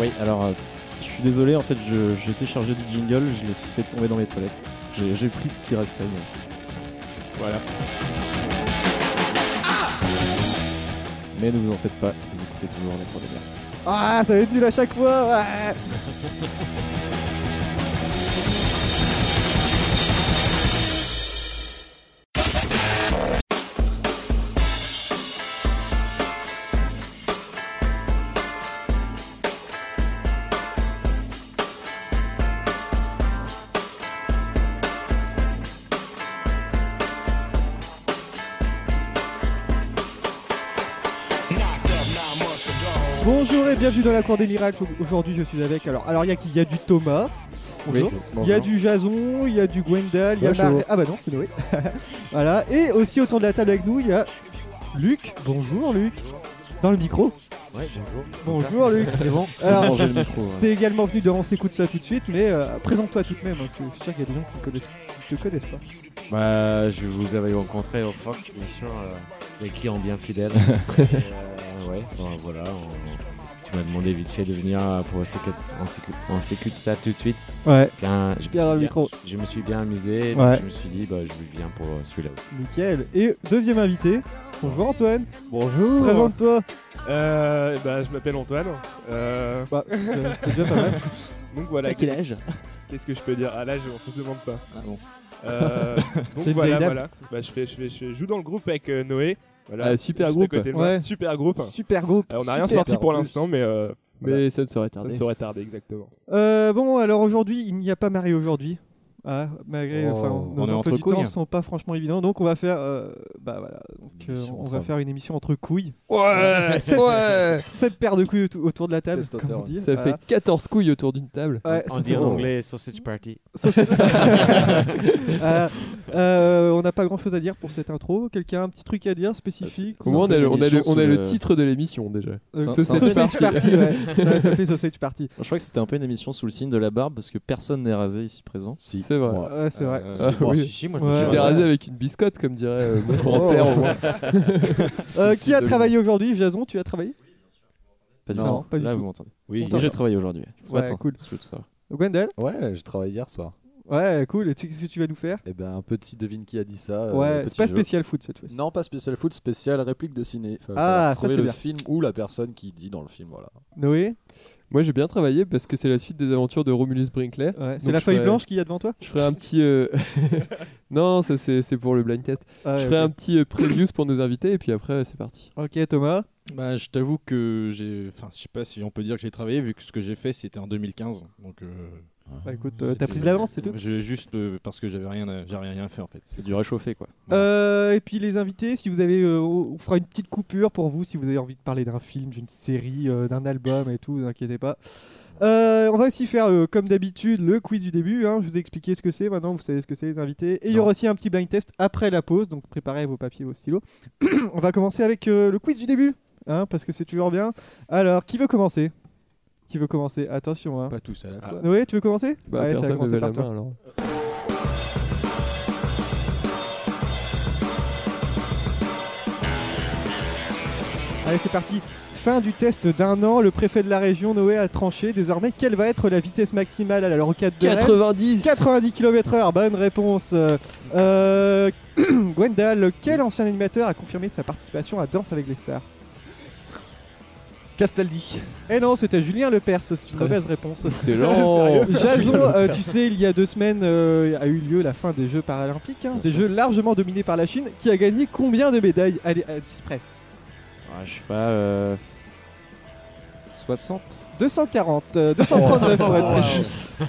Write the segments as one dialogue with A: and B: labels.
A: Oui, alors euh, je suis désolé, en fait je- j'étais chargé du jingle, je l'ai fait tomber dans les toilettes. J'ai j'ai pris ce qui restait. mais- Voilà. Mais ne vous en faites pas, vous écoutez toujours les problèmes.
B: Ah, ça va être nul à chaque fois ouais. Bonjour et bienvenue dans la Cour des Miracles. Aujourd'hui, je suis avec. Alors, alors il y a qui Il y a du Thomas. Bonjour. Il y a du Jason, il y a du Gwendal, il y a
A: Bonjour.
B: Mar- Ah bah non, c'est Noé. voilà. Et aussi autour de la table avec nous, il y a Luc. Bonjour Luc. Dans le micro.
C: Ouais, bonjour.
B: Bonjour Luc.
C: C'est bon
B: Alors,
A: J'ai le micro. hein. ouais.
B: t'es également venu dans On s'écoute ça tout de suite, mais euh, présente-toi tout de même. hein, parce que je suis sûr qu'il y a des gens qui te connaissent, qui te connaissent pas.
C: Bah, je vous avais rencontré au Fox, bien sûr, euh, les clients bien fidèles. Et, euh, ouais, bon, voilà. on- Tu m'as demandé vite fait de venir euh, pour sécu- on sécu- on s'écoute ça tout de suite.
B: Ouais.
C: Bien, je, me suis
B: dans le
C: bien-
B: micro.
C: je me suis bien amusé.
B: Ouais.
C: donc Je me suis dit, bah, je viens pour euh, celui-là.
B: Nickel. Et deuxième invité. Bonjour Antoine.
D: Bonjour.
B: Présente-toi.
D: Euh, bah, je m'appelle Antoine. Euh,
B: Bah, c'est c'est déjà pas mal.
D: donc voilà.
E: âge
D: Qu'est-ce que je peux dire Ah là, je, on se demande pas.
E: Ah bon.
D: Euh, donc
B: T'es une
D: voilà,
B: vieille dame.
D: voilà. Bah, je, fais, je, fais, je joue dans le groupe avec euh, Noé. Voilà.
E: Ah, super
D: Juste à
E: groupe.
D: côté de moi.
B: Ouais.
D: Super groupe.
B: Super groupe.
D: Euh, on n'a rien
B: Super.
D: sorti pour l'instant, mais, euh,
E: Mais
D: voilà.
E: ça ne serait
D: ça ne
E: tardé.
D: saurait tarder exactement.
B: Euh, bon, alors aujourd'hui, il n'y a pas Marie aujourd'hui. Ah, malgré,
E: Oh,
B: enfin,
E: on
B: nos
E: est
B: emplois
E: entre
B: du temps
E: couilles.
B: sont pas franchement évidents, donc on va faire, euh, bah voilà, donc, euh,
E: Émission
B: on
E: entre
B: va
E: hommes.
B: faire une émission entre couilles.
D: Ouais.
B: Sept, sept paires de couilles autou- autour de la table, comme on
A: Testostérone.
B: dit.
E: Ça
B: voilà.
E: fait 14 couilles autour d'une table.
B: Ouais,
C: on
B: ça
C: dit
B: fait
C: en
B: drôle.
C: anglais sausage party.
B: Euh, euh, on n'a pas grand chose à dire pour cette intro. Quelqu'un a un petit truc à dire spécifique
A: Ah,
E: Au moins, on a le, on a le-
A: l'émission
E: on a
A: sous
E: le
C: euh,
A: le-
E: titre de l'émission déjà.
A: Ça-
B: Euh,
A: ça-
B: Sausage Sausage
E: party.
B: Party, ouais. Ouais, ça fait Sausage Party.
A: Je crois que c'était un peu une émission sous le signe de la barbe parce que personne n'est rasé ici présent.
C: Si.
E: C'est vrai.
A: Bon,
B: Ouais, c'est vrai.
C: Euh,
E: Ah,
C: c'est bon,
E: oui.
C: si, si, moi, je me
B: Ouais.
C: suis
E: J'étais
B: Ouais. Oh.
E: rasé avec une biscotte, comme dirait euh, mon grand-père. au moins.
B: Euh, qui a travaillé aujourd'hui Jason, tu as travaillé
A: Pas du
B: Non,
A: tout.
B: pas du
A: Là,
B: tout.
A: vous m'entendez.
B: On
A: Oui,
B: t'entend.
A: j'ai travaillé aujourd'hui. Ce
B: Ouais,
A: matin,
B: cool.
A: si tu veux tout savoir.
B: Gwendal
F: Ouais, j'ai travaillé hier soir.
B: Ouais, cool. Et tu- qu'est-ce que tu vas nous faire
F: Et ben un petit devine qui a dit ça. euh,
B: Ouais,
F: petit
B: c'est pas
F: jeu.
B: spécial foot cette fois.
F: Non, pas spécial foot, spécial réplique de ciné. Faut- faut
B: Ah, ça,
F: trouver
B: c'est
F: le
B: bien.
F: film ou la personne qui dit dans le film, voilà.
B: Noé,
E: Moi, j'ai bien travaillé parce que c'est la suite des aventures de Romulus Brinkler.
B: ouais, c'est
E: Donc
B: la
E: je
B: feuille
E: ferai-
B: blanche qu'il y a devant toi
E: Je ferai un petit. euh, non, ça c'est c'est pour le blind test.
B: Ah,
E: je ferai un petit euh, preview pour nos invités et puis après, c'est parti.
B: ok, Thomas.
G: Bah, je t'avoue que j'ai. Enfin, je sais pas si on peut dire que j'ai travaillé, vu que ce que j'ai fait, c'était en 2015. Donc. euh,
B: Bah, écoute, euh,
G: c'était-
B: t'as pris de l'avance, c'est tout.
G: Je, juste euh, parce que j'avais rien, à- j'avais rien fait, en fait.
A: C'est du réchauffé quoi.
B: Euh, et puis les invités, si vous avez, euh, on on fera une petite coupure pour vous si vous avez envie de parler d'un film, d'une série, euh, d'un album et tout, vous inquiétez pas. Euh, on va aussi faire, euh, comme d'habitude, le quiz du début. hein. Je vous ai expliqué ce que c'est, maintenant vous savez ce que c'est les invités. Et il y aura aussi un petit blind test après la pause, donc préparez vos papiers, vos stylos. on va commencer avec euh, le quiz du début, hein, parce que c'est toujours bien. Alors, qui veut commencer Qui veut commencer Attention, hein.
G: Pas tous à la fois.
B: Noé, tu veux commencer
E: Bah,
B: Allez, ça va
E: personne ne
B: commencer
E: veut la
B: par toi.
E: main alors.
B: Allez, c'est parti. Fin du test d'un an, le préfet de la région Noé a tranché. Désormais, quelle va être la vitesse maximale à la rocade de Rennes
E: 90
B: 90 km/h, bonne réponse. Euh, euh, Gwendal, quel ancien animateur a confirmé sa participation à Danse avec les stars
E: Castaldi
B: Eh non, c'était Julien Lepers, c'est une mauvaise réponse.
E: C'est lent
B: Jason, euh, tu sais, il y a deux semaines euh, a eu lieu la fin des Jeux paralympiques, hein, des Jeux largement dominés par la Chine, qui a gagné combien de médailles Allez, euh, à 10 près.
A: Ah, je sais pas. euh, 60
B: 240, euh, 239 pour être précis.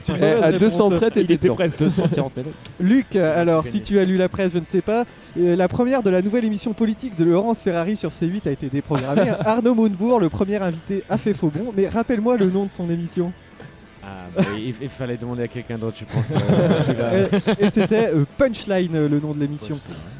B: C'est une
E: Eh,
B: mauvaise
E: À
B: réponse.
E: 200 près, t'étais dedans.
A: presque 240 médailles.
B: Luc, euh, alors
C: gagné.
B: si tu as lu la presse, je ne sais pas, euh, la première de la nouvelle émission politique de Laurence Ferrari sur C8 a été déprogrammée. Arnaud Mounebourg, le premier invité, a fait faux bond, mais rappelle-moi le nom de son émission.
C: Ah, bah, il, il fallait demander à quelqu'un d'autre, je pense.
B: Euh, et c'était euh, Punchline, euh, le nom de l'émission.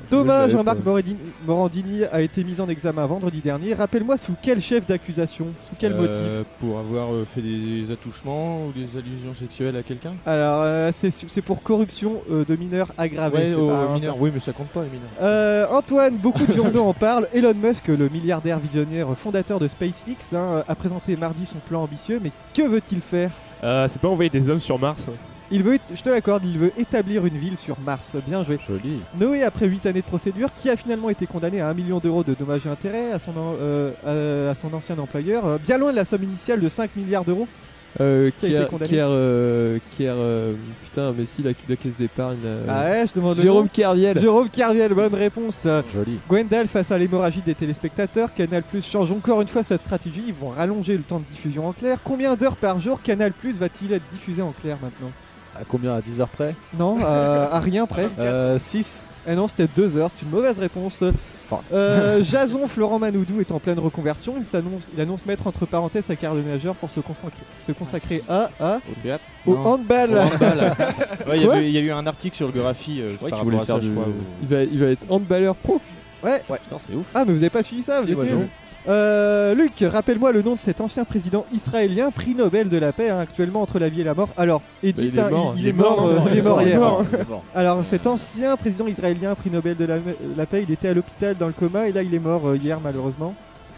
B: Thomas
F: Oui, je l'avais
B: Jean-Marc Morandini- Morandini a été mis en examen vendredi dernier. Rappelle-moi sous quel chef d'accusation Sous quel motif
G: Euh, Pour avoir euh, fait des attouchements ou des allusions sexuelles à quelqu'un
B: Alors, euh, c'est c'est pour corruption euh, de mineurs aggravée.
G: Ouais,
B: c'est
G: aux
B: pas un
G: mineurs. Oui, mais ça compte pas, les mineurs.
B: Euh, Antoine, beaucoup de journaux en parlent. Elon Musk, le milliardaire visionnaire fondateur de SpaceX, hein, a présenté mardi son plan ambitieux, mais que veut-il faire
D: Euh, c'est pas envoyer des hommes sur Mars.
B: il veut, je te l'accorde, il veut établir une ville sur Mars. Bien joué.
F: Joli.
B: Noé, après 8 années de procédure, qui a finalement été condamné à 1 million d'euros de dommages et intérêts à son, en- euh, à- à son ancien employeur, euh, bien loin de la somme initiale de 5 milliards d'euros.
E: Euh,
B: Qui a été
E: Kier,
B: condamné
E: Kier, euh, Kier, euh, putain, mais si, la, la caisse d'épargne. euh,
B: Ah ouais, je demande le
E: Jérôme
B: nom.
E: Kerviel.
B: Jérôme Carviel, bonne réponse. Euh,
F: Joli.
B: Gwendal face à l'hémorragie des téléspectateurs, Canal Plus change encore une fois sa stratégie, ils vont rallonger le temps de diffusion en clair. Combien d'heures par jour Canal Plus va-t-il être diffusé en clair maintenant
F: À combien À 10 heures près Euh,
B: Non, euh, à rien près.
F: 6
B: Eh non, c'était 2 heures, c'est une mauvaise réponse.
F: Enfin.
B: Euh, Jason Florent Manoudou est en pleine reconversion, il, s'annonce- il annonce mettre entre parenthèses sa carrière de nageur pour se consacrer, se consacrer à, à-
C: Au théâtre
B: au
G: Non.
B: handball.
G: Ouais, il y
B: Quoi
G: avait- il y, a eu un article sur le graphie euh,
A: vrai
G: par
A: qu'il voulait
G: rapport à ça,
A: faire du-
G: je crois.
E: Il va, il va être handballeur pro.
B: Ouais.
C: Putain, c'est ouf.
B: Ah mais vous avez pas suivi ça vous
F: Si,
B: êtes
F: moi,
B: nuls.
F: j'avoue.
B: Euh, Luc, rappelle-moi le nom de cet ancien président israélien, prix Nobel de la paix, hein, actuellement entre la vie et la mort. Alors, Edith,
E: il est
B: hein,
E: mort.
B: il est mort, euh, il est mort hier.
F: Bon.
B: Alors, cet ancien président israélien, prix Nobel de la, la paix, il était à l'hôpital dans le coma et là, il est mort euh, hier, malheureusement.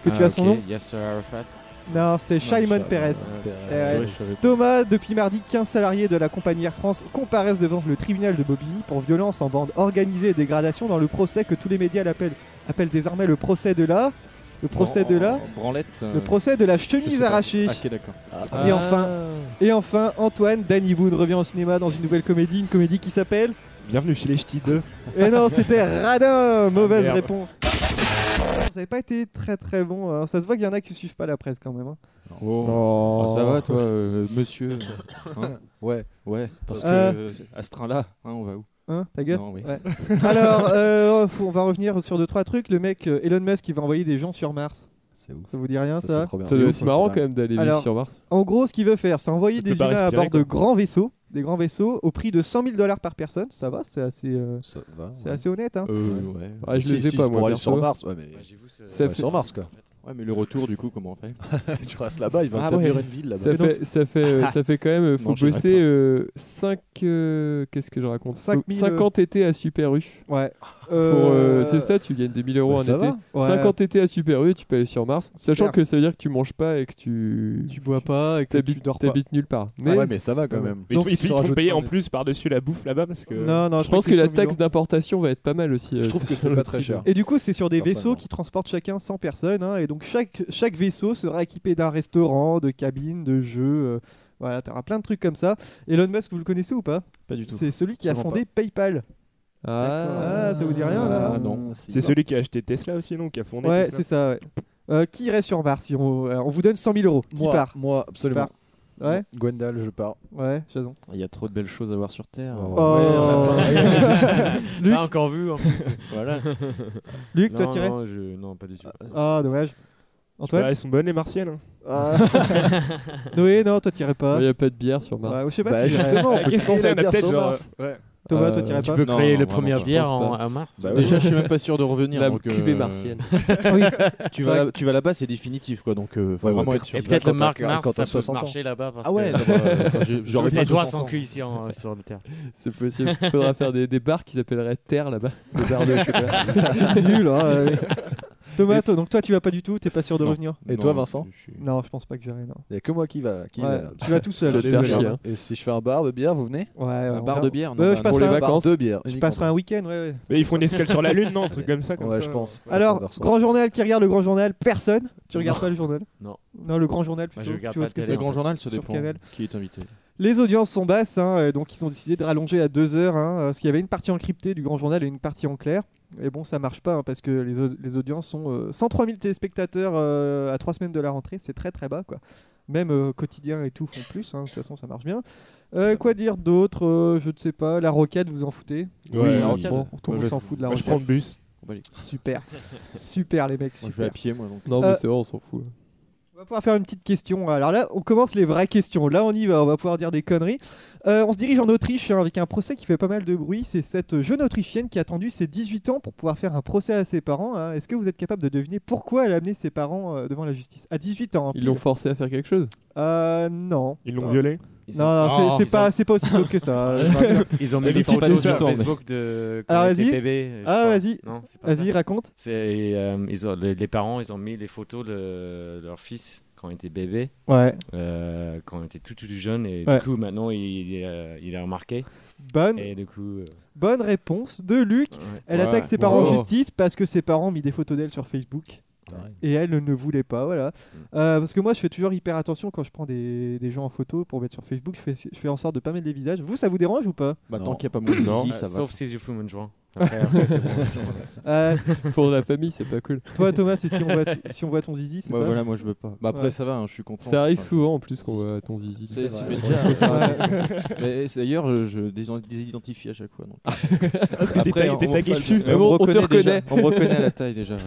B: Est-ce que tu as son nom
C: Yasser Arafat.
B: Non, c'était Shimon Peres. Euh,
C: Ouais, je savais pas.
B: Thomas, depuis mardi, 15 salariés de la compagnie Air France comparaissent devant le tribunal de Bobigny pour violence en bande organisée et dégradation dans le procès que tous les médias l'appellent- appellent désormais le procès de la. Le procès de la.
G: Branlette. euh,
B: Le procès de la
G: je sais
B: chemise
G: pas.
B: arrachée.
G: Ah, Ok, d'accord.
B: Et enfin, et enfin, Antoine Danny Boone revient au cinéma dans une nouvelle comédie, une comédie qui s'appelle.
D: Bienvenue chez les ch'tis 2.
B: Et non, c'était
G: Ah,
B: Radin. Mauvaise
D: merde.
B: réponse. Vous avez pas été très très bon. hein. Ça se voit qu'il y en a qui suivent pas la presse quand même. hein.
E: Oh,
G: Ah, ça va, toi, euh, monsieur Hein
F: Ouais.
G: Ouais, parce que
B: Euh.
G: euh, à ce train-là, hein, on va où
B: Hein, ta gueule.
G: Non, oui.
B: Ouais. Alors, euh, faut- on va revenir sur deux trois trucs. Le mec euh, Elon Musk, il va envoyer des gens sur Mars.
F: C'est ouf.
B: Ça vous dit rien Hein, ça,
F: c'est trop bien.
E: Ça doit être marrant quand même d'aller vivre
B: Alors-
E: sur Mars.
B: En gros, ce qu'il veut faire, c'est envoyer
D: Ça
B: des
D: peut pas
B: humains à
D: respirer,
B: bord de grands vaisseaux, des grands vaisseaux, au prix de 100 000 dollars par personne. Ça va, c'est assez, euh,
F: Ça va,
B: c'est
F: ouais.
B: assez honnête. Hein.
E: Euh,
F: ouais.
E: Ouais, je
F: Si,
E: les ai
F: si,
E: pas,
F: c'est
E: moi,
F: Pour aller
E: perso.
F: sur Mars, ouais, mais
C: Ouais, j'ai vu ce-
E: Ça
F: Ouais,
E: fait-
F: sur Mars, quoi.
G: Ouais, mais le retour, du coup, comment on fait
F: tu restes là-bas, il va
B: Ah
F: établir
B: ouais.
F: une ville là-bas.
E: Ça fait, ça, fait, euh, ça fait quand même, euh, faut
G: Non, j'irai
E: bosser
G: pas.
E: 5, qu'est-ce que je raconte
B: Cinq
E: Faut-
F: euh.
B: mille,
E: 50 étés à Super U.
B: Ouais.
E: Pour, euh,
B: Euh,
E: c'est ça, tu gagnes 2000 euros
F: Bah,
E: en
F: ça
E: été.
F: va.
B: Ouais.
E: 50 étés à Super U, tu peux aller sur Mars. Sachant
B: Super.
E: que ça veut dire que tu manges pas et que tu
B: Tu bois pas et que tu
E: t'habites
B: dors pas.
E: t'habites nulle part. Mais
F: Ah Ouais, mais ça va quand même.
D: Mais ils te-
F: si
D: ils te
F: tu
D: ils te font
F: rajoutes
D: payer
F: pas
D: en
F: de-
D: plus par-dessus la bouffe là-bas parce que.
B: Non, non,
E: je pense que
B: c'est
E: la
B: 100 000
E: taxe
B: euros.
E: d'importation va être pas mal aussi.
F: Je
E: euh,
F: trouve que
E: sur
F: c'est
E: le
F: pas
E: prix
F: très
E: de-
F: cher.
B: Et du coup, c'est sur des vaisseaux
F: Personnellement.
B: qui transportent chacun 100 personnes. hein, et donc, chaque, chaque vaisseau sera équipé d'un restaurant, de cabines, de jeux. euh, voilà, t'auras plein de trucs comme ça. Elon Musk, vous le connaissez ou pas
G: Pas du tout.
B: C'est celui qui a
F: Sûrement
B: fondé PayPal.
E: Ah,
B: Ah, ça vous dit rien, là
F: Ah,
G: non.
F: si,
D: C'est
F: bah,
D: celui qui a acheté Tesla aussi, non Qui a fondé
B: Ouais,
D: Tesla.
B: c'est ça, ouais. Euh, qui irait sur Mars si on, euh, on vous donne 100 000 euros Qui
F: Moi,
B: part
F: Moi, absolument.
B: Ouais,
F: Gwendal, je pars.
B: ouais, Jason.
C: Il y a trop de belles choses à voir sur Terre.
B: Oh. Luc,
C: Pas encore vu en plus. voilà.
B: Luc, toi,
C: non,
B: t'irais
C: non, je- non, pas du tout.
B: Ah, dommage.
D: Bah,
B: Antoine
D: elles sont bonnes les martiennes. hein.
B: Ah. Noé, non, toi, t'irais
E: Il
F: Hein
B: pas.
E: n'y a pas de bière sur Mars.
B: Ouais, je sais pas
F: Bah,
B: si j'irais.
F: justement, on peut
D: Qu'est-ce qu'on
F: créer
D: sait
F: la
D: On a
F: bière
D: peut-être
F: sur
D: genre.
F: Mars.
B: Thomas,
E: Euh,
B: toi, t'irais pas.
G: peux
C: créer les
G: premières
C: premières bières
E: en-
C: à Mars.
F: Bah,
G: Déjà, je suis même pas sûr de revenir.
E: La
G: donc, euh,
E: cuvée martienne.
B: Oui,
G: Tu vas, là, tu vas là-bas, c'est définitif, quoi. Donc, euh, faut
F: Ouais, ouais,
G: vraiment
F: ouais,
G: être
F: tu
G: sûr.
C: Et
F: vas
C: peut-être
F: quand
C: le
F: t'as-
C: Marc
F: quand
C: Mars,
F: t'as
C: ça peut
F: 60 ans.
C: marcher là-bas parce
G: Ah ouais,
C: que
G: non, bah, euh, enfin, j'ai- j'aurais pas
C: les doigts
G: 200
C: sans
G: ans.
C: queue ici en- sur le Terre.
E: C'est possible. Faudra faire des, des bars qui s'appelleraient Terre là-bas. Des bars de chocolat.
B: nul. hein, ouais. Thomas, toi, donc toi, tu vas pas du tout, t'es pas sûr de
G: Non.
B: revenir
F: Et
G: Non,
F: toi, Vincent
G: je suis-
B: Non, je pense pas que j'irai. Non.
F: Il n'y a que moi qui va. Qui euh, va
B: Ouais,
F: là.
B: tu vas tout seul.
E: Ça te fait
B: désolé.
E: chier, hein.
F: Et si je fais un bar de bière, vous venez
B: Ouais, ouais, on verra.
G: bière
B: Ouais, je
E: Pour
B: passerai
E: les
B: un-
E: vacances.
F: Bar de bière.
B: je
F: uniquement.
B: passerai un week-end, ouais, ouais.
D: Mais ils font une escale sur la lune, non Un truc comme ça. hein. Comme
F: Ouais,
D: ça.
F: je pense.
B: Alors,
F: Anderson.
B: grand journal qui regarde le grand journal, personne. Tu regardes pas le journal
C: Non.
B: Non, le grand journal
C: Moi,
B: plutôt.
C: je regarde
B: tu vois
C: pas
B: ce que
C: de
B: c'est
C: télé,
G: Le
C: en
G: grand journal, ça
B: Sur
G: dépend.
B: Canal.
G: Qui est invité
B: Les audiences sont basses, hein, euh, donc ils ont décidé de rallonger à deux heures, hein, euh, parce qu'il y avait une partie encryptée du grand journal et une partie en clair. Et bon, ça marche pas, hein, parce que les, au- les audiences sont euh, 103 000 téléspectateurs euh, à trois semaines de la rentrée, c'est très très bas, quoi. Même euh, quotidien et tout font plus, hein, de toute façon ça marche bien. Euh, quoi dire d'autre Euh, Je ne sais pas, la roquette, vous en foutez
G: Ouais,
E: la
G: oui.
E: roquette.
B: Bon, tout le
G: Moi,
B: monde
G: je-
B: s'en fout de la
D: Moi, je
B: roquette.
D: prends le bus.
B: Super, super les mecs,
G: Moi, je vais à
B: super.
G: pied, moi. Donc.
E: Non, mais
B: Euh,
E: c'est vrai, on s'en fout. hein.
B: On va pouvoir faire une petite question. Alors là, on commence les vraies questions. Là, on y va, on va pouvoir dire des conneries. Euh, on se dirige en Autriche hein, avec un procès qui fait pas mal de bruit. C'est cette jeune Autrichienne qui a attendu ses 18 ans pour pouvoir faire un procès à ses parents. hein. Est-ce que vous êtes capable de deviner pourquoi elle a amené ses parents euh, devant la justice À 18 ans. hein,
E: Ils l'ont
B: pile.
E: forcé à faire quelque chose.
B: Euh, non.
D: Ils l'ont violé
C: Ils
B: Non, non,
G: Ah,
B: c'est-
G: ils
B: c'est pas, c'est pas aussi glauque que ça.
C: Ils ont
A: mis
C: mis
A: des
C: des
A: petites
C: photos
A: photos
C: sur
A: tournées.
C: Facebook de quand
B: Alors,
C: elle était
B: vas-y.
C: bébé. je
B: Ah,
C: crois.
B: vas-y.
C: Non, c'est pas ça.
B: Vas-y, raconte.
C: C'est, euh, ils ont- les, les parents, ils ont mis les photos de leur fils quand il était bébé,
B: Ouais.
C: euh, quand il était tout tout, tout jeune, et
B: Ouais.
C: du coup maintenant il, euh, il a remarqué.
B: Bonne,
C: Et du coup, euh,
B: bonne réponse de Luc.
C: ouais.
B: Elle
E: Ouais.
B: attaque ses parents en
G: Oh.
E: Wow.
B: justice parce que ses parents ont mis des photos d'elle sur Facebook. Et elle ne voulait pas, voilà. Euh, parce que moi, je fais toujours hyper attention quand je prends des, des gens en photo pour mettre sur Facebook. Je fais, je fais en sorte de pas mettre les visages. Vous, ça vous dérange ou pas
E: Bah,
G: Non.
E: tant qu'il n'y a pas mon
G: Non.
E: ici,
C: Euh,
E: ça va.
C: Sauf si je fume un joint. Après, après, c'est bon.
B: Euh,
E: Pour la famille, c'est pas cool.
B: Toi, Thomas, c'est si on voit, t- si on voit ton zizi, c'est
G: Bah,
B: ça
G: voilà, moi je veux pas. Bah, après,
B: Ouais.
G: ça va, hein, je suis content.
E: Ça arrive
G: Enfin,
E: souvent en plus qu'on voit ton zizi.
F: C'est
G: c'est- c'est-
F: vrai.
G: mais
B: Euh,
G: déjà- Mais c'est- D'ailleurs, euh, je désident- désidentifie à chaque fois. Donc. Parce
D: que t'es taillé- t'es tagué dessus.
E: Mais bon, on te
G: déjà.
E: reconnaît.
G: On me reconnaît à la taille déjà. ouais.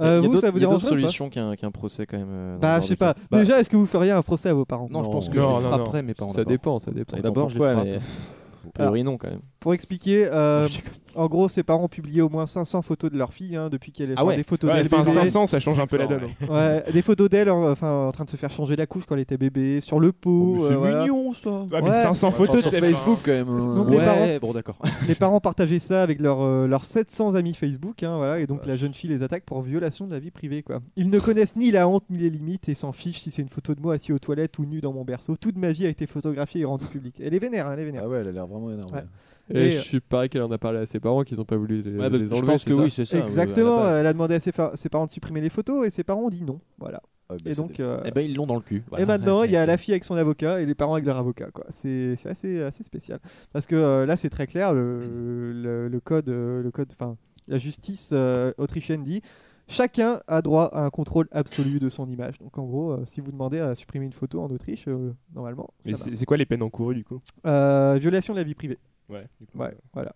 B: Euh,
G: Il y a
B: Vous, ça vous
G: d'autres- Il y a
B: dérange
G: d'autres
B: pas ou pas
G: solutions qu'un qu'un procès quand même. euh, dans
B: Bah,
G: ce
B: je
G: genre
B: sais
G: de
B: pas.
G: cas. Bah,
B: Déjà, est-ce que vous feriez un procès à vos parents
G: Non, je pense que
D: Non,
G: je les
D: non,
G: frapperai, mais pas en
E: Ça
G: avant.
E: dépend, ça dépend.
G: D'abord, je
E: Pourquoi, hein.
G: frappe.
E: mais- A
G: Ah.
E: priori, non quand même.
B: Pour expliquer, euh, en gros, ses parents ont publié au moins 500 photos de leur fille hein, depuis qu'elle est
G: Ah
B: enfin,
G: ouais.
B: des photos
D: Ouais,
B: d'elle
D: enfin,
B: bébé.
D: 500, ça change un peu la
C: 500,
D: donne. hein.
B: Ouais, des photos d'elle en, enfin, en train de se faire changer la couche quand elle était bébé, sur le pot. euh, voilà.
F: mignon ça.
D: Ouais, mais
B: Ouais.
D: 500 photos,
F: sur
D: c'est-
F: Facebook quand même.
B: Donc,
F: euh,
B: les
F: ouais.
B: parents-
G: Eh, bon, d'accord.
B: Les parents partageaient ça avec leurs euh, leurs 700 amis Facebook, hein, voilà, et donc la jeune fille les attaque pour violation de la vie privée. Quoi. Ils ne connaissent ni la honte ni les limites et s'en fichent si c'est une photo de moi assis aux toilettes ou nu dans mon berceau. Toute ma vie a été photographiée et rendue publique. Elle est vénère, hein, elle est vénère.
F: Ah ouais, elle a l'air vraiment énorme.
B: Ouais.
G: Ah,
E: Et,
B: Et,
E: je
B: euh,
E: suis pareil qu'elle en a parlé à ses parents qu'ils n'ont pas voulu les,
G: Ouais, bah,
E: les
G: je
E: enlever.
G: pense
E: c'est
G: que
E: ça
G: oui, c'est ça. ouais,
B: Exactement,
G: à la base.
B: elle a demandé à ses, fa- ses parents de supprimer les photos et ses parents ont dit non. Voilà.
F: Ah, bah,
B: Et
F: c'est
B: donc.
F: des-
B: euh,
G: Eh ben, ils l'ont dans le cul.
B: Et maintenant, il y a la fille avec son avocat et les parents avec leur avocat. quoi. C'est c'est assez, assez spécial. Parce que euh, là, c'est très clair, le, le- le code, euh, le code, enfin, la justice euh, autrichienne dit chacun a droit à un contrôle absolu de son image. Donc en gros, euh, si vous demandez à supprimer une photo en Autriche, euh, normalement, ça
D: Mais
B: va.
D: c'est c'est quoi les peines encourues du coup
B: Euh, violation de la vie privée.
D: Ouais.
B: Ouais, voilà.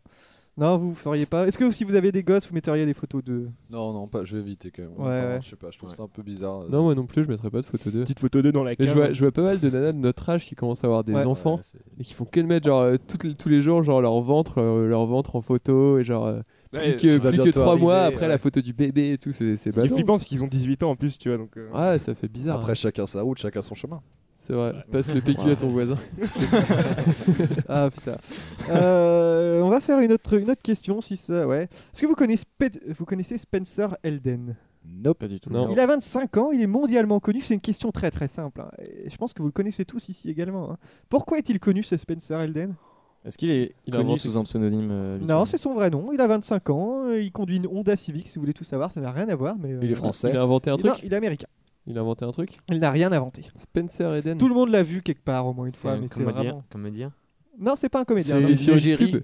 B: Non, vous feriez pas. Est-ce que si vous avez des gosses, vous metteriez des photos de.
F: Non, non, pas, je vais éviter quand même.
B: Ouais,
F: Enfin,
B: ouais.
F: Je sais pas, je trouve ça un peu bizarre. euh.
E: Non, moi non plus, je mettrais pas de photo d'eux.
D: Petite photo d'eux dans la
E: Et je, vois,
D: cave.
E: je vois pas mal de nanas de notre âge qui commencent à avoir des
B: Ouais.
E: enfants
F: Ouais, c'est-
E: et qui font que le mettre genre euh, toutes les- tous les jours genre leur ventre euh, leur ventre en photo et genre euh, plus que,
F: tu vas
E: plus que
F: bientôt
E: trois mois
F: arriver,
E: après
F: ouais.
E: la photo du bébé et tout c'est c'est
D: Ce qui est
E: badant.
D: flippant, c'est qu'ils ont 18 ans en plus, tu vois. Donc, euh,
E: ouais ça fait bizarre
F: Après,
E: hein.
F: chacun sa route, chacun son chemin.
E: c'est vrai passe le PQ à ton voisin
B: Ah putain. Euh, on va faire une autre, une autre question si ça. Ouais. Est-ce que vous connaissez, Spe- vous connaissez Spencer Elden
F: Nope.
G: Pas du tout.
E: Non.
B: Il a 25 ans, il est mondialement connu. C'est une question très très simple. hein. Et je pense que vous le connaissez tous ici également. hein. Pourquoi est-il connu ce Spencer Elden
H: Est-ce qu'il est
E: Il a
H: connu
E: inventé-
H: sous un pseudonyme euh,
B: Non,
H: habituel
B: c'est son vrai nom. Il a 25 ans, euh, il conduit une Honda Civic si vous voulez tout savoir. Ça n'a rien à voir, mais. euh,
F: Il est
E: il
F: français.
E: a inventé un
B: non,
E: truc Hmm.
B: il est américain.
E: il a inventé un truc
B: Il n'a rien inventé.
E: Spencer Eden
B: Tout le monde l'a vu quelque part au moins une
C: C'est
B: fois,
C: un
B: mais c'est
C: comédien.
B: vraiment.
C: comédien.
B: Non, c'est pas un comédien.
F: C'est
B: non.
F: sur une
E: l'égérie
F: pub.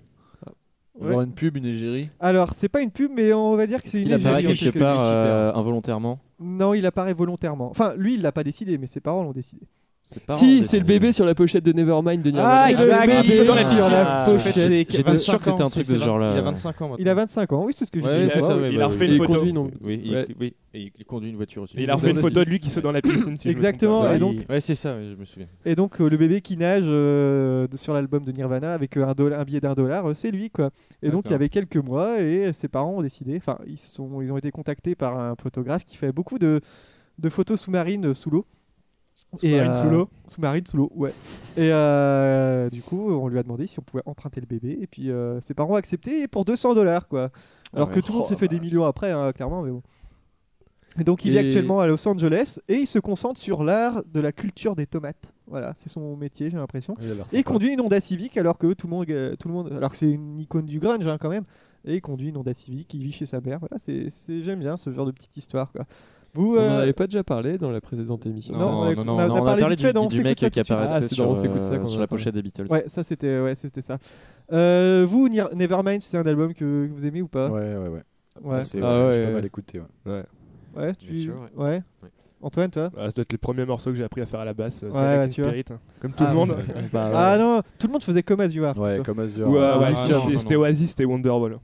F: Genre une pub, une égérie.
B: Alors, c'est pas une pub, mais on va dire que
H: Est-ce
B: c'est
H: qu'il
B: une
H: apparaît
B: égérie.
H: quelque part euh, involontairement
B: Non, il apparaît volontairement. Enfin, lui, il l'a pas décidé, mais ses parents l'ont décidé.
H: Ses parents ont
E: si c'est
H: décidé.
E: le bébé sur la pochette de Nevermind de Nirvana
B: Ah, exact,
E: Le bébé
B: il saute dans la
E: sur
B: piscine.
E: la
H: Ah,
E: pochette.
H: J'étais sûr que c'était un truc de ce genre-là.
G: Il
C: Euh,
G: a 25
I: Ah,
G: ans maintenant.
B: Il a 25 ans, oui, c'est ce que
G: Ouais,
B: j'ai dit. Ah,
G: c'est ça,
B: Ouais,
G: ouais,
D: il
G: bah
D: a
G: oui.
D: refait
E: Et
D: une
E: il
D: photo.
E: conduit donc
G: Oui, il,
E: Ouais.
G: oui, et il conduit une voiture aussi.
D: Et il a refait une
E: Ouais.
D: photo de lui qui saute dans la piscine. si je me trompe pas.
B: Exactement,
D: C'est
B: et
D: vrai.
B: donc,
G: Ouais, c'est ça, ouais, je me souviens.
B: et donc euh, le bébé qui nage euh, de- sur l'album de Nirvana avec euh, un, dollar- un billet d'un dollar, euh, c'est lui quoi. Et donc il
G: D'accord.
B: avait quelques mois et euh, ses parents ont décidé, enfin ils, sont, ils ont été contactés par un photographe qui fait beaucoup de, de photos sous-marines euh, sous l'eau. Et,
D: Sous-marines
B: euh,
D: sous l'eau
B: Sous-marines sous l'eau, ouais. Et euh, du coup on lui a demandé si on pouvait emprunter le bébé et puis euh, ses parents ont accepté pour 200 dollars quoi. Alors
H: Ah
B: que
H: ouais.
B: tout le monde
H: Oh,
B: s'est fait des millions après, hein, clairement, mais bon. Et donc il est
E: Et-
B: actuellement à Los Angeles et il se concentre sur l'art de la culture des tomates. Voilà, c'est son métier, j'ai l'impression. Et il conduit une Honda Civic alors que tout le monde, euh, tout le monde, alors que c'est une icône du grunge hein, quand même. Et il conduit une Honda Civic, il vit chez sa mère. Voilà, c'est, c'est- j'aime bien ce genre de petite histoire. Quoi. Vous,
E: on en
B: euh,
E: avait pas déjà parlé dans la précédente émission
B: Non, on a- on a- on a
H: on a
B: parlé
H: parlé
B: vite fait,
H: du,
B: non, on
H: du
B: s'écoute
H: mec
B: ça tout
H: qui
B: de suite.
E: Ah, c'est
H: apparaissait
E: dans- on
H: sur,
E: s'écoute ça
H: euh,
E: qu'on
H: sur
E: en a
H: la
E: parlé.
H: pochette des Beatles.
B: ouais, ça c'était, ouais, c'était ça. Euh, vous, Nir- Nevermind, c'est un album que, que vous aimez ou pas
F: Ouais, ouais, ouais.
B: Ouais.
F: C'est
E: Ah
F: je
E: ouais.
F: peux pas mal écouter. ouais.
B: Ouais, tu,
C: Bien sûr, ouais.
B: ouais.
C: Ouais.
B: Antoine, toi
D: Ah, ça doit être les premiers morceaux que j'ai appris à faire à la basse. euh,
B: Ouais,
D: Skyrock
B: ouais,
D: and
B: tu vois.
D: Spirit, hein. Comme tout
B: Ah,
D: le monde.
B: Ah non, tout le monde faisait comme As You Are.
F: Ouais,
B: plutôt.
F: comme As You Are.
D: Ou, euh,
F: Ouais,
D: ouais,
G: non,
D: c'était-
G: non, non.
D: C'était Oasis, c'était Wonderwall.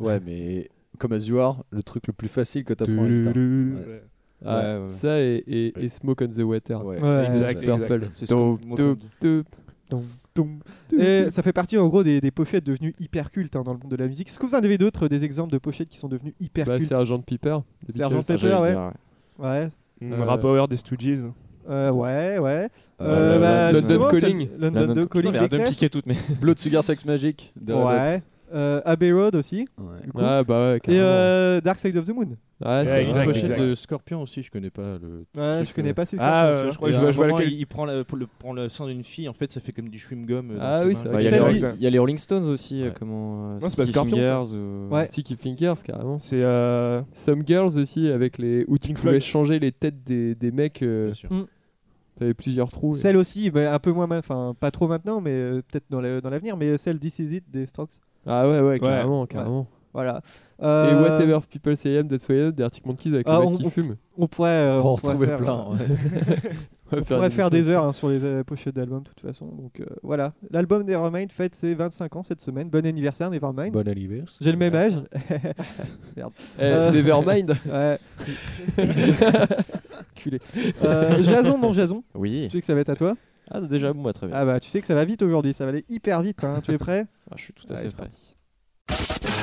F: Ouais, mais comme As You Are, le truc le plus facile que t'apprends. à la guitare.
D: Ouais.
E: Ah,
G: Ouais, ouais.
E: ça et, et- et Smoke on the Water
F: Ouais,
B: Ouais.
D: Exact,
E: Purple
D: exact.
G: C'est ce que
E: Dope,
G: moi,
E: dope,
G: je me dis.
E: dope.
B: Dong, dong. Et ça fait partie en gros des, des pochettes devenues hyper cultes hein, dans le monde de la musique. Est-ce que vous en avez d'autres, des exemples de pochettes qui sont devenues hyper
E: Bah,
B: cultes
E: Sergent Piper. des
B: Sergent
E: Beatles.
B: Pepper,
H: Ah, j'allais
B: ouais.
H: dire, ouais.
B: Ouais,
E: Euh,
D: Power des Stooges.
B: euh, ouais, ouais.
F: Euh,
B: bah,
E: London
B: justement, c'est-
E: Calling.
B: London,
H: London-
B: Calling.
H: Putain, mais arrête de me
B: Beatles.
H: piquer toutes, mais.
F: Blood Sugar Sex Magic. de
B: Ouais.
F: Radiohead.
B: Euh, Abbey Road aussi.
F: Ouais.
B: du coup.
E: Ouais, bah ouais,
B: Et
E: carrément.
B: euh, Dark Side of the Moon.
E: Ouais,
D: Ouais,
E: c'est
D: exact,
E: vrai.
G: pochette
D: exact.
G: de Scorpion aussi, je connais pas le.
B: Ouais, je
G: Truc,
B: connais
G: euh,
B: pas ces films,
D: Ah,
B: tu
D: euh,
B: vois.
D: je crois
G: Et
D: que je
G: à
D: vois,
G: un
D: je vois
G: moment,
D: lequel.
G: il, il prend, la- le, prend le sang d'une fille, en fait, ça fait comme du chewing-gum. euh, dans
E: Ah
G: ses
E: oui,
G: mains.
E: c'est
H: Bah,
E: vrai.
H: Il y, a
B: Celle-là,
H: les-
B: oui.
H: il y a les Rolling Stones aussi, euh, comment. euh,
D: Non, c'est pas
H: Sticky
D: Scorpion, ça.
H: Fingers ou.
B: Ouais.
E: Sticky Fingers, carrément.
D: C'est euh,
E: Some Girls aussi, avec les où tu
D: Pink
E: pouvais
D: Floyd.
E: changer les têtes des, des mecs. euh,
G: Bien sûr.
E: T'avais plusieurs trous. et-
B: Celle aussi, bah, un peu moins, ma- enfin pas trop maintenant, mais euh, peut-être dans la- dans l'avenir, mais euh, celle This Is It des Strokes.
E: Ah ouais, ouais, carrément, carrément.
B: Voilà.
E: Et
B: Euh,
E: Whatever People Say I Am, That's Why I Am, des Arctic Monkeys avec
B: Ah,
E: le
B: on-
E: mec qui fume.
B: On pourrait, euh,
F: On va en
B: pourrait
F: retrouver
B: faire,
F: plein.
B: euh,
F: ouais.
B: On pourrait faire des heures hein, sur les euh, pochettes d'albums de toute façon. Donc euh, voilà, l'album Nevermind fête ses 25 ans cette semaine. Bon anniversaire Nevermind.
F: Bon anniversaire.
B: J'ai le même âge.
E: Eh,
B: Euh,
E: Nevermind.
B: ouais. Culé. Euh, Jason, mon Jason,
H: Oui.
B: tu sais que ça va être à toi.
H: Ah, c'est déjà bon, bah, très bien.
B: Ah bah tu sais que ça va vite aujourd'hui, ça va aller hyper vite. hein. Tu es prêt
H: Ah, je suis tout à
B: Allez,
H: fait
B: c'est
H: prêt.
B: parti.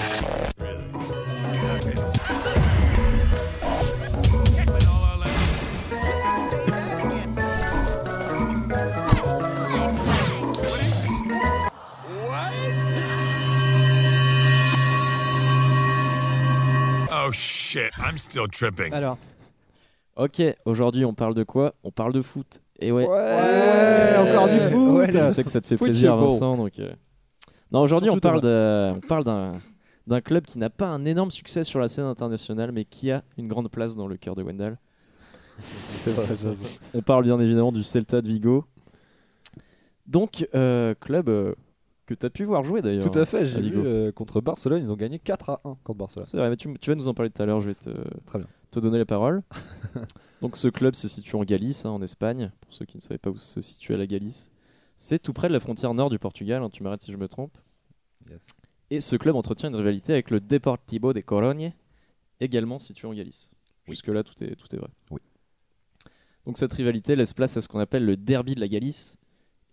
J: Oh shit, I'm still tripping.
B: Alors.
H: Ok, aujourd'hui, on parle de quoi On parle de foot. Et ouais.
B: Ouais, encore du foot.
H: Je sais que ça te fait
E: Foot,
H: plaisir,
E: c'est beau.
H: Vincent. Donc, euh. Non, aujourd'hui, on
B: Surtout
H: parle, de- on parle d'un, d'un club qui n'a pas un énorme succès sur la scène internationale, mais qui a une grande place dans le cœur de Wendell.
F: C'est vrai, Jason.
H: On parle bien évidemment du Celta de Vigo. Donc, euh, club euh, que tu as pu voir jouer d'ailleurs.
F: Tout à fait, j'ai vu
H: Vigo.
F: euh, contre Barcelone, ils ont gagné 4 à 1 contre Barcelone.
H: C'est vrai, mais tu, tu vas nous en parler tout à l'heure, je vais te,
F: Très bien.
H: te donner la parole. Donc ce club se situe en Galice, hein, en Espagne, pour ceux qui ne savaient pas où se situait la Galice. C'est tout près de la frontière nord du Portugal, hein, tu m'arrêtes si je me trompe.
F: Yes.
H: Et ce club entretient une rivalité avec le Deportivo de Corogne, également situé en Galice. Jusque-là, tout est, tout est vrai.
F: Oui.
H: Donc cette rivalité laisse place à ce qu'on appelle le derby de la Galice,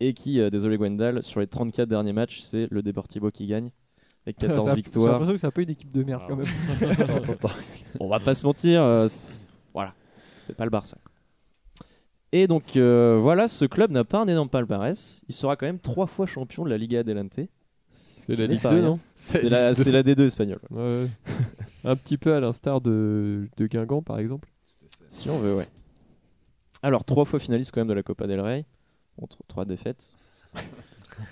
H: et qui, euh, désolé Gwendal, sur les 34 derniers matchs, c'est le Deportivo qui gagne, avec
B: Ça-
H: 14
B: ça- J'ai
H: victoires. Ah.
B: l'impression que c'est un peu une équipe de merde quand même.
F: Attends, attends.
H: On va pas se mentir, euh, c'est- voilà, c'est pas le Barça. Et donc euh, voilà, ce club n'a pas un énorme palmarès. Il sera quand même trois fois champion de la Liga Adelante.
E: C'est la
H: Qui n'est
E: Ligue
H: pas
E: 2,
H: rien.
E: non
H: C'est la, c'est la D2 espagnole.
E: Ouais. Un petit peu à l'instar de, de Guingamp, par exemple.
H: Si on veut, ouais. Alors, trois fois finaliste quand même de la Copa del Rey. Bon, tro- trois défaites.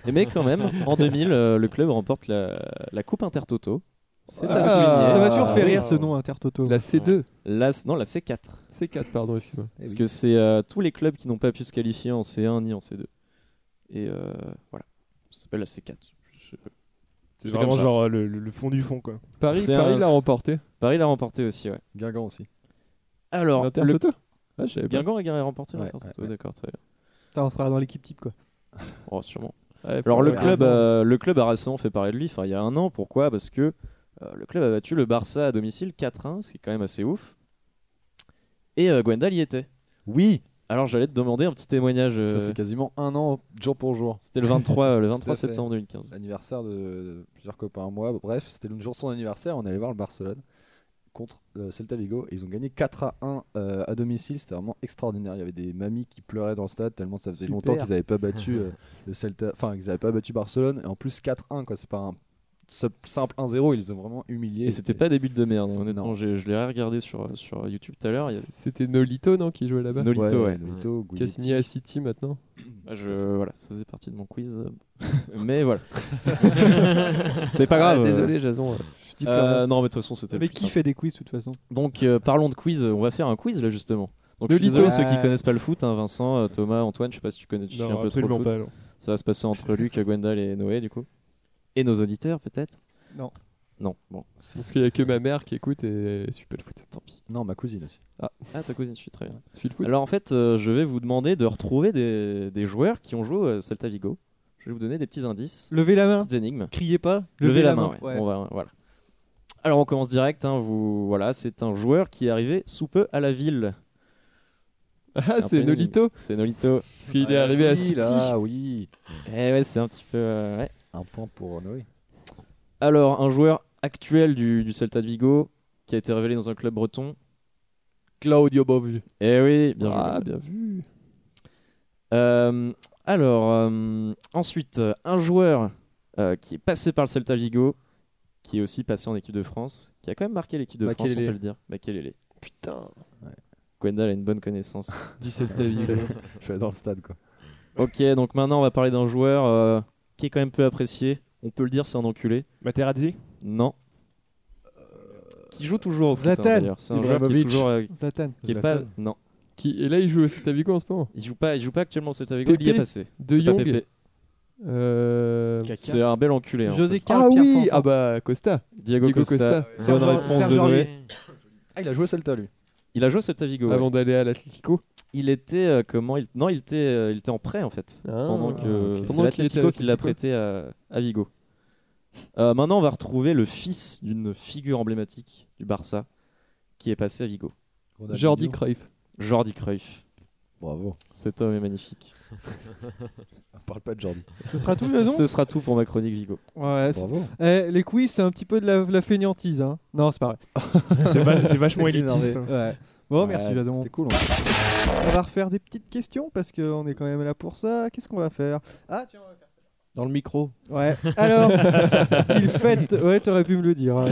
H: Et mais quand même, en 2000, euh, le club remporte la, la Coupe Intertoto. C'est à
E: Ah.
B: Ça
H: souligner.
B: m'a toujours fait
H: Oui.
B: rire ce nom Intertoto.
E: La C2.
H: La- non, la C4.
E: C4, pardon, excuse-moi.
F: Eh
B: Eh
H: Parce que c'est euh, tous les clubs qui n'ont pas pu se qualifier en C1 ni en C2. Et euh, voilà. Ça s'appelle la C4. Je- C'est
D: C'est vraiment
H: comme ça.
D: genre euh, le, le- le fond du fond quoi.
E: Paris,
H: C'est
E: Paris
H: un-
E: l'a remporté.
H: Paris l'a remporté aussi, ouais.
F: Guingamp aussi.
H: Alors, le...
E: L'Intertoto Ah, je savais pas.
H: Guingamp a gagné- remporté
F: Ouais,
H: l'Intertoto,
F: ouais, ouais.
H: d'accord, très bien.
B: Putain, on sera dans l'équipe type quoi.
H: Oh, sûrement.
E: Ouais,
H: Alors, le
E: faut-
H: club, euh, le club a récemment fait parler de lui, enfin, il y a un an. Pourquoi Parce que euh, le club a battu le Barça à domicile 4-1, ce qui est quand même assez ouf. Et euh, Gwendal y était.
F: Oui,
H: Alors, j'allais te demander un petit témoignage.
F: ça
H: euh,
F: fait quasiment un an, jour pour jour.
H: C'était le 23, euh, le 23
F: à fait.
H: septembre 2015.
F: Anniversaire de plusieurs copains à moi. Bref, c'était le jour de son anniversaire. On allait voir le Barcelone contre le Celta Vigo. Et ils ont gagné 4 à 1 euh, à domicile. C'était vraiment extraordinaire. Il y avait des mamies qui pleuraient dans le stade tellement ça faisait longtemps
B: Super.
F: qu'ils n'avaient pas battu euh, le Celta. Enfin, qu'ils n'avaient pas battu Barcelone. Et en plus 4-1, quoi. C'est pas un sub- simple 1-0. Ils les ont vraiment humiliés.
H: Et c'était pas des buts de merde, hein, honnêtement.
F: Non.
H: J'ai- Je l'ai regardé sur, euh, sur YouTube tout à l'heure. il y a-
E: C'était Nolito, non, qui jouait là-bas
H: Nolito, ouais.
F: Nolito,
E: Qui a
F: Guidetti.
E: signé à City maintenant.
H: Ah, Je, voilà, ça faisait partie de mon quiz. euh, mais voilà. C'est pas grave.
E: Ah, désolé, Jason. euh, Je dis
H: Euh,
E: pas.
H: non, mais de toute façon, c'était. le
B: Mais
H: plus
B: qui
H: simple.
B: fait des quiz de toute façon
H: Donc, euh, parlons de quiz. On va faire un quiz, là, justement. Donc,
E: Le
H: je suis désolé,
E: Lito.
H: ceux qui
B: Ah.
H: connaissent pas le foot, hein, Vincent, euh, Thomas, Antoine, je sais pas si tu connais, tu suis un
D: Non,
H: peu trop le
D: absolument
H: foot.
D: pas. non.
H: Ça va se passer entre Luc, Gwendal et Noé, du coup. Et nos auditeurs, peut-être
B: Non.
H: Non, bon,
E: Parce qu'il y a que ma mère qui écoute et je suis pas le foot.
H: tant pis.
F: Non, ma cousine aussi.
H: Ah, ta cousine, je suis très bien.
E: Je suis le foot.
H: Alors en fait, euh, je vais vous demander de retrouver des, des joueurs qui ont joué au Celta Vigo. Je vais vous donner des petits indices,
B: Levez la main,
H: petites énigmes.
B: criez pas.
H: Levez, la main. ouais. On va- voilà. Alors on commence direct. hein, vous, voilà, c'est un joueur qui est arrivé sous peu à la ville.
E: Ah, c'est
H: Un peu-
E: Nolito
H: C'est Nolito.
E: Parce qu'il est arrivé à
F: Ah Oui,
E: 6
F: là, oui.
H: Eh ouais, c'est un petit peu. euh, ouais.
F: Un point pour Noé.
H: Alors, un joueur actuel du, du Celta de Vigo qui a été révélé dans un club breton.
G: Claudio Bovu.
H: Eh oui, bien joué.
E: Ah, bien vu.
H: Euh, alors, euh, ensuite, euh, un joueur euh, qui est passé par le Celta Vigo, qui est aussi passé en équipe de France, qui a quand même marqué l'équipe de France, on
F: Makelele.
H: peut le dire. Makelele.
E: Putain.
H: Gwendal a une bonne connaissance.
E: Du Celta Vigo.
F: Je vais dans le stade, quoi.
H: ok, donc maintenant, on va parler d'un joueur euh, qui est quand même peu apprécié. On peut le dire, c'est un enculé.
D: Materazzi
H: Non. Euh, Qui joue toujours au foot, hein,
B: Zlatan.
H: d'ailleurs. C'est un joueur qui est
F: Ibrahimovic.
H: toujours... euh,
B: Zlatan.
H: qui est pas... Non.
E: Qui... Et là, il joue au Celta Vigo en ce moment.
H: Il joue pas, il joue pas actuellement au Celta Vigo, il y est
E: Pépé
H: passé.
E: De
H: C'est pas
E: Jong.
H: Pépé.
E: Euh...
H: C'est un bel enculé. hein.
B: José Carl
E: Ah
B: Pierre
E: oui
B: Fonfon.
E: Ah bah, Costa.
H: Diego,
E: Diego
H: Costa.
E: Costa.
H: Bonne
B: Sergio-
H: réponse de
B: Sergio
H: Noé.
B: Aurier.
F: Ah, il a joué au Celta, lui.
H: Il a joué au Celta Vigo. ouais.
E: Avant d'aller à l'Atlético.
H: Il était euh, comment il... Non, il était, euh, il était en prêt en fait. pendant que
E: ok.
H: c'est
E: Pendant qu'il était à
H: l'Atlético qui l'a
E: l'Atlético.
H: prêté à, à Vigo. Euh, maintenant, on va retrouver le fils d'une figure emblématique du Barça qui est passé à Vigo.
F: Bah,
E: Jordi Cruyff.
H: Jordi Cruyff.
F: Bravo.
H: Cet homme est magnifique.
F: On parle pas de Jordi.
B: Ce sera tout, Jason
H: Ce sera tout pour ma chronique Vigo.
B: Ouais, c'est-
F: Bravo.
B: Eh, les quiz, c'est un petit peu de la, la fainéantise. Hein. Non, c'est pas vrai.
D: C'est va- c'est vachement élitiste. hein.
B: Ouais. Bon, merci,
F: Ouais,
B: Jason.
F: C'était cool.
B: On va refaire des petites questions parce qu'on est quand même là pour ça. Qu'est-ce qu'on va faire Ah, tiens,
E: Dans le micro.
B: Ouais. Alors, il fête. Ouais, t'aurais pu me le dire. hein.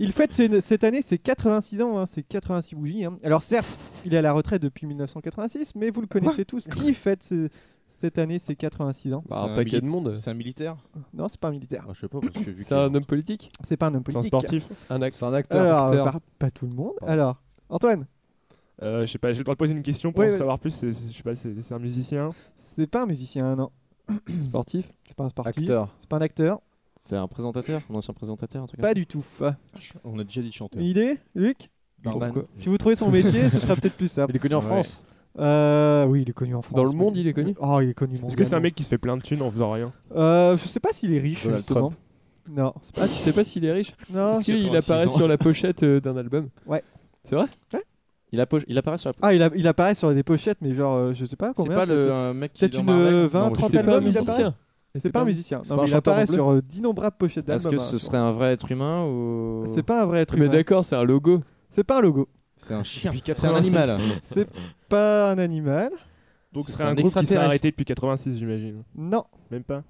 B: il fête ses- cette année ses 86 ans. hein, ses 86 bougies. hein. Alors, certes, il est à la retraite depuis 1986, mais vous le connaissez tous. Qui fête ce- cette année ses 86 ans
E: Bah,
G: C'est
E: un
G: un
E: paquet de
G: militaire.
E: monde.
G: C'est un militaire
B: Non, c'est pas un militaire.
G: Ah, Je sais pas, parce que vu
E: C'est un homme politique
B: C'est pas un homme
D: C'est un
B: politique.
D: sportif.
E: Un acteur.
F: C'est un acteur.
B: Alors,
E: acteur.
B: par- pas tout le monde. Alors, Antoine,
D: Euh, je sais pas, j'ai le droit de poser une question pour
B: Ouais,
D: en
B: ouais.
D: savoir plus. c'est- c'est- Je sais pas, c'est c'est un musicien.
B: c'est pas un musicien, non. Sportif C'est pas un sportif.
F: Acteur.
B: C'est pas un acteur.
H: C'est un présentateur, un ancien présentateur, un truc
B: Pas
H: comme
B: du tout. Ah,
G: On a déjà dit chanteur. Euh,
B: Une idée, Luc
G: Barman.
E: Pourquoi
B: Si vous trouvez son métier, ce sera peut-être plus simple.
F: Il est connu en
G: Ouais.
F: France.
B: Euh, oui, il est connu en France.
E: Dans le
B: oui.
E: monde, il est connu
B: Oh, il est connu
D: Est-ce que c'est un
B: mondialement.
D: mec qui se fait plein de thunes en faisant rien
B: Euh, je sais pas s'il est riche,
F: Donald
B: justement. Non, c'est
E: Ah, tu sais pas s'il est riche
B: pas. Non,
E: Est-ce
B: c'est-
E: qu'il
H: 86
E: apparaît
H: ans.
E: sur la pochette euh, d'un album
H: ça. Il, appo- il apparaît sur la
B: Ah, il, a- il apparaît sur des pochettes, mais genre, euh, je sais pas
G: C'est
B: combien.
G: pas
B: peut-être.
G: le un mec qui
B: peut-être
G: est dans
B: une,
G: Marvel.
B: euh, 20,
G: Non, je sais
B: 30
G: pas,
E: C'est pas un
B: albums,
G: mais
B: il
G: c'est
B: apparaît.
E: musicien.
B: C'est pas, un musicien.
F: c'est
B: Non,
F: pas un
B: mais il
F: chanteur
B: apparaît
F: non plus
B: sur euh, d'innombrables pochettes
H: Est-ce
B: d'albums.
H: que
B: hein,
H: ce
B: sur-
H: serait un vrai être humain ou.
B: C'est pas un vrai être
E: Mais
B: humain.
E: d'accord, c'est un logo.
B: C'est pas un logo.
G: C'est un chien. C'est un
F: Ah
G: animal.
B: C'est pas un animal.
D: Donc ce
G: C'est
D: serait un,
G: un
D: groupe qui s'est
G: extraterrestre.
D: arrêté depuis 86, j'imagine.
B: Non,
D: Même pas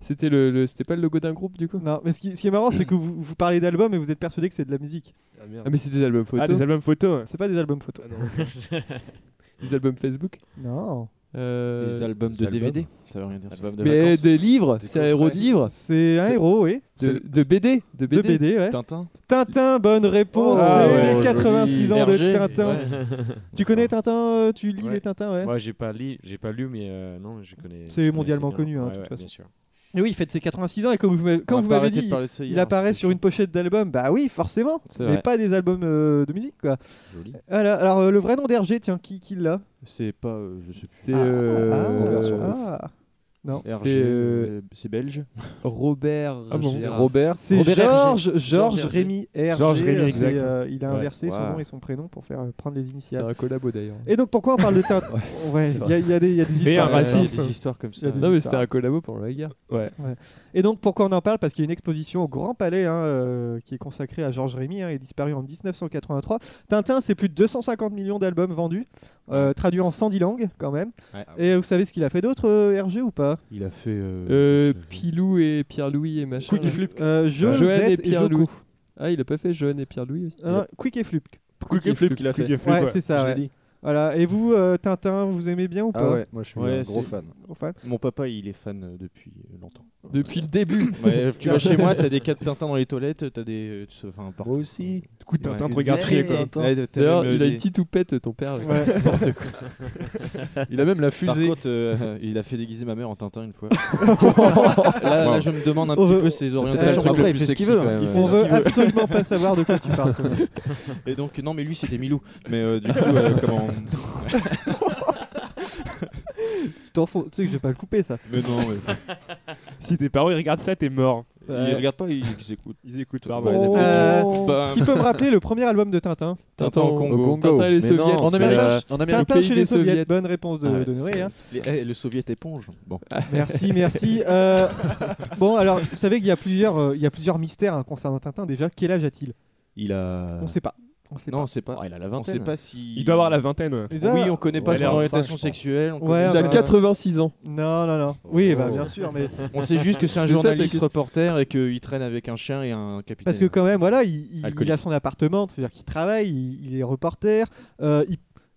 E: C'était le, le- c'était pas le logo d'un groupe du coup
B: non. Mais ce qui, ce qui est marrant, c'est que vous, vous parlez d'albums et vous êtes persuadé que c'est de la musique.
D: Ah merde.
E: Ah mais c'est des albums photos,
D: Ah, des albums photos ouais.
B: C'est pas des albums photos.
D: Ah, non.
E: des albums Facebook.
B: Non.
E: euh,
G: Des albums de DVD. Ça veut rien dire.
H: Album de
E: mais
H: vacances.
E: des livres, c'est un
G: coffrets.
E: héros de livres,
B: C'est un
E: C'est-
B: héros, oui.
E: de, de BD,
B: De
E: de BD.
B: BD, ouais.
G: Tintin.
B: Tintin, bonne réponse.
D: Ah
B: c'est
D: ouais,
B: les 86 ans
G: Berger.
B: de Tintin. Tu connais Tintin euh, Tu lis
C: Ouais.
B: les Tintins, ouais.
C: Moi, j'ai pas lu, j'ai pas lu, mais euh, non, je connais.
B: C'est
C: je connais
B: mondialement
C: assez bien.
B: connu, hein, de
C: Ouais,
B: toute
C: ouais,
B: façon.
C: bien sûr.
B: Mais oui, il fête ses 86 ans et comme vous m'avez- comme vous m'avez dit, il apparaît sur une pochette d'album. Bah oui, forcément.
H: C'est
B: Mais
H: vrai.
B: pas des albums euh, de musique, quoi.
G: Joli.
B: Voilà. Alors, euh, le vrai nom d'Hergé, tiens, qui, qui l'a
G: C'est pas. euh, Je sais
E: C'est
B: Ah,
E: euh,
B: ah,
F: version
E: euh,
B: ah. Non.
G: pas.
E: c'est, euh,
G: euh, C'est belge.
E: Robert
D: Ah bon
E: Gérard.
F: Robert.
B: C'est
E: Robert
B: Georges Georges
E: Hergé.
B: Rémy Hergé.
D: Georges Rémy,
B: euh,
D: exact.
B: c'est, euh, il a
D: Ouais.
B: inversé son
H: Waouh.
B: nom et son prénom pour faire euh, prendre les
E: C'était
B: initiales.
E: un collabo d'ailleurs.
B: Et donc, pourquoi on parle de Tintin Ouais, il y, a- il y a des il y a des
D: Mais un
B: histoires. euh,
D: raciste.
G: Des histoires comme ça.
B: Il y a des-
E: Ah, Non mais
B: histoires.
E: c'était un collabo pendant la guerre.
B: Et donc pourquoi on en parle Parce qu'il y a une exposition au Grand Palais hein, euh, qui est consacrée à Georges Rémy hein, et disparu en 1983. Tintin, c'est plus de 250 millions d'albums vendus, euh, traduits en 110 langues quand même.
G: Ah Ouais.
B: Et vous savez ce qu'il a fait d'autre, euh, Hergé ou pas
G: Il a fait.
E: Euh, Pilou et Pierre-Louis et machin. là.
B: flip. Euh, Josette
E: Johan
B: et
E: et
B: Joko.
E: Pierre-Louis. Ah il a pas fait Johan et Pierre-Louis aussi.
B: Hein, Quick et Flip.
D: Quick et flip qu'il a fait.
B: Ouais, c'est ça. ouais. Voilà. Et vous, euh, Tintin, vous aimez bien ou pas
F: Ah ouais, moi je suis
G: Ouais,
F: un gros
G: c'est-
F: fan.
B: Gros fan
G: Mon papa, il est fan euh, depuis euh, longtemps.
E: Depuis le début.
G: Ouais, tu vas chez moi, t'as des 4 Tintins dans les toilettes, t'as des. euh, tu sais, Enfin, partout.
F: Moi aussi.
D: Du coup, Tintin
G: Ouais.
D: te regarde chier quoi.
G: Ouais, t'as
E: D'ailleurs
G: même, euh,
E: il a une
G: des-
E: petite toupette ton père. avec-
G: N'importe quoi.
F: Il a même la
G: Par
F: fusée.
G: contre, euh, il a fait déguiser ma mère en Tintin une fois. là, là, je me demande un
B: Oh,
G: petit
B: oh,
G: peu ses
H: C'était le
G: orientations.
H: truc
G: Après,
H: le
G: il
H: plus
G: fait ce
H: sexy
G: qu'il veut.
H: quand
G: hein.
H: même,
G: Il
H: ouais.
G: fait
B: On
G: ce qu'il
B: veut absolument pas savoir de quoi tu parles.
G: veut. Et donc, non, mais lui, c'était Milou. Mais euh, du coup, euh, comment.
B: T'en fous- Tu sais que je vais pas le couper ça.
G: Mais non, mais.
D: Si tes parents ils regardent ça, t'es mort.
B: Ouais.
K: Ils regardent pas, ils, ils écoutent.
D: Bah, Ils écoutent.
K: Bah,
D: ouais.
B: Oh. Euh,
G: Bam.
B: Qui peut me rappeler le premier album de Tintin
E: Tintin
G: Tintin
E: au
G: au
E: Congo.
G: Congo.
E: Tintin et les
C: Mais
E: Soviets.
C: non,
E: En
C: c'est-
E: Amérique.
C: euh,
E: En Amérique.
B: Tintin
E: Au
B: chez
E: pays
B: les
E: des
B: soviets.
E: Soviets.
B: Bonne réponse de,
H: Ah ouais,
B: de Noé.
H: c'est-
B: hein.
H: c'est-
K: Les- eh, le soviet éponge. Bon.
B: Merci, merci. Euh, bon, alors, vous savez qu'il y a plusieurs, euh, il y a plusieurs mystères hein, concernant Tintin. Déjà, quel âge a-t-il
K: Il a.
G: Euh,
B: On sait pas. On sait
K: non, on sait pas.
H: Ah, il a la
K: on sait
H: vingtaine.
K: pas si.
D: Il doit avoir la vingtaine.
B: pas. Déjà-
K: Oui, on connaît pas
C: Ouais,
K: son
C: il a 25,
K: orientation
C: je pense.
K: sexuelle. on
B: Ouais,
K: connaît
E: Il a
K: pas-
E: 86 ans.
B: Non, non, non. Oui,
C: Oh.
B: bah, bien sûr, mais
K: On sait juste que c'est un
E: C'était ça, ta
K: journaliste
E: question.
K: reporter et qu'il traîne avec un chien et un capitaine.
B: parce que quand même, voilà, il, il- il
K: Alcoolique.
B: a son appartement, c'est-à-dire qu'il travaille, il, il est reporter, euh, il,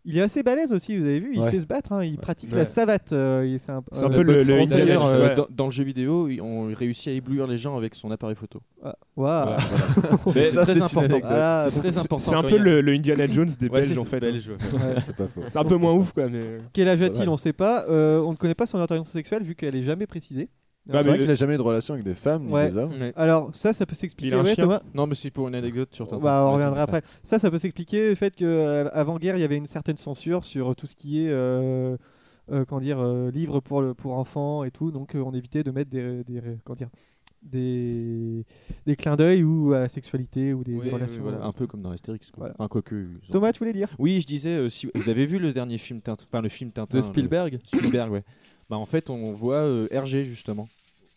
B: il est assez balèze aussi. Vous avez vu, il
F: Ouais.
B: sait se battre, hein, il pratique la
D: Ouais.
B: savate. euh, il- c'est un,
K: C'est
B: euh,
K: un peu le,
E: boxe
K: le
E: française,
K: Hitler,
D: ouais.
K: euh, dans, dans le jeu vidéo, il- on réussit à éblouir les gens avec son appareil photo.
B: ah, waouh.
K: C'est
C: ça,
K: très
C: c'est une
K: important.
C: anecdote.
K: Ah,
B: C'est-
K: c'est très important.
D: C'est un
K: quand
D: peu
K: il y a-
D: le, le Indiana Jones des
K: Ouais,
D: Belges
K: c'est-
D: en fait. hein.
K: Belge, ouais.
F: C'est pas faux.
D: C'est un peu moins ouf quoi, mais.
B: Quel âge
F: Pas
B: a-t-il
F: mal.
B: On ne sait pas. Euh, on ne connaît pas son orientation sexuelle vu qu'elle est jamais précisée.
D: Bah,
F: c'est vrai
D: mais-
F: qu'il a jamais eu de relation avec des femmes ni
B: Ouais.
F: des hommes.
K: Ouais.
B: Alors ça, ça peut s'expliquer.
D: Il a un
B: ouais,
D: chien.
B: Thomas
K: Non, mais c'est pour une anecdote sur Tintin.
B: Bah, on
K: Ouais,
B: reviendra
K: c'est-
B: après. Ça, ça peut s'expliquer le fait qu'avant guerre, il y avait une certaine censure sur tout ce qui est euh, euh, comment dire euh, livres pour le, pour enfants et tout, donc euh, on évitait de mettre des, des euh, comment dire des, des clins d'œil ou à la sexualité ou des, des
K: Ouais,
B: relations.
K: ouais, voilà, un peu comme dans Astérix. Quoi.
B: Voilà.
K: Un coqueux. ils ont-
B: Thomas, tu voulais dire
K: Oui, je disais, euh, si vous avez vu le dernier film Tintin, enfin le film Tintin
E: De Spielberg.
K: le- Spielberg, ouais. Bah en fait, on voit euh, Hergé justement.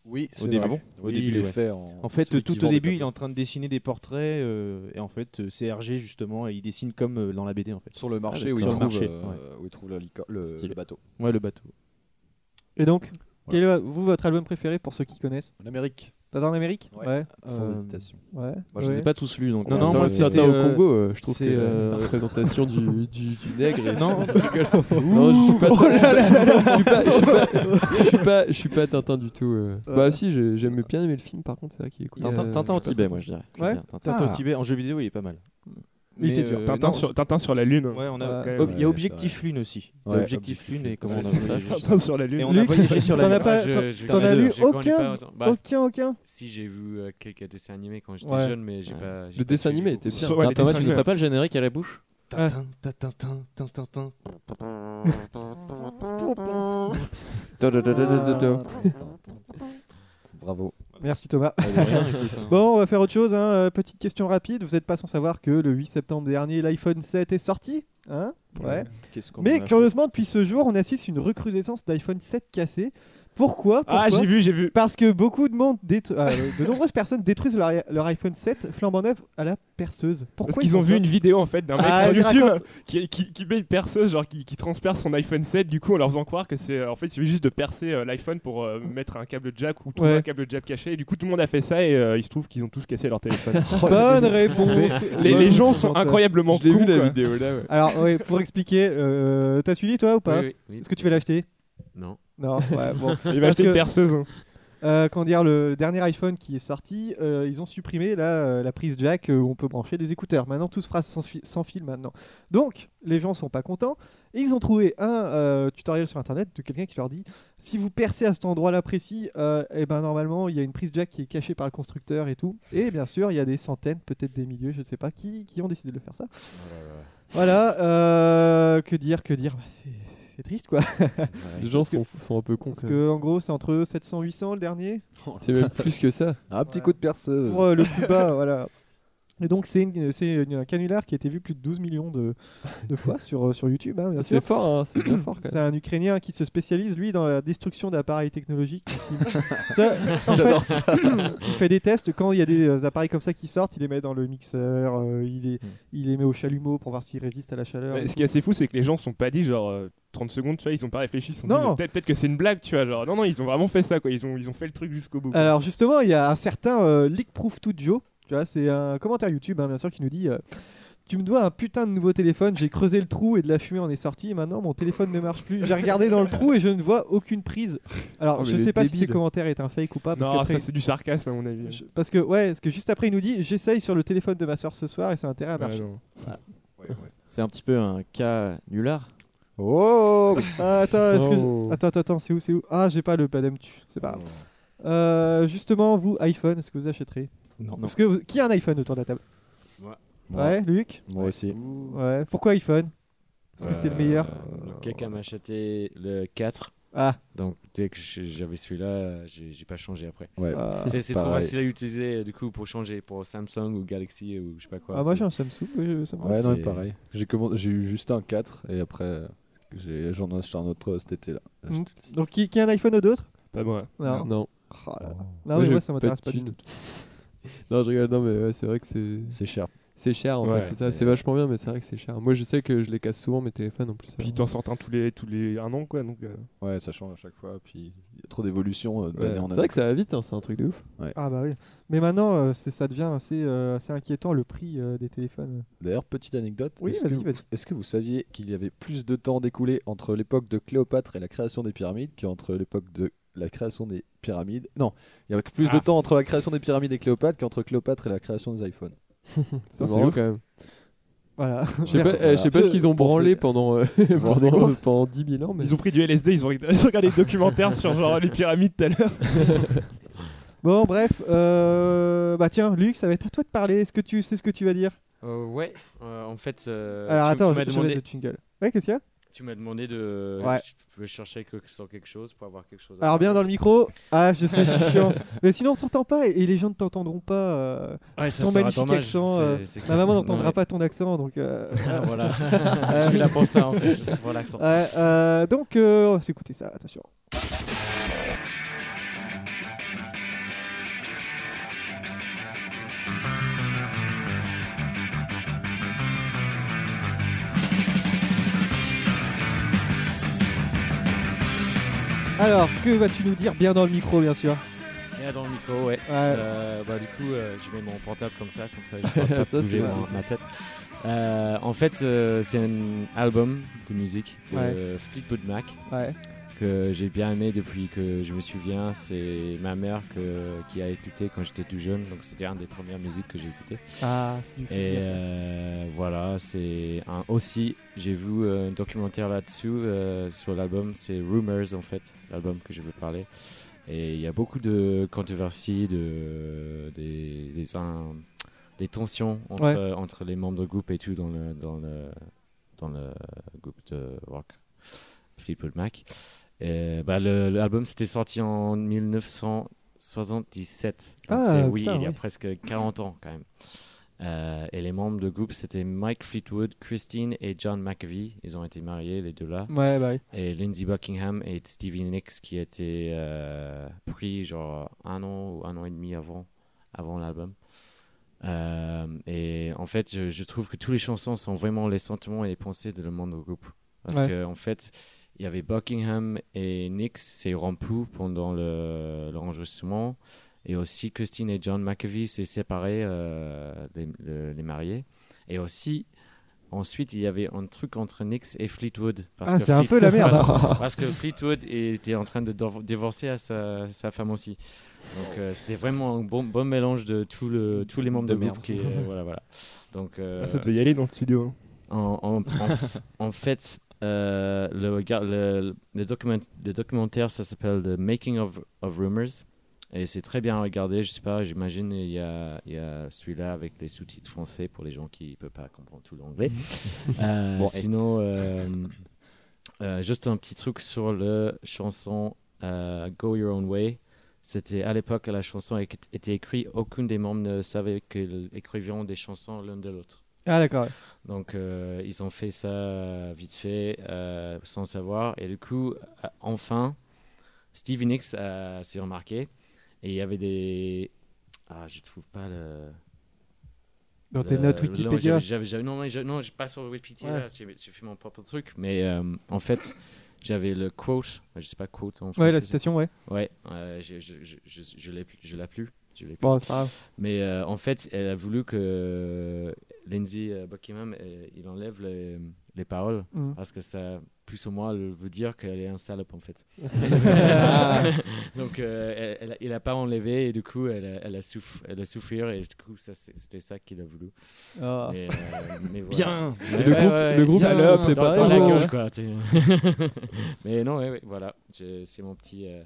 F: Oui,
K: Au début. Au
F: Au
K: début,
F: début, il est
K: ouais.
F: fait en.
K: En fait,
F: celui hein. qui
K: tout
F: vend
K: au
F: des
K: début, il est
F: tableaux.
K: en train de dessiner des portraits euh, et en fait, euh, c'est Hergé justement et il dessine comme euh, dans la BD en fait.
F: Ah, Sur le marché,
K: d'accord.
F: où, il
K: Sur le
F: trouve,
K: marché,
F: euh, où il trouve la lico- le,
H: Stylé.
F: le bateau.
K: Ouais, le bateau.
B: Et donc,
K: Voilà.
B: quel est vous votre album préféré pour ceux qui connaissent
F: En Amérique,
B: Tintin en Amérique
F: Ouais.
B: ouais.
F: sans
K: Euh,
F: hésitation.
B: ouais,
H: Moi, je
B: ouais.
H: les ai pas tous lus donc.
K: Non,
H: euh,
K: non,
H: attends,
K: moi,
H: euh,
K: c'était,
E: Tintin au
K: euh,
E: Congo, euh, je trouve que
K: c'est,
E: la
K: euh,
E: représentation du, du, du nègre est.
K: Non.
E: Non, je suis pas. Je suis pas- je suis pas- je suis pas- je suis pas Tintin du tout. euh. Bah, si, j'ai- j'aime bien aimer le film, par contre, c'est vrai qu'il est cool.
H: Tintin,
E: Euh,
H: Tintin au
E: je sais pas
H: Tibet,
E: trop.
H: moi je dirais. Je
B: Ouais.
H: veux dire, Tintin.
K: Tintin au Tibet en jeu vidéo, il est pas mal.
B: Il était
K: Mais,
B: dur.
K: euh,
D: Tintin,
K: non,
D: sur, Tintin sur la Lune.
K: Ouais, on a.
B: Ouais.
K: quand même- Il y a
F: Ouais,
K: Objectif Lune aussi. Il y a
F: Ouais,
K: Objectif
F: Objectif
K: Lune et
F: Lune.
K: comment on a
H: C'est ça,
K: voyagé sur-
D: Tintin sur la Lune.
K: Et on a
B: Luc,
K: voyagé sur la euh,
B: t'en as
C: Ah,
K: Lune. je-
B: pas- t'en-
K: je-
B: t'en
K: j'en ai
B: as
K: deux.
B: lu
I: je connais
B: aucun
I: pas autant. Bah,
B: Aucun, aucun.
I: Si j'ai vu euh, quelques dessins animés quand j'étais
B: Ouais.
I: jeune, mais j'ai pas. j'ai
E: Le
I: pas
E: dessin
I: suivi
E: animé
I: beaucoup.
E: était bien.
D: Sur- ouais, les
H: Tiens, Thomas,
D: dessins
H: tu ne ferais
D: animés.
H: pas le générique à la bouche
K: Tintin, Tintin, Tintin, Tintin, Tintin.
E: Do, do, do, do, do, do, do.
F: Bravo.
B: Merci Thomas.
K: Ah, de rien, écoute, hein.
B: Bon, on va faire autre chose. hein. Euh, Petite question rapide. Vous n'êtes pas sans savoir que le 8 septembre dernier, l'iPhone 7 est sorti. Hein ouais.
K: Qu'est-ce qu'on
B: Mais
K: en a
B: curieusement, depuis ce jour, on assiste à une recrudescence d'iPhone 7 cassé. Pourquoi,
D: Ah,
B: Pourquoi
D: j'ai vu, j'ai vu.
B: Parce que beaucoup de monde, détru- ah, euh, de nombreuses personnes détruisent leur, leur iPhone 7 flambant neuf à la perceuse. Pourquoi
D: Parce qu'ils ont
B: font
D: vu
B: ça
D: une vidéo en fait d'un mec
B: Ah,
D: sur
B: il
D: YouTube
B: raconte.
D: qui, qui, qui met une perceuse, genre qui, qui transperce son iPhone 7, du coup en leur faisant croire que c'est euh, en fait il suffit juste de percer euh, l'iPhone pour euh, mettre un câble jack ou trouver
B: Ouais.
D: un câble jack caché, et du coup tout le monde a fait ça et euh, il se trouve qu'ils ont tous cassé leur téléphone.
B: Bonne réponse.
D: Oh, les, les gens sont
B: Bonne réponse.
D: incroyablement
E: Je l'ai vu
D: cons.
E: la
D: quoi.
E: vidéo là, ouais.
B: Alors, ouais, pour expliquer, euh, t'as suivi toi ou pas
I: Oui, oui, oui.
B: Est-ce que tu vas l'acheter
I: Non.
B: Non, ouais, bon.
D: Il va
B: Parce
D: acheter une
B: que-
D: perceuse. hein.
B: Euh, comment dire, le dernier iPhone qui est sorti, euh, ils ont supprimé la, euh, la prise jack euh, où on peut brancher des écouteurs. Maintenant, tout se fera sans, fi- sans fil maintenant. Donc, les gens sont pas contents. Et ils ont trouvé un euh, tutoriel sur internet de quelqu'un qui leur dit si vous percez à cet endroit-là précis, euh, eh ben normalement, il y a une prise jack qui est cachée par le constructeur et tout. Et bien sûr, il y a des centaines, peut-être des milliers, je ne sais pas, qui, qui ont décidé de le faire ça. Voilà, euh, que dire, que dire Bah, c'est- C'est triste quoi. Ah,
E: Les gens sont, sont un peu cons.
B: Parce
E: quand même.
B: que en gros, c'est entre 700-800 le dernier.
E: C'est même plus que ça.
F: Un petit
B: Ouais.
F: coup de perceuse.
B: pour euh, le plus bas, voilà. Et donc c'est une- c'est une- un canular qui a été vu plus de 12 millions de, de fois sur, euh, sur YouTube, hein, bien sûr.
E: C'est fort, hein, c'est bien fort quand même.
B: C'est un Ukrainien qui se spécialise, lui, dans la destruction d'appareils technologiques. Donc, il- Tu vois, en
F: J'adore
B: fait, il fait des tests. Quand il y a des euh, appareils comme ça qui sortent, il les met dans le mixeur, euh, il, les,
E: Mm.
B: il les met au chalumeau pour voir s'ils résistent à la chaleur.
D: Mais ce qui est assez fou, c'est que les gens sont pas dit genre euh, 30 secondes, tu vois, ils ont pas réfléchi, ils se sont dit,
B: Non.
D: mais peut-être peut-être que c'est une blague, tu vois, genre non non, ils ont vraiment fait ça quoi, ils ont ils ont fait le truc jusqu'au bout. quoi.
B: Alors justement, il y a un certain euh, Leakproof to Joe, tu vois, c'est un commentaire YouTube hein, bien sûr qui nous dit euh, tu me dois un putain de nouveau téléphone, j'ai creusé le trou et de la fumée en est sortie et maintenant mon téléphone ne marche plus. J'ai regardé dans le trou et je ne vois aucune prise. Alors,
E: Oh, mais
B: je
E: le
B: sais pas si
E: débile.
B: ce commentaire est un fake ou pas parce
D: non,
B: qu'après-
D: ça c'est du sarcasme à mon avis.
B: je- parce que ouais, parce que juste après il nous dit j'essaye sur le téléphone de ma soeur ce soir et ça a intérêt à
D: Ouais,
B: marcher.
D: non.
H: C'est un petit peu un cas nulard.
F: Oh
B: Ah, attends, est-ce que je-
E: Oh.
B: attends, attends, attends, c'est où, c'est où Ah, j'ai pas le padem tu, c'est pas. grave. Euh, justement, vous iPhone, est-ce que vous achèterez
K: Non.
B: Parce que vous- qui a un iPhone autour de la table
I: Moi.
B: Ouais, Luc
F: Moi aussi.
B: Ouais, pourquoi iPhone Parce que c'est le meilleur. Euh,
I: Euh, Quelqu'un m'a acheté le 4
B: Ah.
C: Donc dès que j'ai- j'avais celui-là, euh, j'ai j'ai pas changé après.
F: Ouais. Ah.
C: C'est c'est trop
F: Pareil.
C: facile à utiliser euh, du coup pour changer pour Samsung ou Galaxy ou je sais pas quoi.
B: Ah, moi
C: c'est-
B: j'ai un Samsung, oui, ça me va.
F: Ouais, Ah non, mais
C: c'est-
F: pareil. J'ai commandé- j'ai eu juste un 4 et après, euh, j'ai- j'en ai acheté un autre euh, cet été-là.
B: Mm. Donc, qui, qui a un iPhone aux autres
D: Pas moi.
B: Non.
E: Non.
B: Oh là là.
E: Moi,
B: Non, mais
E: j'ai
B: moi ça m'intéresse
E: de
B: pas du tout.
E: thune. non, je rigole, non, mais ouais, c'est vrai que c'est.
F: C'est cher.
E: C'est cher en
D: Ouais,
E: fait, c'est ça.
D: mais-
E: C'est vachement bien, mais c'est vrai que c'est cher. Moi, je sais que je les casse souvent mes téléphones en plus.
D: Puis
E: alors.
D: t'en sortent un tous les, tous les un an quoi. Donc, euh,
F: Ouais, ça change à chaque fois. Puis il y a trop d'évolution euh,
E: Ouais.
F: d'année en année.
E: C'est vrai que ça va vite, hein, c'est un truc de ouf.
F: Ouais.
B: Ah bah oui. Mais maintenant, euh, c'est- ça devient assez, euh, assez inquiétant le prix euh, des téléphones.
F: D'ailleurs, petite anecdote.
B: Oui,
F: est-ce, que
B: vas-y,
F: vous,
B: vas-y.
F: est-ce que vous saviez qu'il y avait plus de temps découlé entre l'époque de Cléopâtre et la création des pyramides qu'entre l'époque de la création des pyramides Non, il y avait plus de
D: Ah.
F: temps entre la création des pyramides et Cléopâtre qu'entre Cléopâtre et la création des iPhones.
E: Ça, c'est
F: marrant.
E: ouf quand même.
B: Voilà.
E: Je sais pas, euh, je sais pas
F: Voilà.
E: ce qu'ils ont
F: Pensez-
E: branlé pendant, euh,
F: vous rendez
E: pendant,
F: compte
E: pendant 10 000 ans, mais.
D: Ils ont pris du LSD, ils ont, ils ont regardé des documentaires sur genre les pyramides tout à l'heure.
B: Bon, bref. euh, Bah tiens, Luc, ça va être à toi de parler. Est-ce que tu sais ce que tu vas dire
I: Euh, ouais, euh, en fait, euh,
B: Alors
I: tu,
B: attends,
I: tu m'as
B: je- je vais
I: demandé,
B: le jingle. Ouais, qu'est-ce qu'il y a
I: tu m'as demandé de.
B: Ouais.
I: Je pouvais chercher que, sur quelque chose pour avoir quelque chose. à
B: Alors bien dans
I: parler.
B: le micro. Ah, je sais, je suis chiant. Mais sinon, on t'entend pas et, et les gens ne t'entendront pas. euh,
I: Ouais, ça
B: ton
I: sera
B: magnifique
I: dommage,
B: accent.
I: c'est-
B: euh,
I: c'est
B: ma
I: clair.
B: maman n'entendra
I: Non, mais-
B: pas ton accent, donc. euh,
I: Ah, voilà.
B: Euh,
I: je suis là pour ça en fait, je suis pour l'accent.
B: Ouais, euh, donc, euh, on va s'écouter ça. Attention. Alors, que vas-tu nous dire bien dans le micro, bien sûr
I: Bien dans le micro, ouais. Euh, bah, du coup, euh, je mets mon portable comme ça, comme ça, je pourrai pas
E: Ça,
I: bouger
E: c'est
I: mon- ma tête. Euh, en fait, euh, c'est un album de musique de
B: Ouais.
I: Fleetwood Mac
B: Ouais.
I: que j'ai bien aimé depuis que je me souviens. C'est ma mère que- qui a écouté quand j'étais tout jeune, donc c'était une des premières musiques que j'ai écoutées.
B: Ah, c'est du
I: Et
B: souvenir, ça.
I: euh, voilà, c'est un aussi. J'ai vu euh, un documentaire là-dessus euh, sur l'album, c'est Rumors en fait, l'album que je veux parler. Et il y a beaucoup de controversies, de, des, des, un- des tensions entre,
B: Ouais.
I: euh, entre les membres de groupe et tout dans le, dans le, dans le groupe de rock Fleetwood Mac. Et, bah, le- l'album c'était sorti en 1977. Donc
B: Ah,
I: c'est- oui,
B: putain,
I: il y a
B: oui.
I: presque 40 ans quand même. Euh, et les membres de groupe, c'était Mike Fleetwood, Christine et John McAvie. Ils ont été mariés, les deux-là.
B: Ouais, bah oui.
I: Et Lindsey Buckingham et Stevie Nicks qui étaient euh, pris genre un an ou un an et demi avant, avant l'album. Euh, et en fait, je, je trouve que toutes les chansons sont vraiment les sentiments et les pensées de le membre de groupe. Parce
B: Ouais.
I: que en fait, il y avait Buckingham et Nicks s'est rompu pendant le- l'enregistrement. et aussi Christine et John McAvee s'est séparés, euh, les, le- les mariés. Et aussi, ensuite, il y avait un truc entre Nicks et Fleetwood. Parce
B: Ah,
I: que
B: c'est un peu la merde. hein.
I: Parce, parce que Fleetwood était en train de div- divorcer à sa, sa femme aussi. Donc euh, c'était vraiment un bon, bon mélange de tout le, tous les membres de,
C: De
I: groupe.
C: merde.
I: Qui, euh, voilà, voilà. Donc, euh,
D: Ah, ça devait y aller dans le studio. hein.
I: en, en- en- en fait, euh, le, regard- le, le document- le documentaire, ça s'appelle The Making of, of Rumors. Et c'est très bien regardé, je sais pas, j'imagine il y a, il y a celui-là avec les sous-titres français pour les gens qui ne peuvent pas comprendre tout l'anglais. Euh,
F: Bon, et-
I: sinon, euh, euh, juste un petit truc sur le chanson euh, Go Your Own Way. C'était à l'époque la chanson a- était écrite, aucun des membres ne savait qu'ils écrivaient des chansons l'un de l'autre.
B: Ah, d'accord.
I: Donc euh, ils ont fait ça vite fait, euh, sans savoir. Et du coup, à- enfin, Stevie Nicks euh, s'est remarqué. Et il y avait des... Ah, je trouve pas le...
B: Dans tes
I: Euh, le-
B: notes
I: non,
B: Wikipédia.
I: j'avais- j'avais- j'avais- Non, mais je- non, je pas sur Wikipédia,
B: Ouais.
I: là, j'ai j'ai fait mon propre truc. Mais euh, en fait, j'avais le quote, je sais pas quote en français.
B: Ouais, la
I: c'est-
B: citation, ouais.
I: Ouais, euh, je, je, je, je, je l'ai je l'ai plus. Je l'ai plus.
B: Bon, c'est pas grave.
I: Mais euh, en fait, elle a voulu que euh, Lindsay euh, Buckingham euh, il enlève les, les paroles
B: Mhm.
I: parce que ça, plus ou moins, le- veut dire qu'elle est un salope en fait. Donc, euh, elle- elle a- il n'a pas enlevé et du coup, elle a, elle a, souff- elle a souffert et du coup, ça, c'est- c'était ça qu'il a voulu.
B: Ah.
I: Mais, euh, mais voilà.
G: Bien.
I: Ouais,
E: Et le
I: ouais,
E: groupe-
I: ouais,
E: le groupe,
I: ça,
E: c'est
I: dans-
E: séparé,
I: dans, dans la
E: genre.
I: gueule quoi. tu sais. mais non, ouais, ouais, voilà, Je- c'est mon petit. euh,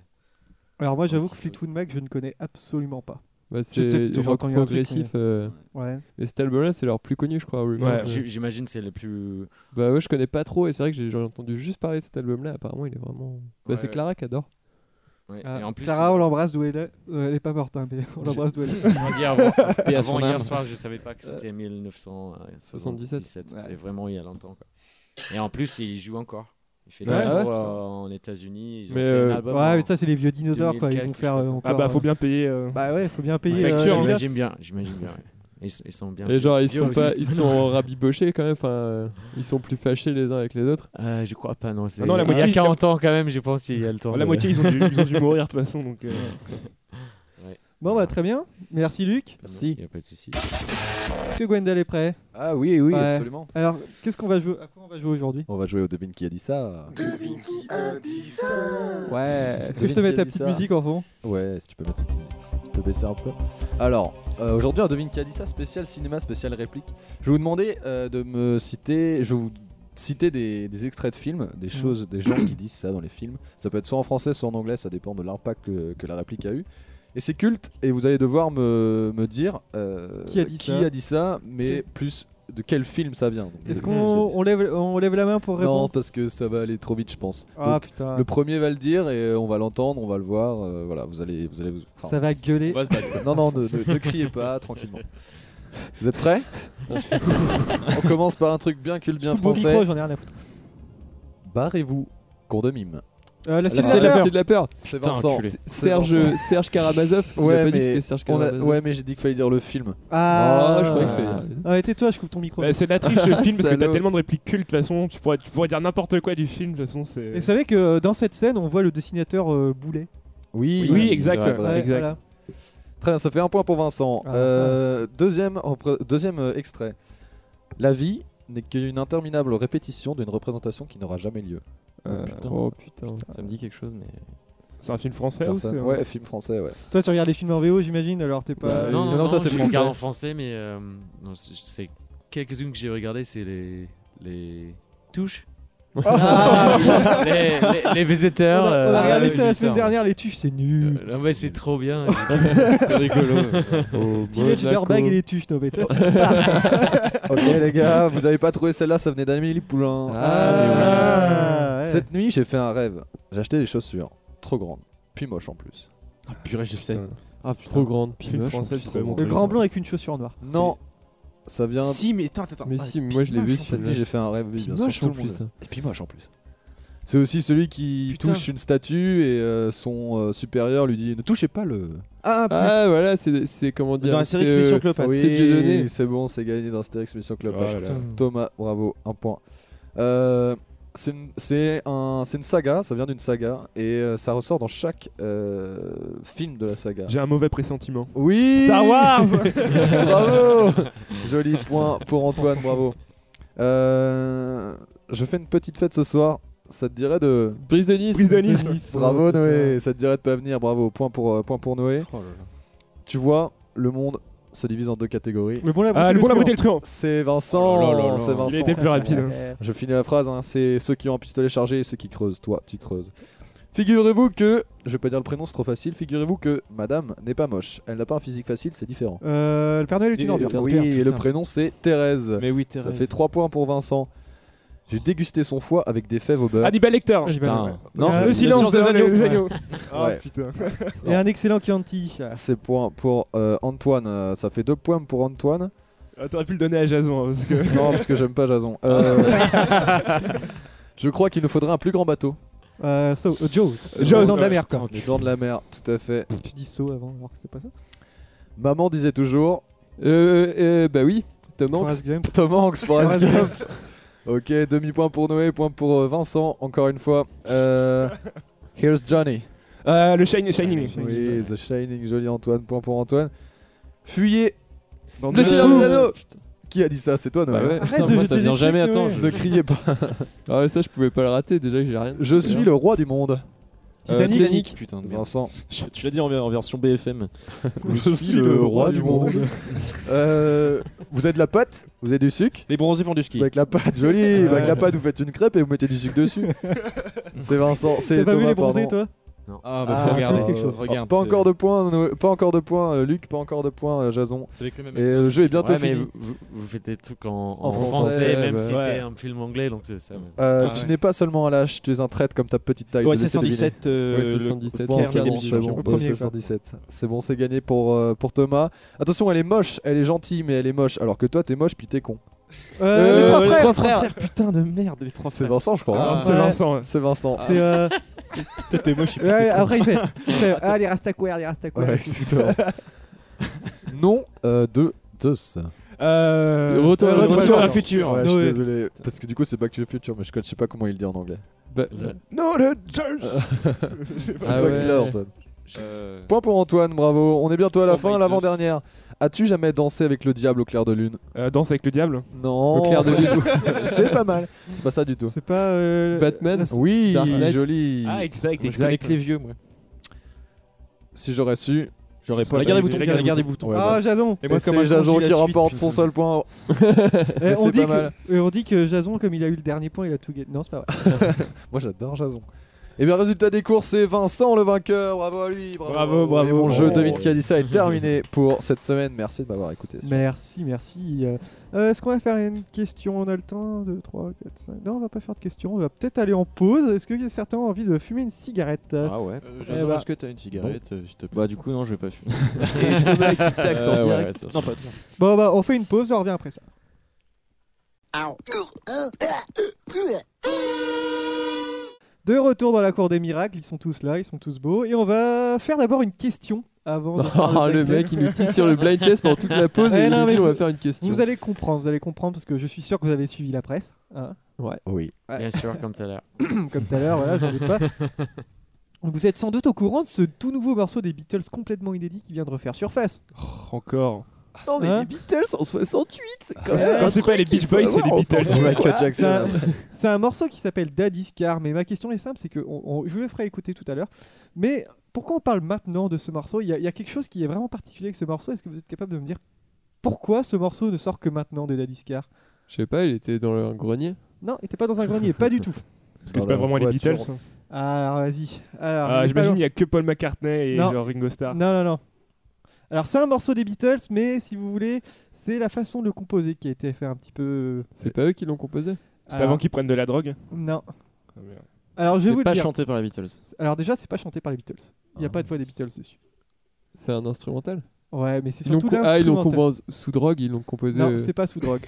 B: Alors moi
I: Un
B: j'avoue
I: petit
B: que
I: peu.
B: Fleetwood Mac je ne connais absolument pas.
E: Bah,
B: J'ai peut-être
E: c'est du
B: toujours
E: rock
B: entendu un truc,
E: progressif.
B: mais-
E: euh,
B: Ouais.
E: Mais cet album-là, c'est leur plus connu, je crois. Rumors, euh.
I: J- J'imagine c'est le plus.
E: Bah ouais, je connais pas trop et c'est vrai que j'ai j'en ai entendu juste parler de cet album-là. Apparemment, il est vraiment. Bah
I: Ouais,
E: c'est
I: ouais.
E: Clara qui adore.
I: Ouais,
B: Ah,
I: et en plus,
B: Clara, on l'embrasse d'où elle est. Euh, elle est pas morte, hein, mais on l'embrasse d'où elle est.
I: On va dire avant,
E: Et à
I: avant
E: son
I: hier
E: âme. Euh,
I: soir, je savais pas que c'était 1977. C'est vraiment il y a longtemps. quoi. Et en plus, il joue encore. Il fait des
B: Ouais.
I: tours
B: Ah ouais,
I: euh, en États-Unis. Ils ont
B: Mais,
I: fait
B: euh,
I: un album.
B: ouais, mais
I: en
B: ça, c'est les vieux dinosaures, quoi, ils
I: 2004,
B: vont faire, euh,
I: je sais pas.
B: encore, Ah bah,
D: faut bien payer, euh,
B: Bah ouais, faut bien payer.
I: Ouais,
B: euh,
I: facture,
B: les gars.
I: j'imagine bien, j'imagine bien. ouais. Ils, ils sont bien.
E: Et genre, ils
I: vieux
E: sont,
I: aussi.
E: pas, ils sont rabibochés quand même. Enfin, euh, ils sont plus fâchés les uns avec les autres.
I: je crois pas, non.
D: Ah
E: non, la
I: il y
E: moitié,
I: a 40 ans quand même, je pense qu'il y a le temps.
D: La
I: de-
D: moitié, ils ont dû, ils ont dû mourir de toute façon. Donc, euh,
I: Ouais.
B: Bon, bah très bien. Merci, Luc.
I: Il n'y a pas de souci.
B: Est-ce que Gwendal est prêt
F: Ah oui, oui, absolument.
B: Alors, qu'est-ce qu'on va jouer À quoi on va jouer aujourd'hui
F: On va jouer au devine qui a dit ça.
B: Ouais. Est-ce que je te
F: Devine
B: mets
F: qui
B: ta
F: a dit
B: petite
F: ça.
B: musique en fond
F: Ouais, si tu peux mettre une petite- tu peux baisser un peu. Alors, euh, aujourd'hui, on devine qui a dit ça, spécial cinéma, spécial réplique. Je vais vous demander euh, de me citer, je vais vous citer des, des extraits de films,
B: Mm.
F: des choses, des gens qui disent ça dans les films. Ça peut être soit en français, soit en anglais, ça dépend de l'impact que, que la réplique a eu. Et c'est culte, et vous allez devoir me, me dire euh,
B: Qui a dit ça
F: ça, mais plus de quel film ça vient. Donc,
B: Est-ce
F: euh,
B: qu'on on lève, on lève la main pour
F: Non,
B: répondre
F: parce que ça va aller trop vite, je pense.
B: Ah,
F: Donc,
B: putain.
F: Le premier va le dire et euh, on va l'entendre, on va le voir. euh, voilà, vous allez, vous allez vous. enfin,
B: Ça va gueuler. On va se battre.
F: non, non, ne, ne- ne criez pas, tranquillement. Vous êtes prêts On commence par un truc bien culte, bien
B: Coupe mon
F: français.
B: micro, j'en ai rien à foutre.
F: Barrez-vous, cours de mime.
B: Euh, la
F: Là,
B: Cité de
F: c'est
B: la Peur.
E: C'est de la peur.
F: C'est Vincent.
E: enculé.
F: C'est
E: Serge, euh,
F: Vincent.
E: Serge Karamazov. Il a
F: Ouais,
E: pas dit que
F: mais
E: c'était Serge
F: on a-
E: Karamazov.
F: ouais, mais j'ai dit qu'il fallait dire le film.
B: Ah,
E: Oh, je croyais qu'il fallait-
B: Ah, et tais-toi, je coupe ton micro.
D: Bah, c'est de la triche le film parce que t'as
B: Salaud.
D: tellement de répliques cultes. De toute façon, tu pourrais, tu pourrais dire n'importe quoi du film. De toute façon, c'est.
B: Et vous savez que euh, dans cette scène, on voit le dessinateur euh, Boulet.
F: Oui,
D: Oui, exact,
F: c'est
D: ouais, exact.
B: voilà.
F: Très bien, ça fait un point pour Vincent. Euh, Deuxième, repré- deuxième euh, extrait. La vie n'est qu'une interminable répétition d'une représentation qui n'aura jamais lieu.
D: Euh,
E: Oh putain.
H: Ça me dit quelque chose, mais.
D: C'est un film français ou
F: Personne.
D: c'est un-
F: Ouais, film français, ouais.
B: Toi, tu regardes les films en VO, j'imagine, alors t'es pas. Euh,
F: Bah,
I: Ah non, non,
F: non, ça,
I: non,
F: c'est
I: je
F: français.
I: regarde en français, mais euh, non, c'est- c'est quelques-unes que j'ai regardées, c'est les les touches.
B: Ah.
I: les, les- les visiteurs.
B: On a, on a
I: euh,
B: regardé
I: les
B: ça la
I: visiteurs.
B: semaine dernière, les tuches, c'est nul.
I: Euh, non, mais c'est trop bien.
E: C'est rigolo. Au
B: Teenage
E: Monaco.
B: Dirtbag et les tuches, non mais toi, tu
F: ok les gars, vous avez pas trouvé celle-là, ça venait d'Amélie Poulain.
B: Ah, mais oui.
F: Cette nuit, j'ai fait un rêve. J'ai acheté des chaussures trop grandes, puis moches en plus.
G: Ah purée, je sais.
E: Ah, putain. Trop grande. Puis
D: Film
E: moche, en
D: français,
E: plus,
D: c'est
E: trop
D: vraiment
E: grande.
B: Le grand blanc avec une chaussure noire.
F: Non, ça vient.
G: Si, mais attends, attends.
E: Mais
G: Ah,
E: si, moi je l'ai
G: Pinoche,
E: vu.
G: en fait.
F: Cette nuit, j'ai fait un rêve. oui,
E: Puis
F: bien sûr,
E: moche
F: tout
E: en
F: le monde
E: plus,
F: l'a.
E: ça.
F: Et puis moche en plus. C'est aussi celui qui
E: Putain.
F: touche une statue et euh, son euh, supérieur lui dit ne touchez pas le.
B: Ah,
E: Ah, voilà, c'est c'est- comment dire.
G: Dans la série
E: c'est,
G: Expédition
E: euh,
G: Cléopâtre.
E: C'est Dieudonné.
F: Oui, c'est bon, c'est gagné dans Astérix Mission Clopage.
D: Oh là là.
F: Thomas, bravo, un point. Euh, c'est une, c'est un- c'est une saga, ça vient d'une saga, et euh, ça ressort dans chaque euh, film de la saga.
D: J'ai un mauvais pressentiment.
F: Oui
D: Star Wars
F: Bravo Joli point pour Antoine, bravo. Euh, je fais une petite fête ce soir, ça te dirait de...
E: Brise de Nice.
D: Brise de Nice.
F: Bravo Noé, ça te dirait de pas venir, bravo, point pour, euh, point pour Noé.
G: Oh
F: Tu vois, le monde se divise en deux catégories.
B: Le bon la
D: Ah, le bon, la beauté et le truand.
F: C'est Vincent,
G: Oh là là là.
F: c'est Vincent.
D: Il a été le plus rapide. hein.
F: Je finis la phrase, hein, c'est ceux qui ont un pistolet chargé et ceux qui creusent. Toi, tu creuses. Figurez-vous que, je vais pas dire le prénom, c'est trop facile. Figurez-vous que Madame n'est pas moche. Elle n'a pas un physique facile, c'est différent.
B: Euh, le Père Noël est une ordure.
F: oui,
G: Père,
F: et le
G: putain.
F: prénom c'est Thérèse.
G: Mais oui,
F: Ça
G: Thérèse.
F: fait 3 points pour Vincent. J'ai dégusté son foie avec des fèves au
G: Ah,
F: beurre.
D: Ah, Hannibal Lecter.
B: Ah, Putain.
F: Non,
B: Euh,
D: le silence des agneaux. des
B: Ouais.
D: agneaux.
G: oh,
D: Ah
F: Ouais.
D: putain.
B: Et un excellent Chianti.
F: C'est point pour euh, Antoine. Euh, ça fait 2 points pour Antoine.
D: Ah, T'aurais pu le donner à Jason hein, parce que.
F: non, parce que j'aime pas Jason. Euh, je crois qu'il nous faudrait un plus grand bateau.
B: Euh, so, euh, Joe.
D: Jaws,
B: Dans de la
D: ouais,
B: mer, quoi.
F: Les dents de la mer, tout à fait.
B: Tu dis so avant, alors que c'était pas ça.
F: Maman disait toujours
E: Euh, euh, bah oui, Tom Hanks.
B: Forrest Gump.
F: Tom Hanks, Forrest
B: Forrest
F: Gump.
B: Gump.
F: Ok, demi-point pour Noé, point pour euh, Vincent, encore une fois. Euh, Here's Johnny.
D: Euh, le Shining. Shining.
F: Oui, The Shining, joli Antoine, point pour Antoine. Fuyez
B: Dans
F: Le
B: de-
F: Seigneur des Anneaux Qui a dit ça C'est toi, Noé
E: Bah ouais.
B: Arrête
H: Putain,
B: de
H: moi,
B: jeter
H: ça
B: des
H: vient
B: trucs,
H: jamais,
B: Noé.
H: attends,
F: Ne criez pas.
E: Ah ouais, ça je pouvais pas le rater déjà que j'ai rien.
F: Je suis le roi du monde.
E: Euh,
F: Titanic.
E: Titanic.
H: Putain de merde.
F: Vincent.
H: Je- Tu l'as dit en, ver- en version BFM.
F: Je suis le roi du monde. Euh, vous avez de la pâte Vous avez du sucre
G: Les bronzés font du ski.
F: Avec la pâte, joli Avec la pâte, vous faites une crêpe et vous mettez du sucre dessus. c'est Vincent, c'est
B: T'as pas vu
F: Thomas,
B: les bronzés,
F: pardon.
B: toi
I: Non.
G: Ah,
F: Ah,
G: bah, faut
F: tu
G: regarder
F: vois
G: quelque
F: quelque
G: chose.
F: chose.
G: Regarde.
F: pas
G: c'est-
F: encore de points, Noé- pas encore de points, euh, Luc, pas encore de points, euh, Jason.
G: C'est avec le même
F: Et euh, le jeu est bientôt
I: Ouais, mais
F: fini.
I: vous, vous- vous faites des trucs en,
F: En
I: en français,
F: français,
I: même
F: ouais,
I: si
F: bah,
I: c'est
F: ouais.
I: un film anglais, donc euh, ça. va.
F: Euh,
I: Ah
F: tu
I: ouais.
F: n'es pas seulement un lâche, tu es un traître comme ta petite taille.
I: Ouais,
F: de
I: c'est
F: laisser deviner.
I: 117, euh, Ouais, c'est le 117,
F: Bon,
I: le
F: c'est
I: premier
F: bon,
I: du
F: c'est bon,
I: champion.
F: ouais,
I: Le premier,
F: c'est
I: quoi.
F: 117. C'est bon, c'est gagné pour, euh, pour Thomas. Attention, elle est moche, elle est gentille, mais elle est moche. Alors que toi, t'es moche, puis t'es con.
B: Euh, les trois frères,
F: Putain de merde, les trois frères. C'est Vincent, je crois.
B: Ah,
F: hein.
B: c'est Vincent, ouais.
F: C'est Vincent.
B: C'est, euh,
F: T'es moche,
B: Ouais, après il fait, il fait, Ah, les Rastaquaires, les Rastaquaires.
F: Ouais, exactement. non euh, de Zeus.
B: Euh, Retour- Retour Retour vers vers le le futur. futur.
F: Ouais, je suis
B: Noé.
F: désolé. Parce que du coup, c'est Back to the Future, mais je ne sais pas comment il le dit en anglais.
E: Bah,
F: Non, le Zeus C'est toi qui l'as, Antoine.
G: Euh,
F: Point pour Antoine, bravo. On est bientôt à la
G: Oh
F: fin,
G: my
F: l'avant-dernière. As-tu jamais dansé avec le diable au clair de lune
D: euh, Danse avec le diable
F: Non. Au clair de lune. c'est pas mal. C'est pas ça du tout.
B: C'est pas. euh,
E: Batman Oh,
F: Oui,
E: Dark Knight.
F: joli.
E: Ah, exact,
F: Moi, je
E: exact.
F: connais que vieux, moi. Si j'aurais su, j'aurais pas.
B: Regardez les boutons, regardez les boutons. Ah, Jason.
F: Et
B: Et moi, comme un
F: c'est
B: con,
F: Jason
B: je dis
F: qui
B: la
F: remporte
B: suite,
F: son
B: putain.
F: seul point.
B: Eh,
F: Mais
B: on,
F: c'est
B: dit
F: pas
B: que,
F: mal.
B: euh, on dit que Jason, comme il a eu le dernier point, il a tout gagné. Non, c'est pas vrai.
F: Moi, j'adore Jason. Et bien, résultat des courses, c'est Vincent le vainqueur. Bravo à lui. Bravo,
B: Bravo, bravo.
F: Et mon jeu
B: Bravo.
F: devine qui a dit ça est terminé pour cette semaine. Merci de m'avoir écouté.
B: Merci, merci. Euh, euh, Est-ce qu'on va faire une question On a le temps 2, 3, 4, 5. Non, on va pas faire de questions. On va peut-être aller en pause. Est-ce que certains ont envie de fumer une cigarette
H: Ah ouais.
G: Euh,
B: Eh
G: Jason,
B: bah.
G: est-ce que t'as une cigarette, euh, s'il te plaît
H: Bah, du coup, non, je vais pas fumer.
G: Et Thomas qui taxe en
H: Euh, ouais, ouais,
G: direct.
H: de toute
G: Non,
H: façon.
G: pas toi.
B: Bon, bah, on fait une pause, on revient après ça. De retour dans la cour des miracles, ils sont tous là, ils sont tous beaux. Et on va faire d'abord une question avant. de faire
E: Oh, le
B: blind
E: mec,
B: test.
E: il nous tisse sur le blind test pendant toute la pause et
B: Eh non,
E: il
B: mais
E: dit, on va
B: vous-
E: faire une question.
B: Vous allez comprendre, vous allez comprendre parce que je suis sûr que vous avez suivi la presse. hein.
E: Ouais.
F: Oui.
I: Bien sûr, comme tout à l'heure.
B: Comme tout à l'heure, voilà, j'en doute pas. Donc Vous êtes sans doute au courant de ce tout nouveau morceau des Beatles complètement inédit qui vient de refaire surface.
D: Encore.
E: Non, mais
B: Hein
E: les Beatles en 68, c'est comme
B: Ouais.
E: ça.
B: Quand c'est pas les
D: Beach Boys, c'est les Beatles.
F: Michael
B: C'est un,
F: Jackson.
B: c'est un morceau qui s'appelle Daddy's Car, mais ma question est simple, c'est que on- on- je vous le ferai écouter tout à l'heure. Mais pourquoi on parle maintenant de ce morceau il y, a, il y a quelque chose qui est vraiment particulier avec ce morceau. Est-ce que vous êtes capable de me dire pourquoi ce morceau ne sort que maintenant de Daddy's Car
E: Je sais pas, il était dans le grenier.
B: Non, il était pas dans un grenier, pas du tout.
F: Ah
D: Parce que
E: Dans
D: c'est
F: bah,
D: pas
E: la
D: vraiment les
E: voiture.
D: Beatles.
B: Alors vas-y. Alors, il
D: Ah,
B: est pas
D: J'imagine
B: loin.
D: il y a que Paul McCartney et
B: Non.
D: genre Ringo Starr.
B: Non, non, non. Alors c'est un morceau des Beatles, mais si vous voulez, c'est la façon de le composer qui a été fait un petit peu.
E: C'est pas eux qui l'ont composé
D: C'est
B: Alors-
D: avant qu'ils prennent de la drogue
B: Non.
D: Ah, merde.
B: Alors je vais
H: C'est
B: vous le
H: pas
B: dire.
H: chanté par les Beatles.
B: Alors déjà, c'est pas chanté par les Beatles. Il y a
H: Ah.
B: pas de voix des Beatles dessus.
E: C'est un instrumental
B: Ouais, mais c'est
E: Ils l'ont
B: surtout
E: com- Ah, ils l'ont
B: l'instrumental.
E: composé sous drogue, ils l'ont composé.
B: Non,
E: euh,
B: c'est pas sous drogue.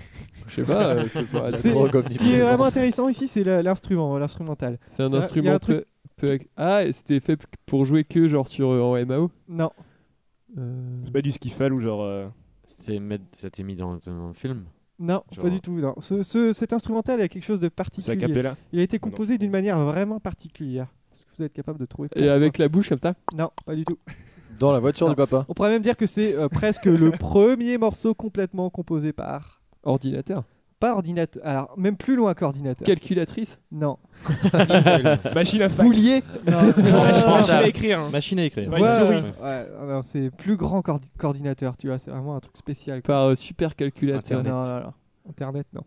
E: Je sais pas, euh, c'est pas-
B: C'est- Ce qui est vraiment intéressant ici, c'est la- l'instrument, l'instrumental.
E: C'est un
B: Il y a- il y
E: instrument
B: a un truc-
E: peu, peu- Ah, et c'était fait p- pour jouer que genre sur euh, en MAO
B: Non.
E: Euh,
D: C'est pas du skiffle ou genre. euh,
I: C'était mettre- C'était mis dans un film.
B: Non,
I: Genre-
B: pas du tout. Non. Ce- ce- cet instrumental a quelque chose de particulier.
D: cappella
B: Il a été composé d'une manière vraiment particulière. Est-ce que vous êtes capable de trouver
E: Et
B: pourquoi
E: avec la bouche comme ça
B: Non, pas du tout.
F: Dans la voiture
B: Non.
F: du papa.
B: On pourrait même dire que c'est euh, presque le premier morceau complètement composé par.
E: Ordinateur
B: Pas ordinateur. Alors, même plus loin qu'ordinateur.
E: Calculatrice
B: Non.
D: Machine à fax.
E: Boulier
B: Non.
D: Machine à écrire.
K: Machine à écrire.
D: Ouais,
B: Ouais,
D: une souris.
B: ouais, ouais, ouais, non, c'est plus grand qu'ordi- qu'ordinateur, tu vois, c'est vraiment un truc spécial. quoi.
E: Par euh, supercalculateur
B: Non, non, non. Internet, non.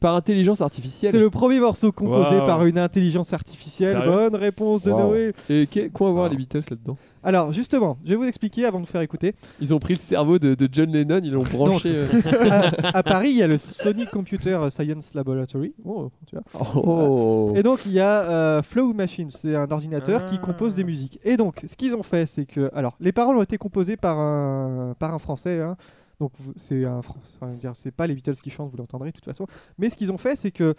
E: Par intelligence
B: C'est
E: artificielle
B: le premier morceau composé
D: Waouh.
B: par une intelligence artificielle.
D: Sérieux
B: Bonne réponse de
F: Waouh.
B: Noé.
E: Et qu'est- quoi avoir les Beatles là-dedans
B: Alors, justement, je vais vous expliquer avant de vous faire écouter.
E: Ils ont pris le cerveau de, de John Lennon, ils l'ont branché. euh,
B: à, à Paris, il y a le Sony Computer Science Laboratory. Oh, tu vois.
F: Oh.
B: Et donc il y a euh, Flow Machine, c'est un ordinateur qui
D: Ah.
B: compose des musiques. Et donc ce qu'ils ont fait, c'est que alors les paroles ont été composées par un par un français. hein. Donc vous- c'est un Fran- enfin, je veux dire, c'est pas les Beatles qui chantent, vous l'entendrez de toute façon. Mais ce qu'ils ont fait, c'est que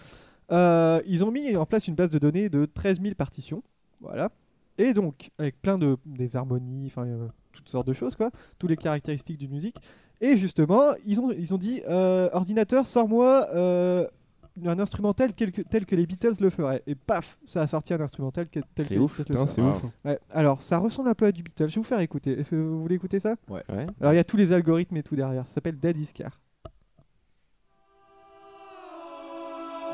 B: euh, ils ont mis en place une base de données de 13 000 partitions, voilà. Et donc avec plein de des harmonies, enfin euh, toutes sortes de choses quoi, toutes les caractéristiques d'une musique. Et justement, ils ont ils ont dit euh, ordinateur, sors-moi euh, un instrumental quel que, tel que les Beatles le feraient. Et paf, ça a sorti un instrumental que- tel que
I: C'est
B: les
I: ouf,
B: Beatles le
D: Putain,
B: feraient.
D: c'est ouf.
B: Ouais. Alors, ça ressemble un peu à du Beatles. Je vais vous faire écouter. Est-ce que vous voulez écouter ça
H: Ouais.
B: Alors, il y a tous les algorithmes et tout derrière. Ça s'appelle Daddy's Car.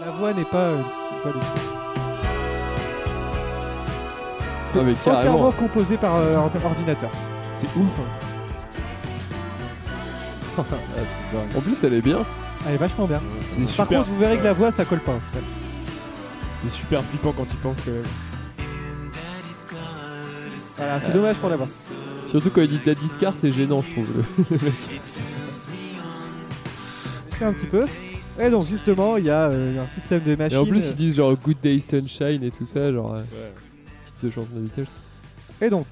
B: La voix n'est pas... euh, une voix de-
E: Ah, mais
B: C'est entièrement
E: carrément.
B: composé par euh, un ordinateur.
D: C'est ouf. hein.
E: En plus, elle est bien.
B: Elle est vachement bien.
D: C'est
B: Par
D: super.
B: contre, vous verrez que la voix, ça colle pas. en fait.
D: C'est super flippant quand tu penses que.
B: Voilà, c'est dommage pour l'avoir.
E: Surtout quand il dit Dadiscar, c'est gênant, je trouve.
B: C'est un petit peu. Et donc justement, il y a euh, un système de machines.
E: et en plus, ils disent genre Good Day Sunshine et tout ça, genre. euh, Titre de chanson d'habitude.
B: Et donc,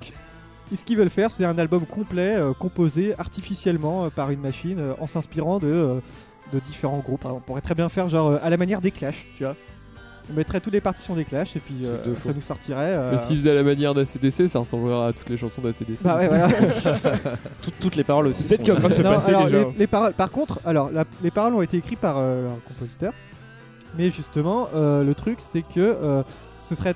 B: ce qu'ils veulent faire, c'est un album complet euh, composé artificiellement euh, par une machine euh, en s'inspirant de, euh, de différents groupes. Alors, on pourrait très bien faire genre euh, à la manière des Clash, tu vois. On mettrait toutes les partitions des Clash et puis euh,
E: de fou.
B: ça nous sortirait. euh,
E: Mais s'ils faisaient la manière d'ACDC, ça ressemblerait à toutes les chansons d'ACDC.
B: Bah ouais, voilà.
H: Toutes- toutes les paroles aussi
D: Peut-être sont- qu'il y a pas ce-
B: Non,
D: passer
B: alors,
D: déjà.
B: Les, les paroles, par contre, alors la- les paroles ont été écrites par euh, un compositeur, mais justement, euh, le truc c'est que euh, ce serait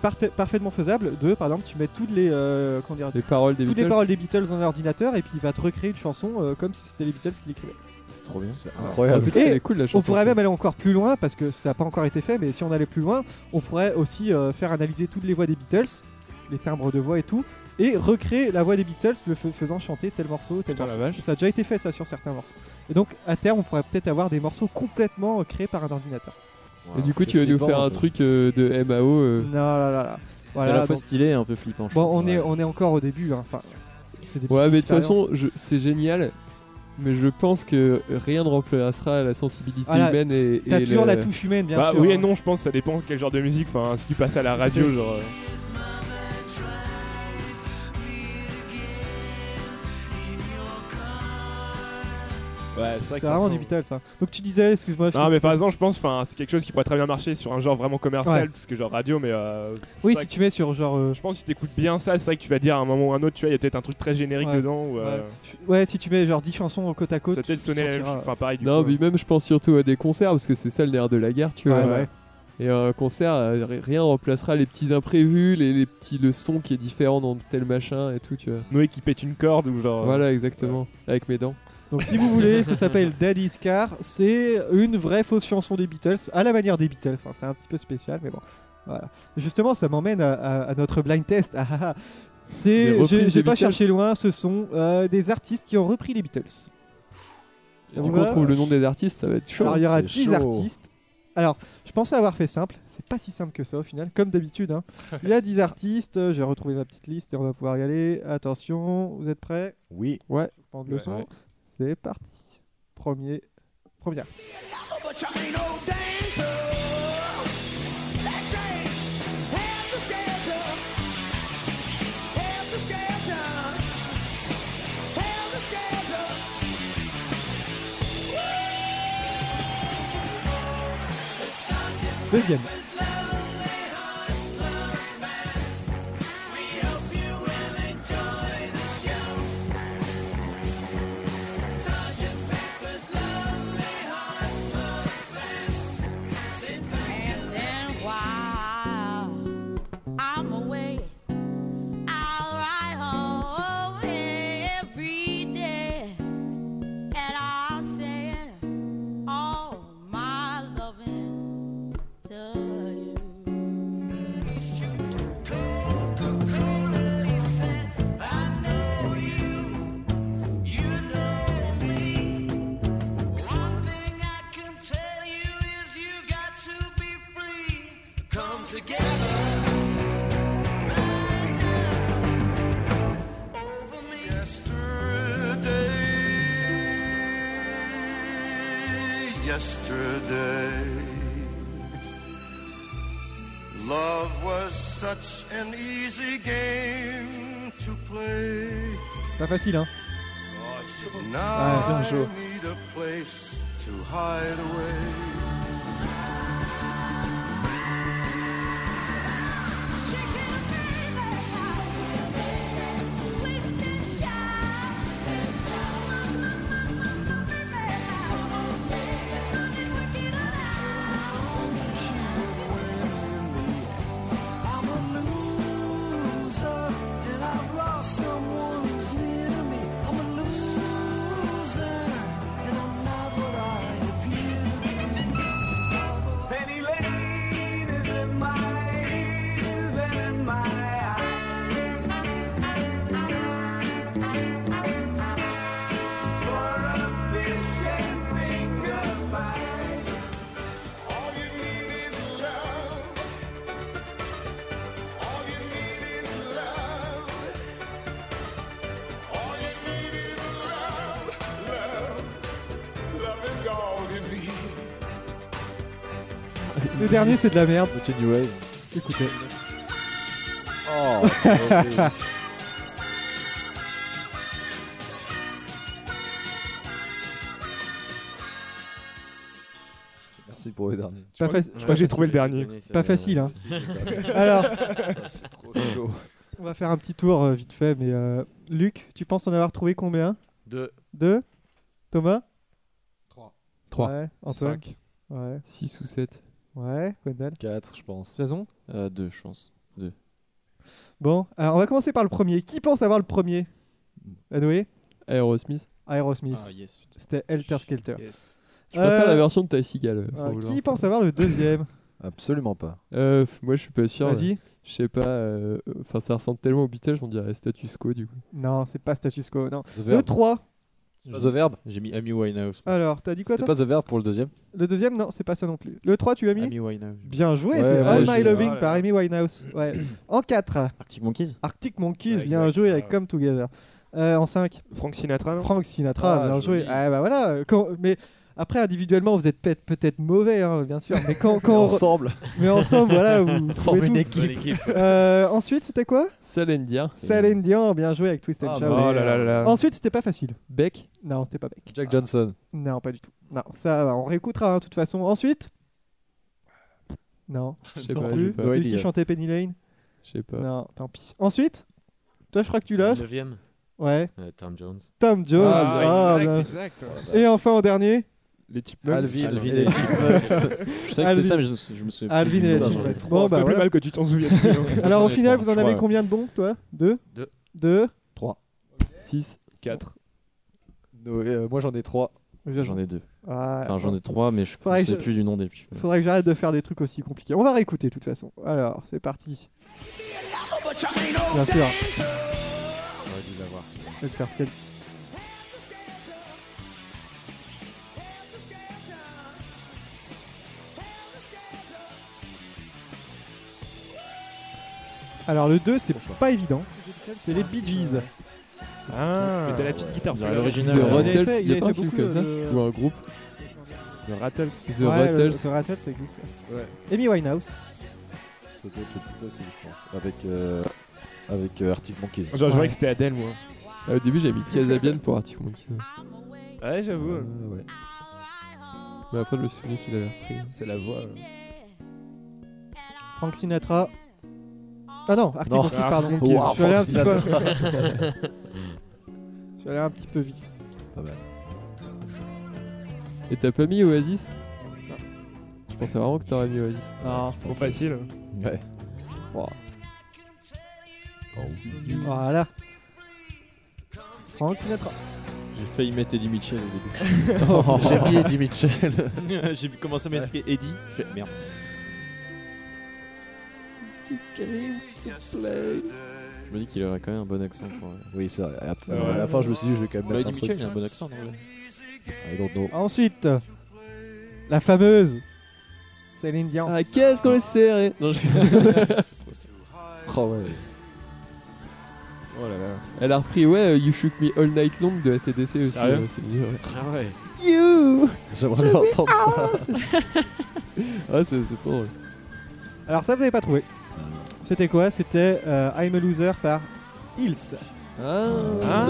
B: parte- parfaitement faisable de, par exemple, tu mets toutes les euh, comment dire,
E: Les paroles des
B: toutes les
E: Beatles.
B: paroles des Beatles dans l'ordinateur et puis il va te recréer une chanson euh, comme si c'était les Beatles qui l'écrivaient.
H: C'est trop bien. C'est
E: incroyable. En tout cas, elle est cool, la chanson,
B: On pourrait
E: ça.
B: même aller encore plus loin parce que ça n'a pas encore été fait, mais si on allait plus loin, on pourrait aussi euh, faire analyser toutes les voix des Beatles, les timbres de voix et tout, et recréer la voix des Beatles, le fai- faisant chanter tel morceau, tel
D: Putain,
B: morceau.
D: la vache.
B: Ça a déjà été fait ça sur certains morceaux. Et donc à terme, on pourrait peut-être avoir des morceaux complètement euh, créés par un ordinateur.
E: Et du coup, tu vas nous faire un truc euh, de MAO. euh,
B: Non, là, là, là.
H: à la
B: Voilà,
H: fois
B: donc-
H: stylé et un peu flippant. je
B: Bon,
H: trouve.
B: on est on est encore au début. hein. Enfin, c'est des
E: Ouais,
B: petites
E: mais de toute façon,
B: expériences.
E: je- c'est génial. Mais je pense que rien ne remplacera la sensibilité
B: Voilà,
E: humaine et.
B: t'as
E: et
B: toujours
E: le-
B: la touche humaine, bien
D: Bah
B: sûr.
D: oui
B: hein.
D: et non, je pense, ça dépend quel genre de musique, enfin ce qui passe à la radio, genre. euh. Ouais, c'est vrai
B: C'est
D: que ça
B: vraiment
D: sent-
B: du Beatles, ça. Donc tu disais, excuse-moi. je
D: Non
B: t'ai-
D: mais par exemple je pense enfin c'est quelque chose qui pourrait très bien marcher sur un genre vraiment commercial
B: Ouais.
D: parce que genre radio mais euh,
B: Oui,
D: c'est vrai
B: si tu mets sur genre. euh,
D: Je pense que si t'écoutes bien ça, c'est vrai que tu vas dire à un moment ou à un autre, tu vois, il y a peut-être un truc très générique
B: Ouais.
D: dedans. Ou, euh,
B: Ouais, si tu mets genre 10 chansons côte à côte.
D: Ça va peut-être
B: tu
D: sonner la même
B: sentiras-
D: chose. Enfin, pareil. Du coup,
E: Non,
D: euh,
E: mais euh. même, je pense surtout à des concerts, parce que c'est ça le nerf de la guerre, tu vois.
B: Ouais, ouais.
E: Et un concert, euh, ri- rien ne remplacera les petits imprévus, les, les petits leçons qui est différent dans tel machin et tout, tu vois.
D: Noé qui pète une corde ou genre. euh,
E: Voilà, exactement. Avec mes dents.
B: Donc si vous voulez, ça s'appelle Daddy's Car. C'est une vraie fausse chanson des Beatles, à la manière des Beatles. Enfin, c'est un petit peu spécial, mais bon. Voilà. Justement, ça m'emmène à, à- à notre blind test. Ah, ah, ah.
E: Des
B: C'est,
E: reprises
B: j'ai,
E: des
B: j'ai pas
E: Beatles.
B: cherché loin, ce sont euh, des artistes qui ont repris les Beatles. Ça
E: Du
B: vous
E: coup, on
B: va
E: trouve le nom des artistes, ça va être chaud.
B: euh, Alors, il y aura
E: C'est
B: 10
E: chaud.
B: artistes. Alors, je pensais avoir fait simple. C'est pas si simple que ça au final, comme d'habitude. hein. Il y a 10 artistes. euh, J'ai retrouvé ma petite liste et on va pouvoir y aller. Attention, vous êtes prêts
F: Oui.
E: Ouais.
B: Prendre le
F: Ouais.
B: son.
F: Ouais.
B: C'est parti. Premier. Première. Deuxième.
L: And then while I'm away, I'll ride home every day. And I'll send all my loving to you.
M: Come together.
N: yesterday. Love was such an easy game to play.
B: Pas facile, hein
N: Now
B: bien
N: I
B: joué.
N: need a place to hide away.
M: I'm a loser, and I've lost someone who's near me. I'm a loser, and I'm not what I appear to be.
B: Le dernier, c'est de la merde.
F: Moitié New Wave.
B: Écoutez.
F: Oh, c'est horrible. Merci pour le dernier.
B: Pas faci-
D: je crois que j'ai trouvé le dernier.
B: Pas facile, hein. Alors,
F: Alors. C'est trop chaud.
B: on va faire un petit tour euh, vite fait, mais euh, Luc, tu penses en avoir trouvé combien
C: Deux.
B: Deux Thomas
E: Trois.
B: Ouais. Antoine
E: Cinq.
B: Ouais.
E: 6 ou 7.
B: Ouais, Gwendal
F: 4, je pense.
B: Jason
H: Euh, deux, je pense. Deux.
B: Bon, alors on va commencer par le premier. Qui pense avoir le premier Adoué
E: Aerosmith.
B: Aerosmith.
E: Ah, yes, putain.
B: C'était Helter Skelter.
E: Je préfère
B: Euh,
E: la version de Ty Seagal, sans
B: euh,
E: vouloir.
B: qui pense avoir le deuxième
F: Absolument pas.
E: Euh, f- moi, je suis pas sûr.
B: Vas-y.
E: euh, Je sais pas. euh, Enfin, ça ressemble tellement aux Beatles, on dirait status quo du coup.
B: Non, c'est pas Status Quo, non.
E: The
B: Le
E: Verb.
B: 3.
F: Pas The Verb
K: J'ai mis Amy Winehouse.
B: Alors, t'as dit quoi
F: C'était
B: toi
F: pas The Verb pour le deuxième
B: Le deuxième, non, c'est pas ça non plus. Le 3, tu l'as mis
K: Amy Winehouse.
B: Bien joué,
F: Ouais,
B: c'est
F: ouais,
B: All
F: je-
B: My Loving
F: Ah,
B: par Amy Winehouse. Ouais. en 4,
H: Arctic Monkeys
B: Arctic Monkeys, bien joué
E: Ah.
B: avec Come Together. Euh, en 5,
D: Frank Sinatra. non
B: Frank Sinatra,
D: Ah,
B: bien joué.
D: joli.
B: Ah bah voilà, quand- mais après individuellement vous êtes peut-être peut-être mauvais, hein, bien sûr, mais quand, quand on re-
F: ensemble.
B: mais ensemble, voilà, vous
E: Forme
B: trouvez
E: une
B: tout.
E: équipe. Bonne équipe.
B: Euh, ensuite, c'était quoi
E: Salendia.
B: Celine Dion, bien joué avec Twist and
E: Ah,
B: Shout.
E: bah, oh là là là.
B: Ensuite, c'était pas facile.
E: Beck
B: Non, c'était pas Beck.
F: Jack Johnson.
B: Non, pas du tout. Non, ça, va, on réécoutera hein, de toute façon. Ensuite Non.
E: Je sais
B: Non
E: pas,
B: plus.
E: j'ai pas.
B: Celui
E: Noélie,
B: qui
E: euh.
B: chantait Penny Lane
E: Je sais pas.
B: Non, tant pis. Ensuite Toi, je crois que tu
I: C'est le
B: l'as.
I: neuvième.
B: Ouais.
I: Euh, Tom Jones.
B: Tom Jones.
I: Ah, exact,
B: bien.
I: exact.
B: Et enfin, en dernier
D: Les
I: Chipmunks. Alvin. Alvin et les
H: Chipmunks. Je savais que c'était ça, mais je- je me souviens plus.
B: Alvin et les
H: Putain,
B: Chipmunks.
H: j'en ai trois,
B: Bon,
H: c'est
B: bah,
H: pas plus
B: voilà.
H: mal que tu t'en souviennes.
B: Alors,
H: J'en
B: au
H: ai
B: final,
H: trois,
B: vous en
H: je
B: avez
H: crois.
B: combien de bons, toi Deux
I: Deux.
B: Deux
F: 3.
E: 6.
D: 4.
F: euh, moi j'en ai 3.
H: J'en ai deux.
B: Ah,
H: Enfin, j'en
B: bon.
H: ai trois, mais je
B: Faudrait
H: ne
B: que
H: sais
B: je-
H: plus du nom des plus.
B: Faudrait que j'arrête de faire des trucs aussi compliqués. On va réécouter, de toute façon. Alors, c'est parti. Bien sûr.
C: J'aurais dû l'avoir, celui-là.
B: Helter Skelter. Alors le 2 c'est pas évident, c'est les Bee Gees.
D: Ah, mais t'as la petite guitare.
E: Dans
D: l'original.
E: The
B: Il avait
E: Rattles,
B: fait-
E: il y a
B: il
E: pas un
B: avait
E: film
B: fait
E: comme ça
B: beaucoup, euh,
E: Ou un groupe
D: The Rattles.
E: The
B: Ouais, le-
E: Rattles.
B: The Rattles ça existe. ouais.
F: Ouais.
B: Amy Winehouse.
F: Ça doit être le plus facile, je pense. Avec, euh, avec euh, Arctic Monkeys.
D: Genre, je croyais que c'était Adèle, moi.
E: Ah, au début, j'ai mis Casabian pour Arctic Monkeys.
D: Ouais, j'avoue.
E: Mais après, je me souviens qu'il avait repris.
D: C'est la voix.
B: Frank Sinatra. Ah non, Arctic
F: Non.
B: Monkeys,
F: Ah,
B: pardon.
F: Arctic Monkeys. Wow,
B: je suis allé un
F: Frank
B: petit peu.
F: Sinatra.
B: je suis allé un petit peu vite.
F: Pas mal.
E: Et t'as pas mis Oasis Je pensais vraiment que t'aurais mis Oasis.
B: Non,
D: Trop facile.
F: Ouais.
B: Voilà. Frank Sinatra.
G: J'ai failli mettre Eddie Mitchell au début.
F: J'ai mis Eddie Mitchell.
K: J'ai commencé à mettre Eddie. Je fais, merde.
H: Je me dis qu'il aurait quand même un bon accent pour.
F: Oui, ça. À, la-
H: Ouais.
F: à la fin, je me suis dit, je vais quand même
H: Bah,
F: mettre un
H: Eddie
F: truc.
H: Mitchell, il a un bon
K: accent, non
F: I don't know.
B: Ensuite, la fameuse Céline Dion.
E: Ah, qu'est-ce qu'on est serré Non, je-
F: Oh ouais.
D: Oh là là.
E: Elle a repris, ouais, euh, You Shook Me All Night Long de ACDC aussi.
D: Ah ouais
E: euh, c'est mieux, ouais.
I: Ah ouais.
E: You
F: J'aimerais l'entendre ça.
E: Ah, c'est c'est trop drôle.
F: Ah.
B: Alors ça vous avez pas trouvé. C'était quoi C'était euh, I'm a Loser par Hills.
D: Ah,
B: Grand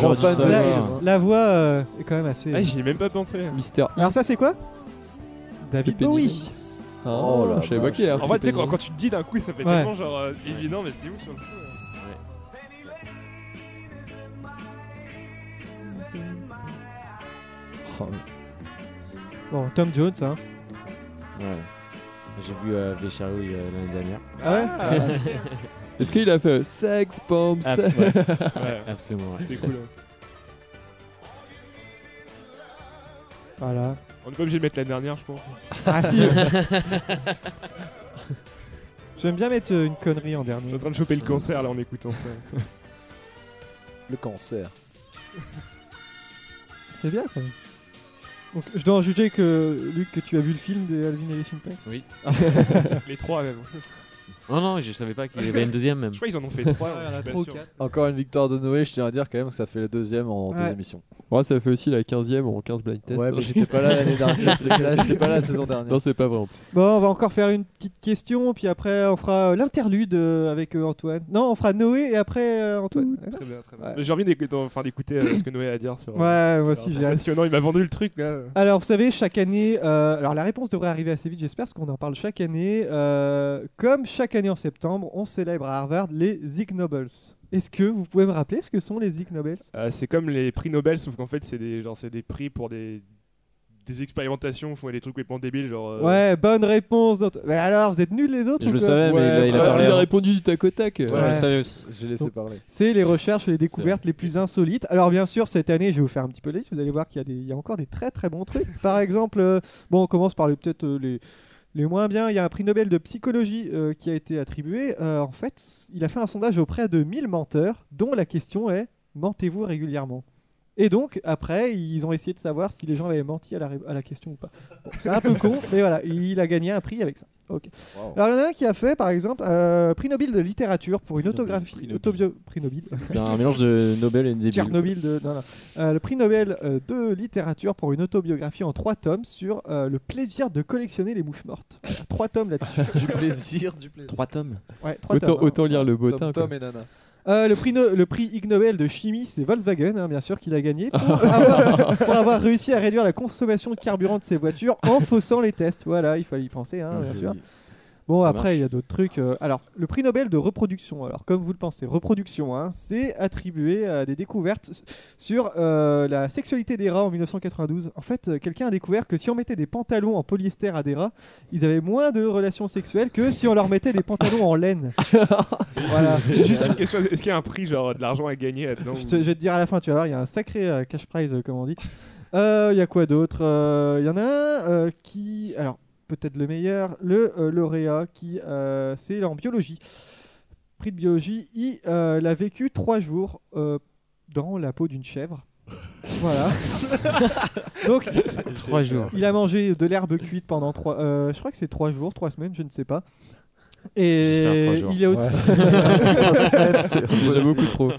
D: j'aurais dû
B: fan de la,
D: savoir.
B: la voix euh, est quand même assez.
D: Ah, j'y ai même pas pensé.
E: Mister
B: Alors ça c'est quoi David
E: Penny
B: Bowie.
E: Ah,
F: Oh la
E: je savais pas
F: vache.
E: qu'il avait
D: En fait,
E: repris hein.
D: tu sais,
E: Penny.
D: quand, quand tu te dis d'un coup, ça fait
B: Ouais.
D: tellement genre euh, évident, mais c'est ouf sur le coup.
F: Oh,
B: Bon, Tom Jones, hein.
I: Ouais. J'ai vu euh, Véchaoui, euh, l'année dernière.
B: Ah ouais
E: Est-ce qu'il a fait euh, Sex Bomb
D: Ah,
I: Abs-
E: sex-
I: ouais. Ouais, Absolument. ouais.
D: C'était cool. hein.
B: Voilà.
D: On est pas obligé de mettre la dernière, je pense.
B: Ah si J'aime bien mettre euh, une connerie en
D: Je
B: dernier.
D: suis en train de choper le cancer là en écoutant ça.
F: Le cancer.
B: C'est bien quand même. Donc je dois en juger que Luc que tu as vu le film des Alvin et les Chipmunks.
I: Oui.
D: Les trois même.
I: Oh non, je savais pas qu'il y avait une deuxième même.
D: Je crois qu'ils en ont fait trois.
B: Ouais, il y en a
D: je suis pas
B: trois ou
D: sûr.
B: quatre.
F: Encore une victoire de Noé, je tiens à dire quand même que ça fait la deuxième en
B: Ouais.
F: deux émissions.
E: Ouais, ça fait aussi la 15ème en 15 blind tests. hein.
F: Ouais, mais j'étais pas là l'année dernière, j'étais pas là- j'étais pas là la saison dernière.
E: Non, c'est pas vrai en plus.
B: Bon, on va encore faire une petite question, puis après on fera euh, l'interlude euh, avec euh, Antoine. Non, on fera Noé et après euh, Antoine.
D: Très bien, très bien.
B: Ouais.
D: Mais J'ai envie d'écouter, enfin, d'écouter euh, ce que Noé a à dire. Sur,
B: Ouais, moi
D: sur
B: aussi, j'ai
D: Internet.
B: hâte.
D: Passionnant, il m'a vendu le truc là.
B: Alors, vous savez, chaque année, euh, alors la réponse devrait arriver assez vite, j'espère, parce qu'on en parle chaque année. Euh, comme chaque année en septembre, on célèbre à Harvard les Ig Nobles. Est-ce que vous pouvez me rappeler ce que sont les Ig Nobles
D: Euh, c'est comme les prix Nobel, sauf qu'en fait, c'est des, genre, c'est des prix pour des, des expérimentations, font des trucs complètement débiles. Genre, euh,
B: Ouais, bonne réponse. Anto- Mais alors, vous êtes nuls les autres
D: Je
B: ou
D: le
B: quoi
D: savais, mais Ouais, il a- il a ouais, parlé il a avant.
E: Euh, répondu du tac au tac.
F: Ouais, je le savais aussi. Euh, J'ai laissé
B: Donc,
F: parler.
B: C'est les recherches et les découvertes les plus insolites. Alors bien sûr, cette année, je vais vous faire un petit peu la liste. Vous allez voir qu'il y, a des- il y a encore des très très bons trucs. Par exemple, euh, bon, on commence par les- peut-être euh, les, les moins bien. Il y a un prix Nobel de psychologie euh, qui a été attribué. Euh, en fait, il a fait un sondage auprès de 1000 menteurs, dont la question est mentez-vous régulièrement et donc, après, ils ont essayé de savoir si les gens avaient menti à la, ré- à la question ou pas. Bon, c'est un peu con, mais voilà, il a gagné un prix avec ça. Ok.
H: Oh.
M: Wow.
B: Alors, il y en a un qui a fait, par exemple, euh, prix Nobel de littérature pour une autographie.
H: prix Nobel.
B: autobio- prix Nobel.
H: C'est un mélange de Euh, Nobel et Ndébile.
B: Tchernobyl de. non, non. Euh, le prix Nobel euh, de littérature pour une autobiographie en trois tomes sur euh, le plaisir de collectionner les mouches mortes. Voilà, trois tomes là-dessus.
F: Du plaisir, du plaisir.
H: Trois tomes.
B: Ouais, trois
E: Autant,
B: tomes, hein.
E: autant lire le botin.
F: Tom,
E: quoi.
F: Tom et Nana.
H: Ah,
B: Euh, le, prix No- le prix Ig Nobel de chimie, c'est Volkswagen, hein, bien sûr, qu'il a gagné pour avoir, pour avoir réussi à réduire la consommation de carburant de ses voitures en faussant les tests. Voilà, il fallait y penser, hein,
H: Ah,
B: bien
H: joli.
B: sûr. Bon,
H: Ça
B: après, il y a d'autres trucs. euh, alors, le prix Nobel de reproduction. Alors, comme vous le pensez, reproduction, hein, c'est attribué à des découvertes s- sur euh, la sexualité des rats en 1992. En fait, euh, quelqu'un a découvert que si on mettait des pantalons en polyester à des rats, ils avaient moins de relations sexuelles que si on leur mettait des pantalons en laine. voilà.
D: J'ai juste une question est-ce qu'il y a un prix, genre de l'argent à gagner là-dedans
B: Je, te- je vais te dire à la fin, tu vas voir, il y a un sacré euh, cash prize, euh, comme on dit. Euh, Il y a quoi d'autre Euh, Il y en a un euh, qui. Alors, peut-être le meilleur, le euh, lauréat, qui. euh, c'est en biologie. Prix de biologie. Il euh, l'a vécu trois jours euh, dans la peau d'une chèvre. Voilà. Donc,
H: Trois jours.
B: il a mangé de l'herbe cuite pendant trois. euh, je crois que c'est trois jours, trois semaines, je ne sais pas.
H: J'espère trois
B: Et
H: jours.
B: il a aussi.
H: Ouais. C'est déjà beaucoup trop.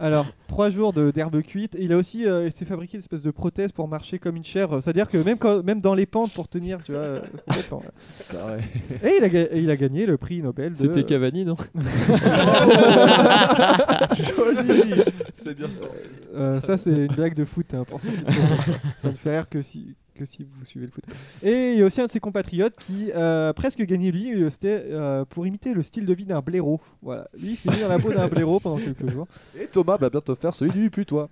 B: Alors, trois jours de- d'herbe cuite. Et il a aussi euh, il s'est fabriqué une espèce de prothèse pour marcher comme une chèvre. C'est-à-dire que même, quand, même dans les pentes pour tenir, tu vois. euh, complètement, ouais. Et il a, ga- et il a gagné le prix Nobel. de-
E: C'était Cavani, non
B: Joli
F: C'est bien sorti.
B: Euh, ça, c'est une blague de foot. hein, pour ceux qui- ça ne fait rire que si, que si vous suivez le foot. Et il y a aussi un de ses compatriotes qui euh, a presque gagné, lui, euh, c'était euh, pour imiter le style de vie d'un blaireau. Voilà. Lui, il s'est mis dans la peau d'un blaireau pendant quelques jours.
F: Et Thomas va bientôt faire celui du plus toi.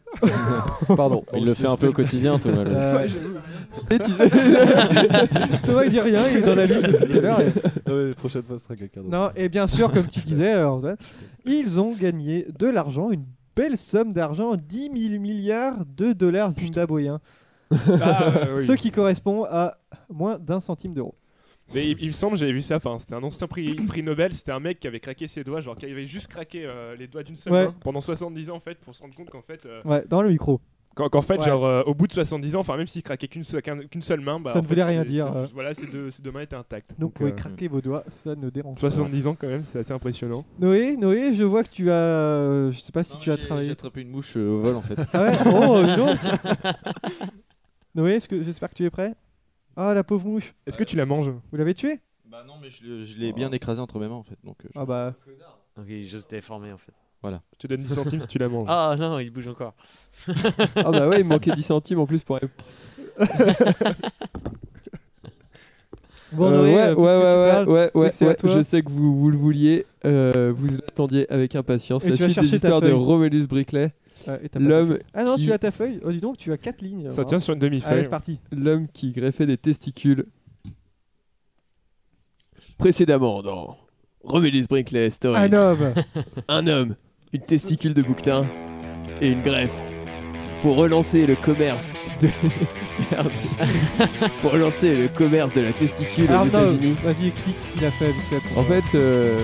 F: Pardon.
H: Il le fait un peu au quotidien, Thomas. le-
B: Euh, Et tu sais- Thomas, il dit rien, il est dans la lune depuis tout à l'heure. et-
F: Non, mais prochaine fois, ce sera quelqu'un d'autre.
B: Non, et bien sûr, comme tu disais, euh, Antoine, ils ont gagné de l'argent, une belle somme d'argent, 10 000 milliards de dollars zimbabwéens.
D: Ah, oui.
B: Ce qui correspond à moins d'un centime d'euro.
D: Mais il, il me semble, j'avais vu ça, enfin, c'était un ancien prix, prix Nobel, c'était un mec qui avait craqué ses doigts, genre qui avait juste craqué euh, les doigts d'une seule
B: Ouais.
D: main pendant 70 ans en fait, pour se rendre compte qu'en fait. euh,
B: Ouais, dans le micro.
D: Qu'en qu'en fait,
B: Ouais.
D: genre, euh, au bout de 70 ans, enfin, même s'il craquait qu'une seule, qu'un- qu'une seule main, bah,
B: Ça
D: en
B: ne
D: fait,
B: voulait rien
D: c'est-
B: dire,
D: c'est-
B: euh.
D: Voilà, ses deux, ses deux mains étaient intactes.
B: Donc, vous pouvez
D: euh,
B: craquer vos doigts, ça ne dérange pas.
D: 70 ans quand même, c'est assez impressionnant.
B: Noé, Noé, je vois que tu as. euh, Je sais pas si tu as
K: J'ai
B: travaillé.
K: attrapé une mouche euh, au vol en fait.
B: Ah ouais Oh, dis donc Noé, est-ce que- j'espère que tu es prêt Ah, la pauvre mouche.
D: Est-ce que tu la manges
B: Vous l'avez tuée Oh.
K: Bah non, mais je, le- je l'ai bien écrasé entre mes mains en fait. Donc, euh, je-
B: Ah bah.
I: Donc il est juste déformé en fait.
K: Voilà.
D: Je te donne 10 centimes si tu la manges.
I: Ah non, il bouge encore.
E: Ah bah ouais, il manquait 10 centimes en plus pour.
B: Bon,
E: Euh,
B: Noé,
E: ouais,
B: euh, puisque
E: ouais,
B: tu parles,
E: ouais, Oh, ouais,
B: c'est
E: ouais,
B: que c'est à
E: ouais,
B: toi.
E: je sais que vous, vous le vouliez, euh, vous attendiez avec impatience
B: Et
E: la
B: tu vas
E: suite
B: chercher
E: des
B: ta
E: histoires de
B: feuille.
E: Romulus Brickley,
B: Ouais, et t'as pas
E: l'homme
B: ta feuille. Ah non,
E: qui-
B: tu as ta feuille. Oh, dis donc, tu as 4 lignes.
D: Ça
B: Voilà.
D: tient sur une demi-feuille.
B: Allez, c'est parti.
E: l'homme qui greffait des testicules. Précédemment dans Romulus Brickley Stories.
B: Un homme.
E: Un homme, une testicule de bouquetin et une greffe pour relancer le commerce de Merde. pour relancer le commerce de la testicule aux
B: Alors, non,
E: États-Unis.
B: vas-y, explique ce qu'il a fait. vite fait, pour-
E: En fait, euh,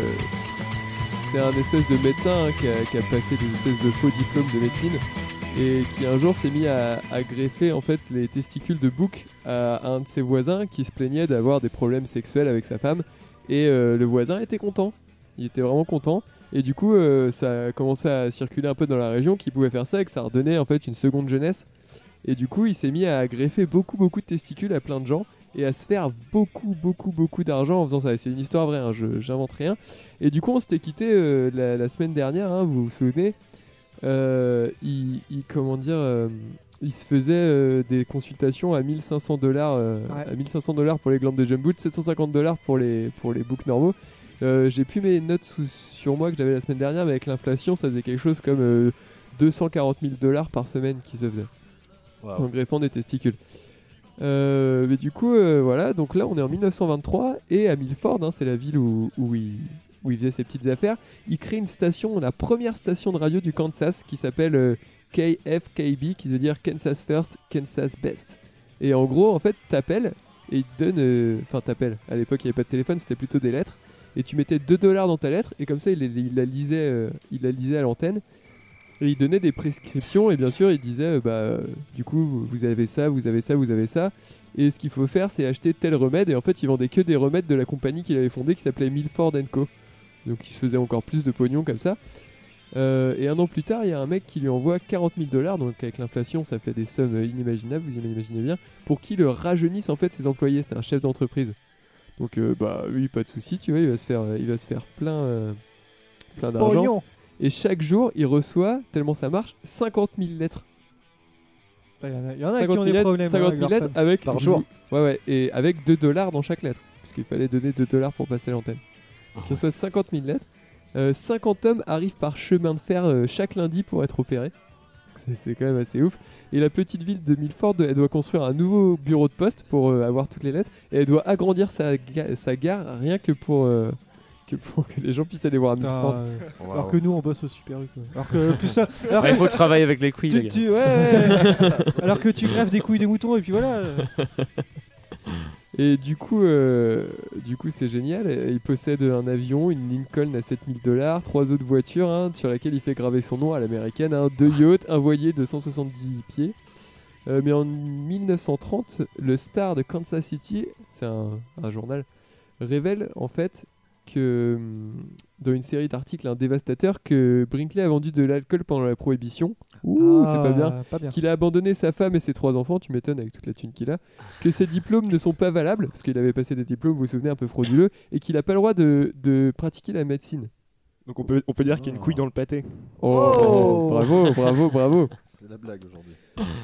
E: c'est un espèce de médecin hein, qui, a, qui a passé des espèces de faux diplômes de médecine et qui un jour s'est mis à, à greffer en fait les testicules de bouc à un de ses voisins qui se plaignait d'avoir des problèmes sexuels avec sa femme Et euh, le voisin était content. Il était vraiment content. Et du coup, euh, ça a commencé à circuler un peu dans la région qu'il pouvait faire ça et que ça redonnait en fait une seconde jeunesse. Et du coup, il s'est mis à greffer beaucoup, beaucoup de testicules à plein de gens et à se faire beaucoup, beaucoup, beaucoup d'argent en faisant ça. Et C'est une histoire vraie, hein, je- j'invente rien. Et du coup, on s'était quitté euh, la, la semaine dernière, hein, vous vous souvenez Euh, il, il- comment dire, euh, il se faisait euh, des consultations à 1500 dollars, euh, à 1500 dollars pour les glandes de Jumbo, 750 dollars pour les pour les books normaux. Euh, J'ai plus mes notes sous- sur moi que j'avais la semaine dernière, mais avec l'inflation, ça faisait quelque chose comme euh, 240 000 dollars par semaine qui se faisait
K: Waouh.
E: en greffant des testicules. Euh, mais du coup, euh, voilà, donc là on est en 1923 et à Milford, hein, c'est la ville où, où il, où il faisait ses petites affaires, il crée une station, la première station de radio du Kansas qui s'appelle euh, KFKB, qui veut dire Kansas First, Kansas Best. Et en gros, en fait, t'appelles et il te donne. euh, Enfin, t'appelles. À l'époque, il n'y avait pas de téléphone, c'était plutôt des lettres. Et tu mettais 2 dollars dans ta lettre et comme ça, il, il la, lisait, euh, il la lisait à l'antenne. Et il donnait des prescriptions et bien sûr il disait euh, bah euh, du coup vous, vous avez ça, vous avez ça, vous avez ça et ce qu'il faut faire c'est acheter tel remède et en fait il vendait que des remèdes de la compagnie qu'il avait fondée qui s'appelait Milford Co. Donc il se faisait encore plus de pognon comme ça. Euh, et un an plus tard il y a un mec qui lui envoie 40 000 dollars donc avec l'inflation ça fait des sommes euh, inimaginables vous imaginez bien pour qu'il le rajeunisse en fait ses employés c'était un chef d'entreprise. Donc euh, bah lui pas de souci tu vois il va se faire euh, il va se faire plein euh, plein d'argent.
B: Pognon.
E: Et chaque jour, il reçoit, tellement ça marche, 50 000 lettres.
B: Il y en a, il y en a qui
E: 50
B: ont
E: 000
B: des
E: lettres,
B: problèmes. hein,
E: 50
B: avec
E: 000
B: leur
E: lettres
B: femme.
E: avec je vous- Ouais, ouais, et avec 2 dollars dans chaque lettre, puisqu'il fallait donner 2 dollars pour passer l'antenne. Donc il reçoit 50 000 lettres. Euh, 50 hommes arrivent par chemin de fer euh, chaque lundi pour être opérés. C'est- C'est quand même assez ouf. Et la petite ville de Milford, elle doit construire un nouveau bureau de poste pour euh, avoir toutes les lettres. Et elle doit agrandir sa, ga- sa gare rien que pour, euh, que pour que les gens puissent aller voir à
B: Putain,
E: Milford.
B: euh, Alors que nous on bosse au Super U. quoi. Alors que plus ça. alors
E: Ouais,
B: que-
E: faut travailler avec les couilles,
B: Ah Tu- tu-
E: les gars.
B: ouais, ouais. alors que tu greffes des couilles de mouton et puis voilà.
E: Et du coup, euh, du coup, c'est génial. Euh, Il possède un avion, une Lincoln à 7000 dollars, trois autres voitures hein, sur laquelle il fait graver son nom à l'américaine, hein, deux yachts, un voilier de 170 pieds. Euh, mais en 1930, le Star de Kansas City, c'est un, un journal, révèle en fait que hum, dans une série d'articles hein, dévastateurs que Brinkley a vendu de l'alcool pendant la prohibition. Ouh, c'est pas bien.
B: Ah, pas bien.
E: Qu'il a abandonné sa femme et ses trois enfants, tu m'étonnes avec toute la thune qu'il a, que ses diplômes ne sont pas valables, parce qu'il avait passé des diplômes, vous vous souvenez, un peu frauduleux, et qu'il n'a pas le droit de, de pratiquer la médecine.
D: Donc on peut, on peut dire qu'il y a une couille dans le pâté.
E: Oh,
D: Oh.
E: Bravo, bravo, bravo
F: C'est la blague aujourd'hui.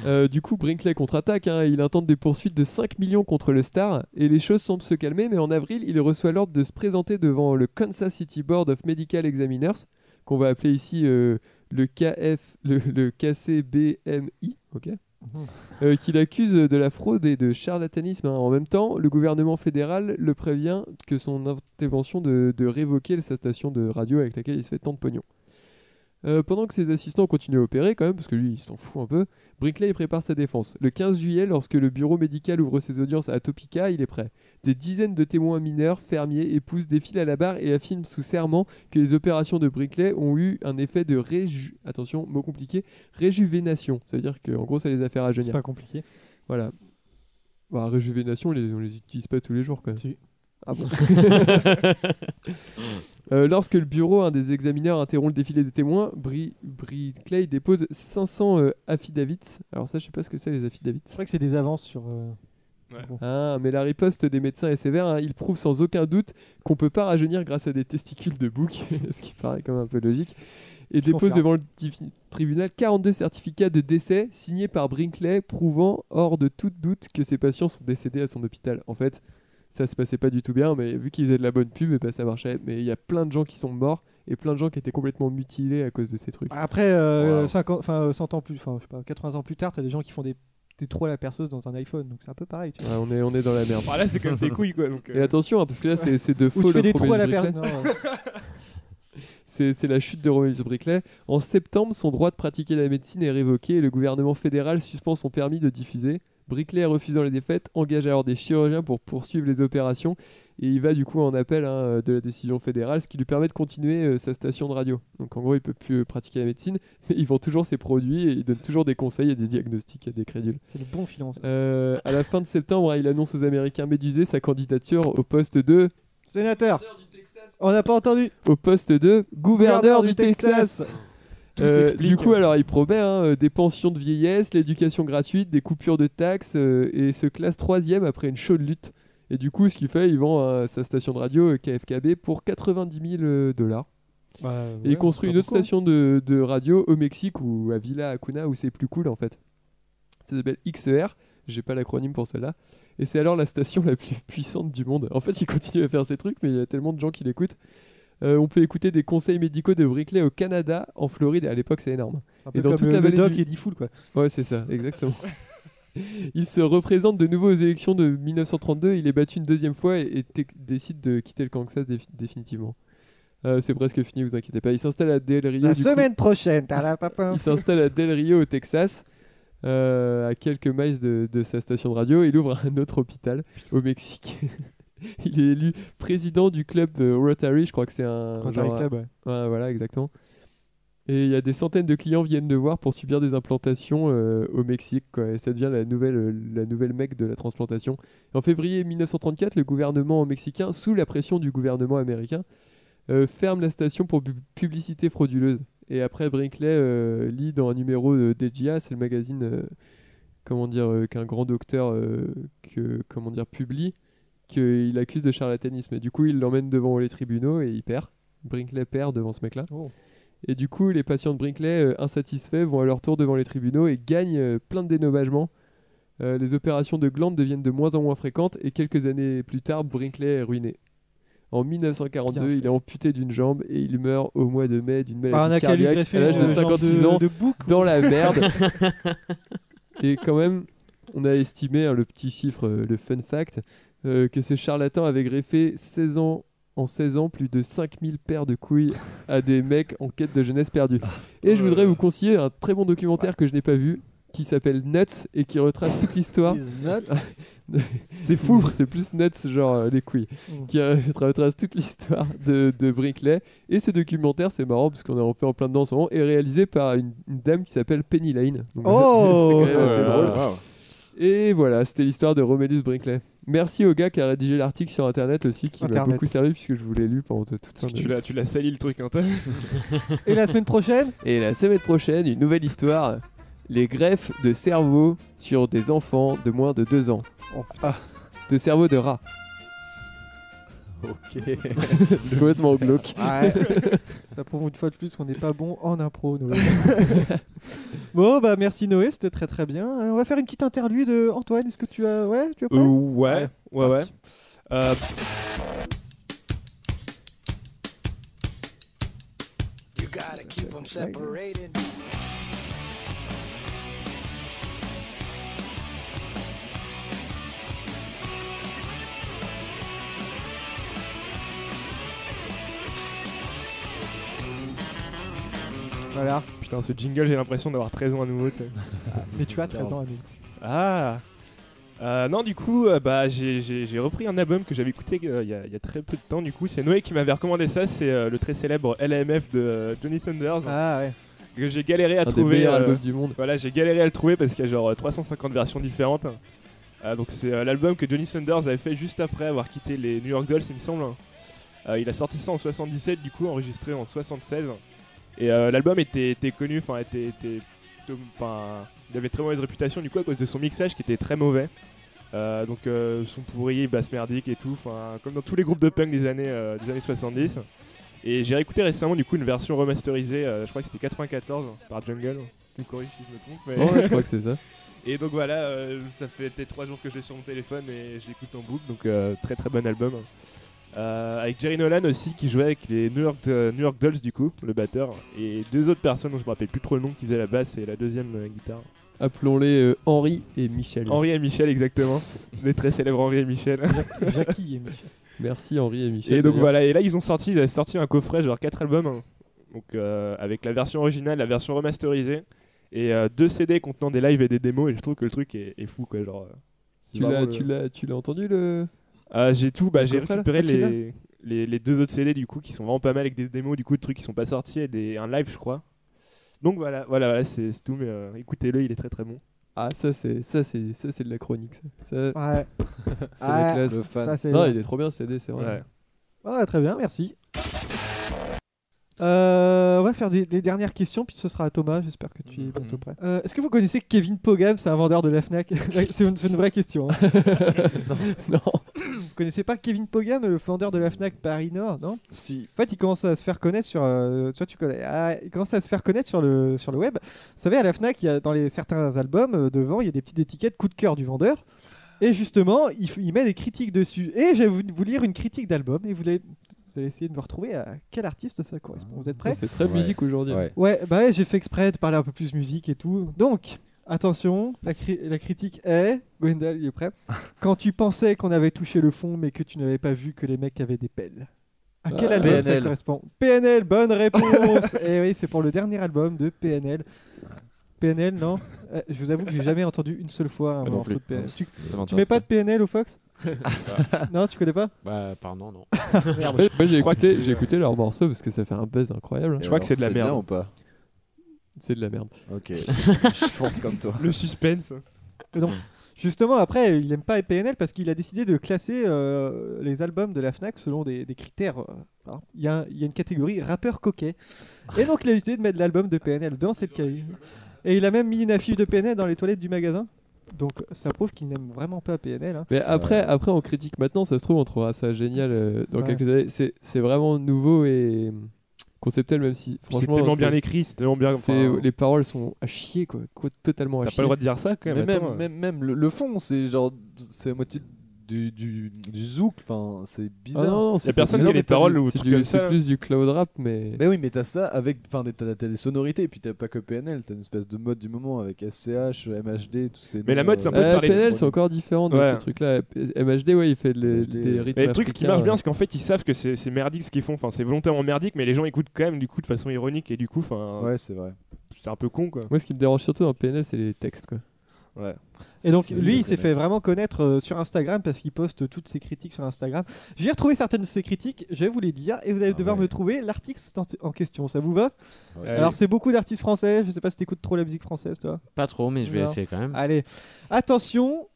E: Euh, du coup, Brinkley contre-attaque. hein, il intente des poursuites de 5 millions contre le Star et les choses semblent se calmer. Mais en avril, il reçoit l'ordre de se présenter devant le Kansas City Board of Medical Examiners, qu'on va appeler ici euh, le KF, le, le KCBMI, ok euh, qu'il accuse de la fraude et de charlatanisme. hein. En même temps, le gouvernement fédéral le prévient que son intervention de, de révoquer sa station de radio avec laquelle il se fait tant de pognon. Euh, pendant que ses assistants continuent à opérer, quand même, parce que lui, il s'en fout un peu, Brinkley il prépare sa défense. Le 15 juillet, lorsque le bureau médical ouvre ses audiences à Topeka, il est prêt. Des dizaines de témoins mineurs, fermiers, épouses défilent à la barre et affirment sous serment que les opérations de Brinkley ont eu un effet de réju... Attention, mot compliqué, réjuvénation. Ça veut dire que, en gros, ça les a fait rajeunir.
B: C'est pas compliqué.
E: Voilà. Bah, réjuvénation, on les, on les utilise pas tous les jours quand même. Ah bon Euh, lorsque le bureau un des examineurs interrompt le défilé des témoins, Bri Bri Clay dépose 500 euh, affidavits. Alors ça, je sais pas ce que c'est les affidavits.
B: C'est vrai que c'est des avances sur. euh, bon.
E: Ah, mais la riposte des médecins est sévère. hein. Ils prouvent sans aucun doute qu'on peut pas rajeunir grâce à des testicules de bouc, ce qui paraît quand même un peu logique. Et
B: Je
E: dépose
B: confirme.
E: devant le tifi- tribunal 42 certificats de décès signés par Brinkley, prouvant hors de tout doute que ses patients sont décédés à son hôpital. En fait, ça se passait pas du tout bien, mais vu qu'ils faisaient de la bonne pub, eh ben, ça marchait. Mais il y a plein de gens qui sont morts et plein de gens qui étaient complètement mutilés à cause de ces trucs.
B: Après, euh, 50 enfin, euh, 100 ans plus, enfin, je sais pas, 80 ans plus tard, t'as des gens qui font des, des trous à la perceuse dans un iPhone, donc c'est un peu pareil. Tu vois.
E: Ouais, on, est, on est dans la merde.
D: Ah, là, c'est quand même tes couilles, quoi, donc, euh.
E: Et attention, hein, parce que là, c'est c'est de
B: Ou
E: faux
B: tu fais
E: le
B: des trous à la
E: Romulus Briclet.
B: perceuse. Non, euh.
E: C'est c'est la chute de Romulus Briclet. En septembre, son droit de pratiquer la médecine est révoqué et le gouvernement fédéral suspend son permis de diffuser. Briclet, refusant les défaites, engage alors des chirurgiens pour poursuivre les opérations et il va du coup en appel hein, de la décision fédérale, ce qui lui permet de continuer euh, sa station de radio. Donc en gros, il peut plus euh, pratiquer la médecine, mais il vend toujours ses produits et il donne toujours des conseils et des diagnostics à des crédules.
B: C'est le bon filon. ça.
E: Euh, à la fin de septembre, hein, il annonce aux Américains médusés sa candidature au poste de
B: Sénateur. On n'a pas entendu.
E: au poste de gouverneur
B: Gouverneur
E: du
B: du
E: Texas.
B: Texas. Tout
E: Euh,
B: s'explique.
E: du coup, alors il promet hein, euh, des pensions de vieillesse, l'éducation gratuite, des coupures de taxes euh, et se classe troisième après une chaude lutte. Et du coup, ce qu'il fait, il vend euh, sa station de radio euh, KFKB pour 90 000 dollars. et il construit une autre station de, de radio au Mexique ou à Villa Acuna où c'est plus cool en fait. Ça s'appelle XER, j'ai pas l'acronyme pour celle-là. Et c'est alors la station la plus puissante du monde. En fait, il continue à faire ces trucs, mais il y a tellement de gens qui l'écoutent. Euh, on peut écouter des conseils médicaux de Brickley au Canada, en Floride, à l'époque c'est énorme.
B: Un peu comme le doc et Eddie Fool, quoi.
E: Ouais, c'est ça, exactement. il se représente de nouveau aux élections de 1932, il est battu une deuxième fois et, et te- décide de quitter le Kansas défi- définitivement. Euh, c'est presque fini, vous inquiétez pas. Il s'installe à Del Rio.
B: La
E: du coup.
B: semaine prochaine,
E: Il s-
B: tarapapa.
E: Il s'installe à Del Rio au Texas, euh, à quelques miles de, de sa station de radio. Il ouvre un autre hôpital au Mexique. il est élu président du club euh, Rotary, je crois que c'est un
B: Rotary
E: un-
B: Club, ouais.
E: Ouais, voilà, exactement. Et il y a des centaines de clients viennent le voir pour subir des implantations euh, au Mexique. Quoi. Et ça devient la nouvelle, euh, la nouvelle mecque de la transplantation. En février 1934, le gouvernement mexicain, sous la pression du gouvernement américain, euh, ferme la station pour bu- publicité frauduleuse. Et après, Brinkley euh, lit dans un numéro de DGA, c'est le magazine, euh, comment dire, euh, qu'un grand docteur euh, que, comment dire, publie, qu'il accuse de charlatanisme. Et du coup, il l'emmène devant les tribunaux et il perd. Brinkley perd devant ce mec-là. Et du coup, les patients de Brinkley, euh, insatisfaits, vont à leur tour devant les tribunaux et gagnent euh, plein de dénommagements. Euh, les opérations de glandes deviennent de moins en moins fréquentes et quelques années plus tard, Brinkley est ruiné. En 1942, il est amputé d'une jambe et il meurt au mois de mai d'une
B: Par un
E: maladie
B: acalus
E: cardiaque
B: greffé,
E: à l'âge de
B: euh, genre
E: 56
B: de-
E: ans
B: de bouc, ou-
E: dans la merde. et quand même, on a estimé hein, le petit chiffre, euh, le fun fact, euh, que ce charlatan avait greffé 16 ans en 16 ans plus de 5000 paires de couilles à des mecs en quête de jeunesse perdue. Et je voudrais vous conseiller un très bon documentaire que je n'ai pas vu qui s'appelle Nuts et qui retrace toute l'histoire. c'est fou, c'est plus Nuts genre euh, les couilles
B: Mm.
E: qui euh, retrace toute l'histoire de, de Brinkley et ce documentaire c'est marrant parce qu'on est un peu en plein dedans en ce moment est réalisé par une, une dame qui s'appelle Penny Lane. Donc,
B: Oh
E: c'est quand même
B: Oh
E: assez
B: là
E: drôle.
B: là. Wow.
E: Et voilà, c'était l'histoire de Romulus Brinkley. Merci au gars qui a rédigé l'article sur internet aussi, qui m'a
D: Internet.
E: beaucoup servi puisque je vous l'ai lu pendant toute fin de-
D: Tu l'as, tu l'as sali le truc, hein, toi
B: Et la semaine prochaine
E: Et la semaine prochaine, une nouvelle histoire les greffes de cerveau sur des enfants de moins de 2 ans.
D: Oh, Ah.
E: De cerveau de rat.
F: Ok.
E: C'est complètement glauque.
B: Ouais. Ça prouve une fois de plus qu'on n'est pas bon en impro, Noé. bon, bah merci Noé, c'était très très bien. Euh, on va faire une petite interlude. euh, Antoine, est-ce que tu as. Ouais, tu as
D: Euh, ouais, ouais, ouais. Euh,
M: You gotta keep them separated.
B: Voilà.
D: Putain, ce jingle, j'ai l'impression d'avoir 13 ans à nouveau. t'sais.
B: Mais tu as 13 ans à nous.
D: Ah Euh, Non, du coup, euh, bah, j'ai- j'ai j'ai repris un album que j'avais écouté euh, il y, a- il y a très peu de temps. Du coup, c'est Noé qui m'avait recommandé ça. C'est euh, le très célèbre LMF de euh, Johnny Sanders.
B: Ah ouais.
D: Que j'ai galéré à
E: des
D: trouver. euh,
E: meilleurs albums du monde.
D: Voilà, j'ai galéré à le trouver parce qu'il y a genre euh, 350 versions différentes. Euh, donc, c'est euh, l'album que Johnny Sanders avait fait juste après avoir quitté les New York Dolls, il me semble. Euh, il a sorti ça en 77, du coup, enregistré en 76. Et euh, l'album était, était connu, enfin, était, était plutôt- enfin, il avait très mauvaise réputation du coup à cause de son mixage qui était très mauvais. Euh, donc euh, son pourri, basse merdique et tout, enfin, comme dans tous les groupes de punk des années, euh, des années 70. Et j'ai réécouté récemment du coup une version remasterisée, euh, je crois que c'était 94 par Jungle. Tu me corriges si je me trompe. Mais...
E: Ouais, ouais, je crois que c'est ça.
D: Et donc voilà, euh, ça fait peut-être 3 jours que j'ai sur mon téléphone et je l'écoute en boucle, donc euh, très très bon album. Euh, avec Jerry Nolan aussi qui jouait avec les New York, euh, New York Dolls du coup, le batteur, et deux autres personnes dont je me rappelle plus trop le nom qui faisaient la basse et la deuxième euh, guitare.
E: Appelons-les euh, Henri et Michel.
D: Henri et Michel exactement, les très célèbres Henri et Michel.
B: Jackie et Michel.
E: Merci Henri et Michel.
D: Et donc
E: d'ailleurs.
D: voilà, et là ils ont sorti, ils avaient sorti un coffret, genre 4 albums, hein. donc euh, avec la version originale, la version remasterisée, et euh, deux CD contenant des lives et des démos, et je trouve que le truc est, est fou quoi, genre. euh, c'est
E: Tu l'as,
D: vraiment
E: tu
D: le-
E: l'as, tu l'as entendu le.
D: Ah, j'ai tout, bah,
E: le
D: j'ai
E: coffret, là
D: récupéré
E: Ah, tu l'as
D: les, les, les deux autres CD du coup qui sont vraiment pas mal avec des démos du coup de trucs qui sont pas sortis et des, un live je crois. Donc voilà, voilà, voilà, c'est c'est tout, mais euh, écoutez-le, il est très très bon.
E: Ah ça c'est ça c'est ça c'est de la chronique ça. Ça-
B: Ouais.
E: c'est la
B: Ah, Ouais,
E: classe.
B: le fan. ça, c'est
E: non
B: bien.
E: il est trop bien le CD c'est vrai.
D: Ouais.
B: Ah, très bien, merci.
F: Ah.
B: Euh, on va faire des, des dernières questions, puis ce sera à Thomas. J'espère que tu es bientôt prêt. Euh, Est-ce que vous connaissez Kevin Pogam C'est un vendeur de la Fnac. c'est une, c'est une vraie question. hein.
E: non.
B: Vous connaissez pas Kevin Pogam, le vendeur de la Fnac Paris Nord, non
F: Si.
B: En fait, il commence à se faire connaître sur. euh, toi, tu connais. ah, il commence à se faire connaître sur le sur le web. Vous savez, à la Fnac, il y a dans les certains albums euh, devant, il y a des petites étiquettes coup de cœur du vendeur. Et justement, il, f- il met des critiques dessus. Et je vais vous, vous lire une critique d'album. Et vous allez, vous allez essayer de me retrouver à quel artiste ça correspond. Vous êtes prêts
E: C'est très musique aujourd'hui.
F: Ouais.
B: Ouais, bah ouais, j'ai fait exprès de parler un peu plus musique et tout. Donc, attention, la, cri- la critique est. Gwendal, il est prêt. Quand tu pensais qu'on avait touché le fond, mais que tu n'avais pas vu que les mecs avaient des pelles. À quel
E: Ah,
B: album ça
E: PNL.
B: correspond PNL, bonne réponse Et oui, c'est pour le dernier album de PNL. PNL, non Euh, Je vous avoue que j'ai jamais entendu une seule fois un
H: Moi non
B: morceau
H: plus.
B: de PNL.
H: Ça
B: Tu,
H: m'intéresse
B: tu mets pas
H: pas.
B: de PNL au Fox Non, tu connais pas
I: Bah, pardon, non.
B: Merde.
E: Ouais, moi, j'ai
D: crois que
E: écouté,
D: c'est- euh,
E: j'ai écouté leur morceau parce que ça fait un buzz incroyable.
D: Je crois que c'est de la merde.
F: bien ou pas
E: C'est de la merde.
F: Ok. Je pense comme toi.
D: Le suspense.
B: Et donc, justement, après, il n'aime pas PNL parce qu'il a décidé de classer euh, les albums de la Fnac selon des, des critères. euh, alors, Il y, a un- il y a une catégorie rappeur coquet. Et donc, il a décidé de mettre l'album de PNL dans cette catégorie. Et il a même mis une affiche de PNL dans les toilettes du magasin. Donc, ça prouve qu'il n'aime vraiment pas PNL. hein.
E: Mais après, après, on critique maintenant, ça se trouve, on trouvera ça génial euh, dans
B: Ouais.
E: quelques années. C'est c'est vraiment nouveau et euh, conceptuel, même
D: Puis
E: si
D: C'est
E: franchement.
D: tellement bien
E: c'est-
D: écrit, c'est tellement bien.
E: c'est-
D: enfin,
E: Les paroles sont à chier, quoi. quoi, totalement à
D: T'as
E: chier.
D: pas le droit de dire ça quand
F: Mais
D: même.
F: même, hein.
D: attends.
F: même, même le, le fond, c'est genre. C'est à moitié du, du, du zouk. Enfin, c'est
E: Ah
F: bizarre.
E: non, non,
D: Y
E: c'est
D: a personne
E: pas-
D: qui a
E: mais
D: les
E: t'as
D: paroles
E: du-
D: ou
E: c'est
D: trucs
E: du-
D: comme
E: C'est
D: ça.
E: plus du cloud rap, mais.
F: Mais oui, mais t'as ça avec. Enfin, des- t'as t'as des sonorités, et puis t'as pas que PNL, t'as une espèce de mode du moment avec SCH, MHD, tous ces.
D: Mais la
F: noms,
D: mode, c'est un peu
F: euh,
D: de
E: Euh,
D: faire les-
E: PNL, c'est encore différent de
D: Ouais.
E: ce truc-là. MHD, ouais, il fait de-
F: MHD.
E: des rythmes.
D: Mais le truc qui
E: africains,
D: marche bien,
E: euh.
D: c'est qu'en fait, ils savent que c'est c'est merdique ce qu'ils font. Enfin, c'est volontairement merdique, mais les gens écoutent quand même du coup de façon ironique et du coup, enfin,
F: Ouais, c'est vrai.
D: c'est un peu con quoi.
E: Moi, ce qui me dérange surtout dans PNL, c'est les textes, quoi.
D: Ouais.
B: Et donc,
F: C'est
B: lui, il
F: horrible,
B: s'est fait vraiment connaître euh, sur Instagram parce qu'il poste toutes ses critiques sur Instagram. J'ai retrouvé certaines de ses critiques, je vais vous les dire, et vous allez
F: Ah
B: devoir
F: ouais.
B: me trouver l'article en en question. Ça vous va
F: Ouais.
B: Alors, c'est beaucoup d'artistes français. Je sais pas si t'écoutes trop la musique française, toi.
I: Pas trop, mais je vais
B: Non. Ah,
I: essayer quand
F: Mm.
I: même.
B: Allez, attention,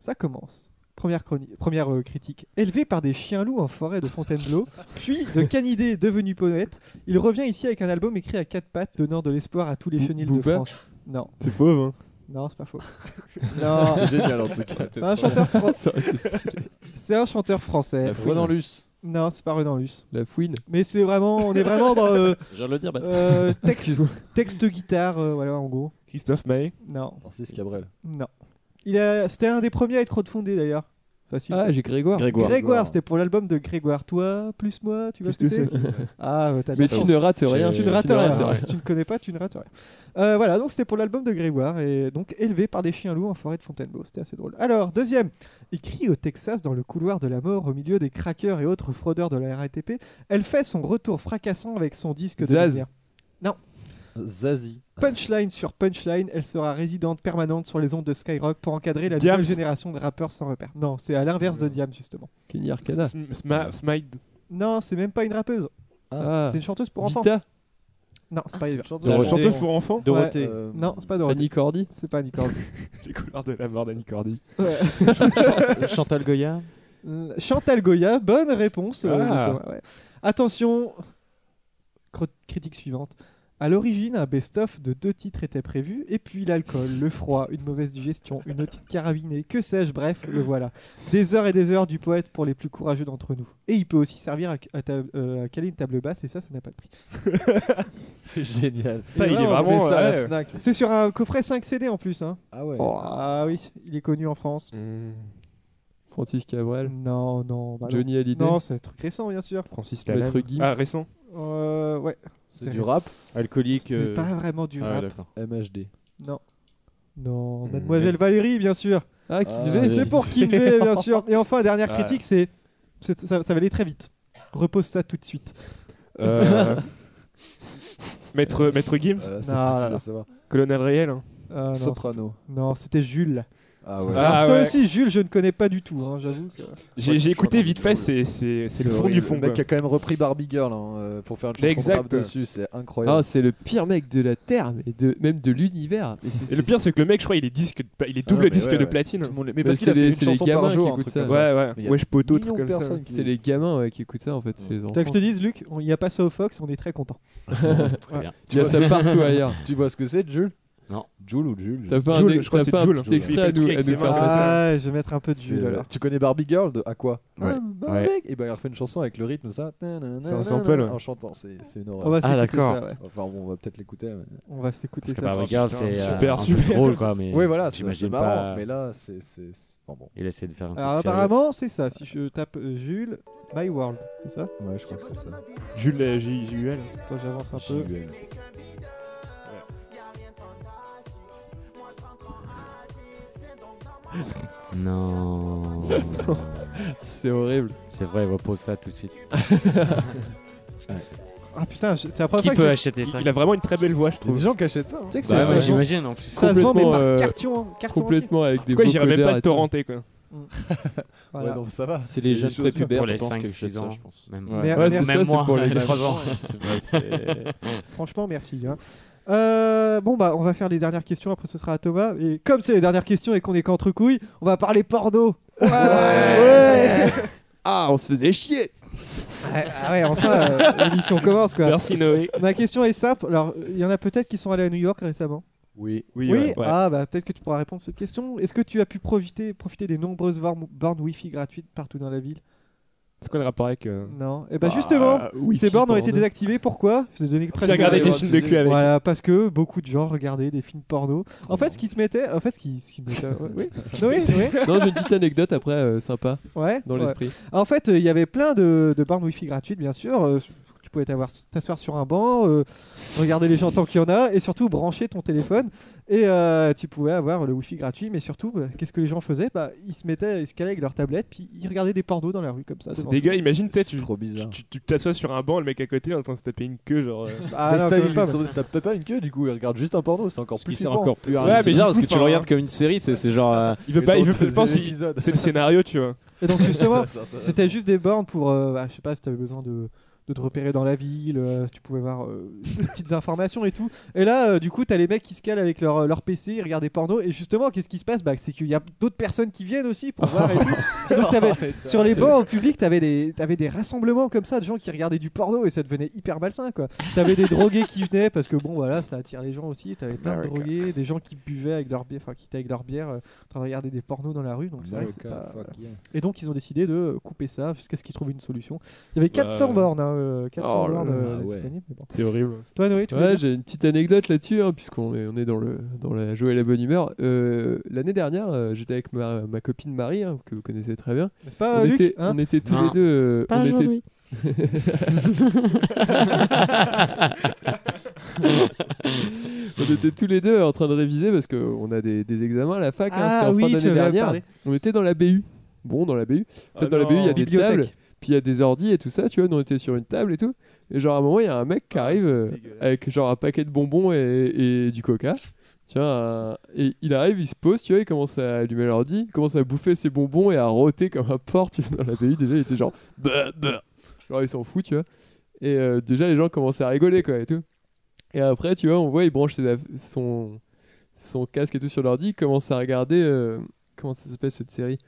B: ça commence. Première, chroni- première euh, critique. Élevé par des chiens loups en forêt de Fontainebleau, puis de canidés devenu poète, il revient ici avec un album écrit à quatre pattes, donnant de l'espoir à tous les
E: Bou-
B: chenils de
E: Booba
B: France. Non,
D: C'est fauve. Hein.
B: non, c'est pas faux. non,
F: C'est génial en tout cas.
B: c'est un chanteur français. c'est un chanteur français.
F: Renan Luce.
B: Non, c'est pas Renan Luce.
E: La fouine.
B: Mais c'est vraiment, on est vraiment dans euh,
H: Je viens de le dire, bâtard.
B: euh, texte,
E: Ah, Excuse-moi.
B: texte guitare, euh, voilà en gros.
D: Christophe Maé.
B: Non,
F: Francis Cabrel.
B: non. Il a, c'était un des premiers à être crowdfundé d'ailleurs. Facile. ça.
E: Ah, j'ai Grégoire.
H: Grégoire.
B: Grégoire,
F: Grégoire.
B: c'était pour l'album de Grégoire. Toi, plus moi, tu vois ce que c'est Ah, ouais, t'as de
E: Mais
B: la
E: tu
B: chance.
E: ne rates rien.
B: Tu ne rates rien.
E: euh,
B: Si tu ne connais pas, tu ne rates rien. Euh, voilà, donc c'était pour l'album de Grégoire, et donc élevé par des chiens loups en forêt de Fontainebleau. C'était assez drôle. Alors, deuxième, il crie au Texas dans le couloir de la mort au milieu des craqueurs et autres fraudeurs de la RATP. Elle fait son retour fracassant avec son disque de
E: Zaz.
B: lumière.
F: Zazie.
B: Punchline sur punchline, elle sera résidente permanente sur les ondes de Skyrock pour encadrer la
D: Diams.
B: nouvelle génération de rappeurs sans repère. Non, c'est à l'inverse
E: Euh.
B: de Diam, justement.
E: Kenny Arcana.
D: Sm- Sma- Smide.
B: Non, c'est même pas une rappeuse.
E: Ah.
B: C'est une chanteuse pour enfants.
E: Vita.
B: Non, c'est pas Eva.
F: Dorothée.
D: Chanteuse pour enfants.
E: Dorothée.
F: Euh,
B: Non, c'est pas Dorothée.
E: Annie Cordy.
B: C'est pas Nicole.
D: Les couleurs de la mort d'Annie Cordy.
H: Chantal Goya.
B: Euh, Chantal Goya, bonne réponse. euh,
D: Ah.
B: de Thomas, ouais. Attention, cro- critique suivante. À l'origine, un best-of de deux titres était prévu, et puis l'alcool, le froid, une mauvaise digestion, une otite carabinée, que sais-je, bref, le voilà. Des heures et des heures du poète pour les plus courageux d'entre nous. Et il peut aussi servir à, à ta- euh, à caler une table basse, et ça, ça n'a pas de prix.
F: C'est génial.
D: Putain, il est vraiment.
F: ça à la
D: ouais.
F: Fnac.
B: C'est sur un coffret 5 CD en plus. Hein.
F: Ah ouais.
E: Oh.
B: Ah oui, il est connu en France.
D: Mmh.
E: Francis Cabrel.
B: Non, non, bah non.
E: Johnny Hallyday.
B: Non, c'est un truc récent, bien sûr.
D: Francis Lalanne.
E: Maître Gims.
D: Ah, récent.
B: Euh, ouais.
F: C'est du rap.
G: Alcoolique.
B: C'est
G: euh,
B: pas vraiment du
G: ah ouais,
B: rap.
G: d'accord.
F: MHD.
B: non. Non, Mademoiselle Valérie, bien sûr.
E: Ah, qui
F: Ah,
E: disait.
B: C'est
F: oui.
B: c'est pour Kinvey, bien sûr. Et enfin, dernière
D: Ah.
B: critique, c'est. c'est- Ça, ça va aller très vite. Repose ça tout de suite.
D: Euh, Maître, Maître Gims.
F: Voilà, c'est
B: Non,
D: Ah,
F: difficile
B: non.
F: à savoir.
D: Colonel Réel. hein.
B: Euh, non,
F: Soprano.
B: non, c'était Jules.
F: Ah ouais.
B: Alors
D: Ah
B: ça
D: ouais.
B: aussi, Jules, je ne connais pas du tout, hein, j'avoue. que-
D: J'ai j'ai écouté vite fait, c'est c'est- c'est le fond
F: horrible.
D: du fond.
F: Le mec
D: quoi.
F: a quand même repris Barbie Girl hein, euh, pour faire une chanson
D: Exact.
F: rap dessus, c'est incroyable.
E: Ah, c'est le pire mec de la Terre, mais de, même de l'univers. Mais c'est-
D: Et le pire, c'est que le mec, je crois, il est, disque de pla- il est
F: Ah non,
D: double
F: mais
D: disque
F: ouais,
D: de
F: ouais.
D: platine.
F: Tout le monde les-
E: Mais parce qu'il a fait une chanson par jour, un truc comme ça.
D: Ouais, ouais. Wesh poteau, truc comme ça.
E: C'est les gamins ouais, qui écoutent ça en fait. c'est les
B: T'as que je
E: enfants.
B: te dise, Luc, on- il n'y a pas ça au Fox, on est très content.
E: Très bien. Il y a ça partout ailleurs.
F: Tu vois ce que c'est, Jules
I: Non.
F: Jules ou Jules
E: T'as pas un- Jules, je crois t'as que c'est pas un Jules. petit extrait à nous- à nous faire
B: passer. je vais mettre un peu de
F: C'est,
B: Jules,
F: euh,
B: alors. Ah, bah.
F: Tu connais Barbie Girl de à quoi
I: Ouais. Ouais.
F: Et ben il refait une chanson avec le rythme ça. C'est
D: un sample, ouais. bah,
F: En chantant, c'est c'est une horreur.
B: On va
I: Ah, s'écouter d'accord.
B: ça, ouais.
F: Enfin bon, on va peut-être l'écouter. mais-
B: On va s'écouter
I: Parce que
B: ça.
I: Barbie
B: Oh,
I: Girl,
B: putain,
I: c'est euh,
D: super,
I: un peu
D: super.
I: drôle, quoi. Mais
F: Oui, voilà, c'est c'est
I: j'imagine
F: marrant,
I: pas.
F: mais là c'est c'est- c'est- bon bon.
I: Il essaie de faire un truc
B: Alors
I: sérieux.
B: apparemment, c'est ça. Si je tape euh, Jules, My World, c'est ça
F: Ouais, je crois que c'est ça.
D: Jules euh, J- JUL.
B: Attends, j'avance un peu.
F: J-U-L.
I: Non.
E: C'est horrible.
I: C'est vrai, repose ça tout de suite.
B: Ah putain, je- c'est la première
I: Qui
B: fois
I: peut
B: que
I: acheter ça
D: Il a vraiment une très belle voix, je
F: Il y a
D: trouve.
F: des gens qui achètent ça. hein.
B: Tu sais que
I: Bah
B: c'est-
I: ouais,
B: ça se vend-
I: J'imagine en plus.
B: Ça se vend, mais par
E: euh,
B: carton, hein, carton
E: complètement avec des
D: C'est quoi, j'irais même
E: vocodeurs
D: pas le
E: et tout.
D: torrenter quoi.
B: entier. Voilà.
F: Ouais, donc ça va.
G: C'est les
F: Il y a
G: jeunes
F: des choses-
G: prépubères,
I: Pour
G: je
I: les
G: pense,
I: 5,
G: que je
I: 6
G: ça,
I: ans.
G: je pense.
I: Même,
B: Ouais. Mer-
I: même
B: merci,
E: c'est
I: moi,
E: pour les
I: j'ai
E: gamins.
I: 3 ans. C'est vrai, c'est-
B: Franchement, merci. hein. Euh, bon bah on va faire les dernières questions après ce sera à Thomas et comme c'est les dernières questions et qu'on est qu'entre couilles on va parler porno ouais,
E: Ah, on se faisait chier.
B: Ah ouais, enfin euh, l'émission commence quoi
D: Merci Noé.
B: ma question est simple alors il y en a peut-être qui sont allés à New York récemment
F: Oui.
D: Oui,
B: Oui,
D: ouais, ouais.
B: ah bah peut-être que tu pourras répondre à cette question. Est-ce que tu as pu profiter, profiter des nombreuses var- bornes Wi-Fi gratuites partout dans la ville
D: C'est quoi le rapport avec. euh,
B: Non. Et bah justement, ces bornes ont été désactivées. Pourquoi Je vous ai donné
D: Parce
B: presque-
D: qu'il regardait des films de cul avec.
B: Voilà, parce que beaucoup de gens regardaient des films porno. En fait, ce qui se mettait, en fait, ce qui, ce qui mettait- oui, oui, oui,
E: Non, j'ai une petite anecdote après, euh, sympa,
B: ouais,
E: dans
B: ouais.
E: l'esprit.
B: En fait, euh, il y avait plein de, de bornes Wi-Fi gratuites, bien sûr. euh, tu pouvais t'avoir- t'asseoir sur un banc, euh, regarder les gens tant qu'il y en a, et surtout brancher ton téléphone. Et euh, tu pouvais avoir le Wi-Fi gratuit, mais surtout, bah, qu'est-ce que les gens faisaient bah, Ils se mettaient, ils se calaient avec leur tablette, puis ils regardaient des pornos dans la rue comme ça.
D: C'est
B: devant
D: des
B: tout.
D: gars, imagine peut-être
F: C'est
D: tu
F: trop bizarre.
D: tu- tu t'assois sur un banc, le mec à côté il est en train de se taper une queue genre. euh,
B: Ah,
F: mais
B: non,
F: si
B: quand
F: t'as-
B: même pas,
F: si t'as peut-être pas une queue, du coup, il regarde juste un porno, c'est encore
G: Ce qui
F: plus
G: sert
F: flippant.
G: encore plus.
D: Ouais,
G: Ouais,
D: mais
G: mais bizarre parce que
D: du coup,
G: tu le
D: enfin,
G: regardes comme une série, c'est c'est genre. euh,
D: Il veut pas, il veut
F: d'autres
D: je pense, il-
F: épisodes.
D: c'est le scénario, tu vois.
B: Et donc justement,
F: Ça, ça, ça.
B: c'était juste des bornes pour, euh, bah, je sais pas, si t'avais besoin de, de te repérer dans la ville, euh, tu pouvais voir euh, des petites informations et tout. Et là, euh, du coup, t'as les mecs qui se calent avec leur, leur PC, ils regardent des pornos. Et justement, qu'est-ce qui se passe bah, C'est qu'il y a d'autres personnes qui viennent aussi pour voir. et tout. Donc t'avais- sur les bancs au public, t'avais des, t'avais des rassemblements comme ça de gens qui regardaient du porno et ça devenait hyper malsain quoi. T'avais des drogués qui venaient parce que bon voilà, ça attire les gens aussi. T'avais plein de
I: America.
B: drogués, des gens qui buvaient avec leur bière, enfin qui étaient avec leur bière, euh, en train de regarder des pornos dans la rue. Donc c'est vrai que c'est pas-
F: fuck yeah.
B: et donc ils ont décidé de couper ça jusqu'à ce qu'ils trouvent une solution. Il y avait 400
D: Bah,
B: bornes, hein, euh, 400
E: oh là
B: bornes
E: là,
B: euh,
F: ouais.
B: disponibles. mais bon.
D: C'est horrible.
B: Toi Noé, tu voulais
E: Ouais,
B: dire
E: j'ai une petite anecdote là-dessus, hein, puisqu'on est, on est dans, le, dans la joie et la bonne humeur. Euh, L'année dernière, euh, j'étais avec ma, ma copine Marie, hein, que vous connaissez très bien.
B: n'est-ce pas
E: on,
B: Luc
E: était,
B: hein
E: on était tous
I: Non.
E: les deux. euh, on était- on était tous les deux en train de réviser parce qu'on a des, des examens à la fac. hein,
B: Ah
E: c'était en
B: oui,
E: fin
B: tu
E: d'année
B: m'avais
E: dernière.
B: parlé.
E: On était dans la BU. Bon, dans la BU. En
D: Ah
E: fait, dans la BU, il y
D: non.
E: a des
B: Bibliothèque.
E: tables, puis il y a des ordi et tout ça. Tu vois, nous, on était sur une table et tout. Et genre, à un moment, il y a un mec qui arrive euh, avec genre un paquet de bonbons et, et du coca. Tu vois, un- et il arrive, il se pose, tu vois, il commence à allumer l'ordi, il commence à bouffer ses bonbons et à rôter comme un porc, tu vois, dans la BU. Déjà, il était genre, bah, bah. genre, il s'en fout, tu vois. Et euh, déjà, les gens commençaient à rigoler, quoi, et tout. Et après, tu vois, on voit, il branche ses aff- son, son casque et tout sur l'ordi, il commence à regarder, euh, comment ça s'appelle cette série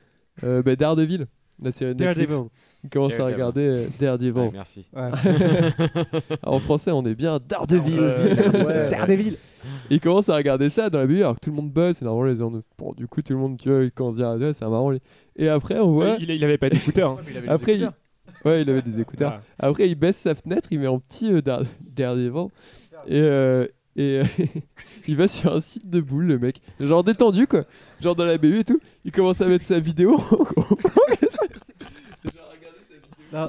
E: Euh, bah, Daredevil, la série de Netflix.
B: Daredevil.
E: Il commence à
I: Daredevil.
E: regarder euh, Daredevil.
I: Ouais, merci.
B: Ouais.
E: Alors, en français, on est bien Daredevil.
F: Ouais.
B: Daredevil.
E: Et il commence à regarder ça dans la BU alors que tout le monde bosse. Et normalement, les gens, ne- bon, du coup, tout le monde, tu vois, il commence à dire, ah, ouais, c'est marrant. lui. Et après, on voit.
D: Il, il avait pas d'écouteurs. hein.
E: Après, il... ouais, il avait des écouteurs. Après, il baisse sa fenêtre, il met en petit euh, Dare- Daredevil. Et, euh, et euh, il va sur un site de boules, le mec. Genre détendu, quoi. Genre dans la BU et tout. Il commence à mettre sa vidéo.
B: Non.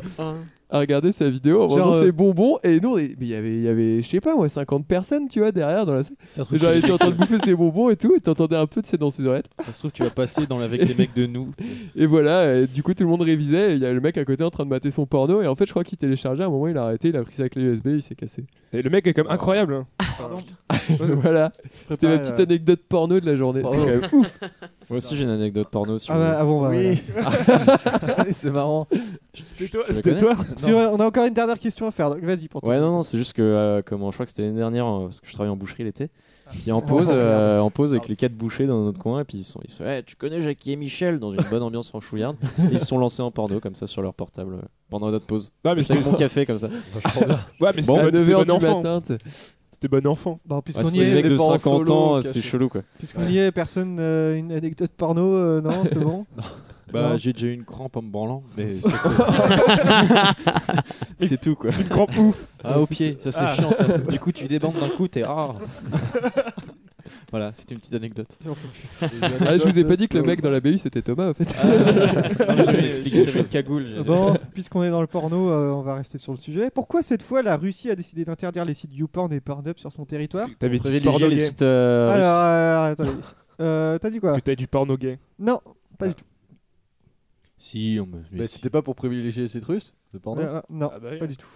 E: à regarder sa vidéo en
B: Genre,
E: mangeant
B: euh,
E: ses bonbons et nous on est- mais il y avait il y avait je sais pas moi 50 personnes tu vois derrière dans la salle
G: trouve
E: genre
G: que-
E: il était en train de bouffer ses bonbons et tout et t'entendais un peu de ses dans ses oreillettes
G: Ça se trouve, tu vas passer dans avec les mecs de nous.
E: et voilà et du coup tout le monde révisait et il y a le mec à côté en train de mater son porno et en fait je crois qu'il téléchargeait à un moment il a arrêté il a pris sa clé USB il s'est cassé
D: Et le mec est
F: Ah.
D: comme incroyable. hein.
B: Pardon.
E: voilà c'était
B: euh,
E: ma petite anecdote porno de la journée c'est
H: Bravo.
E: quand même ouf
H: Moi aussi j'ai une anecdote porno sur.
B: Ah bah, ah bon, bah, Oui. voilà.
F: c'est marrant.
H: C'était toi,
B: Si, ouais, on a encore une dernière question à faire, donc vas-y pour toi.
H: Ouais, non, non, c'est juste que, euh, comment, je crois que c'était l'année dernière, euh, parce que je travaillais en boucherie l'été. Puis en pause,
B: Oh, merde.
H: euh, en pause avec les quatre bouchers dans notre coin, et puis ils sont, ils se font, Eh, tu connais Jackie et Michel dans une bonne ambiance franchouillarde. Et ils se sont lancés en porno comme ça sur leur portable euh, pendant notre pause.
D: Non, mais
H: avec
D: c'était-
H: mon café comme ça.
D: Ouais, mais c'était
H: Bon,
D: bon, bah,
H: à
D: c'était
H: 9
D: bon
H: heures du
D: enfant.
H: matin,
D: C'était bon enfant.
B: Bon,
H: Ouais,
B: puisqu'on
H: c'était
B: y
H: des
B: est,
H: mecs de
B: des parents
H: 50
B: solo
H: ans,
B: au
H: euh, c'était
B: café.
H: chelou quoi.
B: Puisqu'on y est, personne, euh, une anecdote porno, euh, non, c'est bon
G: Bah,
B: Non.
G: j'ai déjà eu une crampe en me branlant, mais ça, c'est-
B: Mais
G: c'est tout quoi.
B: une crampe où
G: Ah, au pied, ça c'est
B: Ah.
G: chiant ça. Du coup, tu débandes d'un coup, t'es rare. voilà, c'était une petite anecdote.
E: Ah, je vous ai pas dit que le mec dans la BU c'était Thomas en fait
B: Ah.
G: Ah,
B: Bon, puisqu'on est dans le porno, euh, on va rester sur le sujet. Pourquoi cette fois la Russie a décidé d'interdire les sites YouPorn et Pornhub sur son territoire
D: T'avais du
H: privilégié
D: porno
H: les
D: gay.
H: sites,
E: Ah,
H: euh,
B: Alors,
H: russes.
B: euh, attendez. Euh, t'as dit quoi
D: Parce que t'avais du porno gay.
B: Non, pas du tout.
G: Si, on me.
F: Mais c'était pas pour privilégier les sites russes le porno
B: Euh, non,
D: Ah bah oui.
B: pas du tout.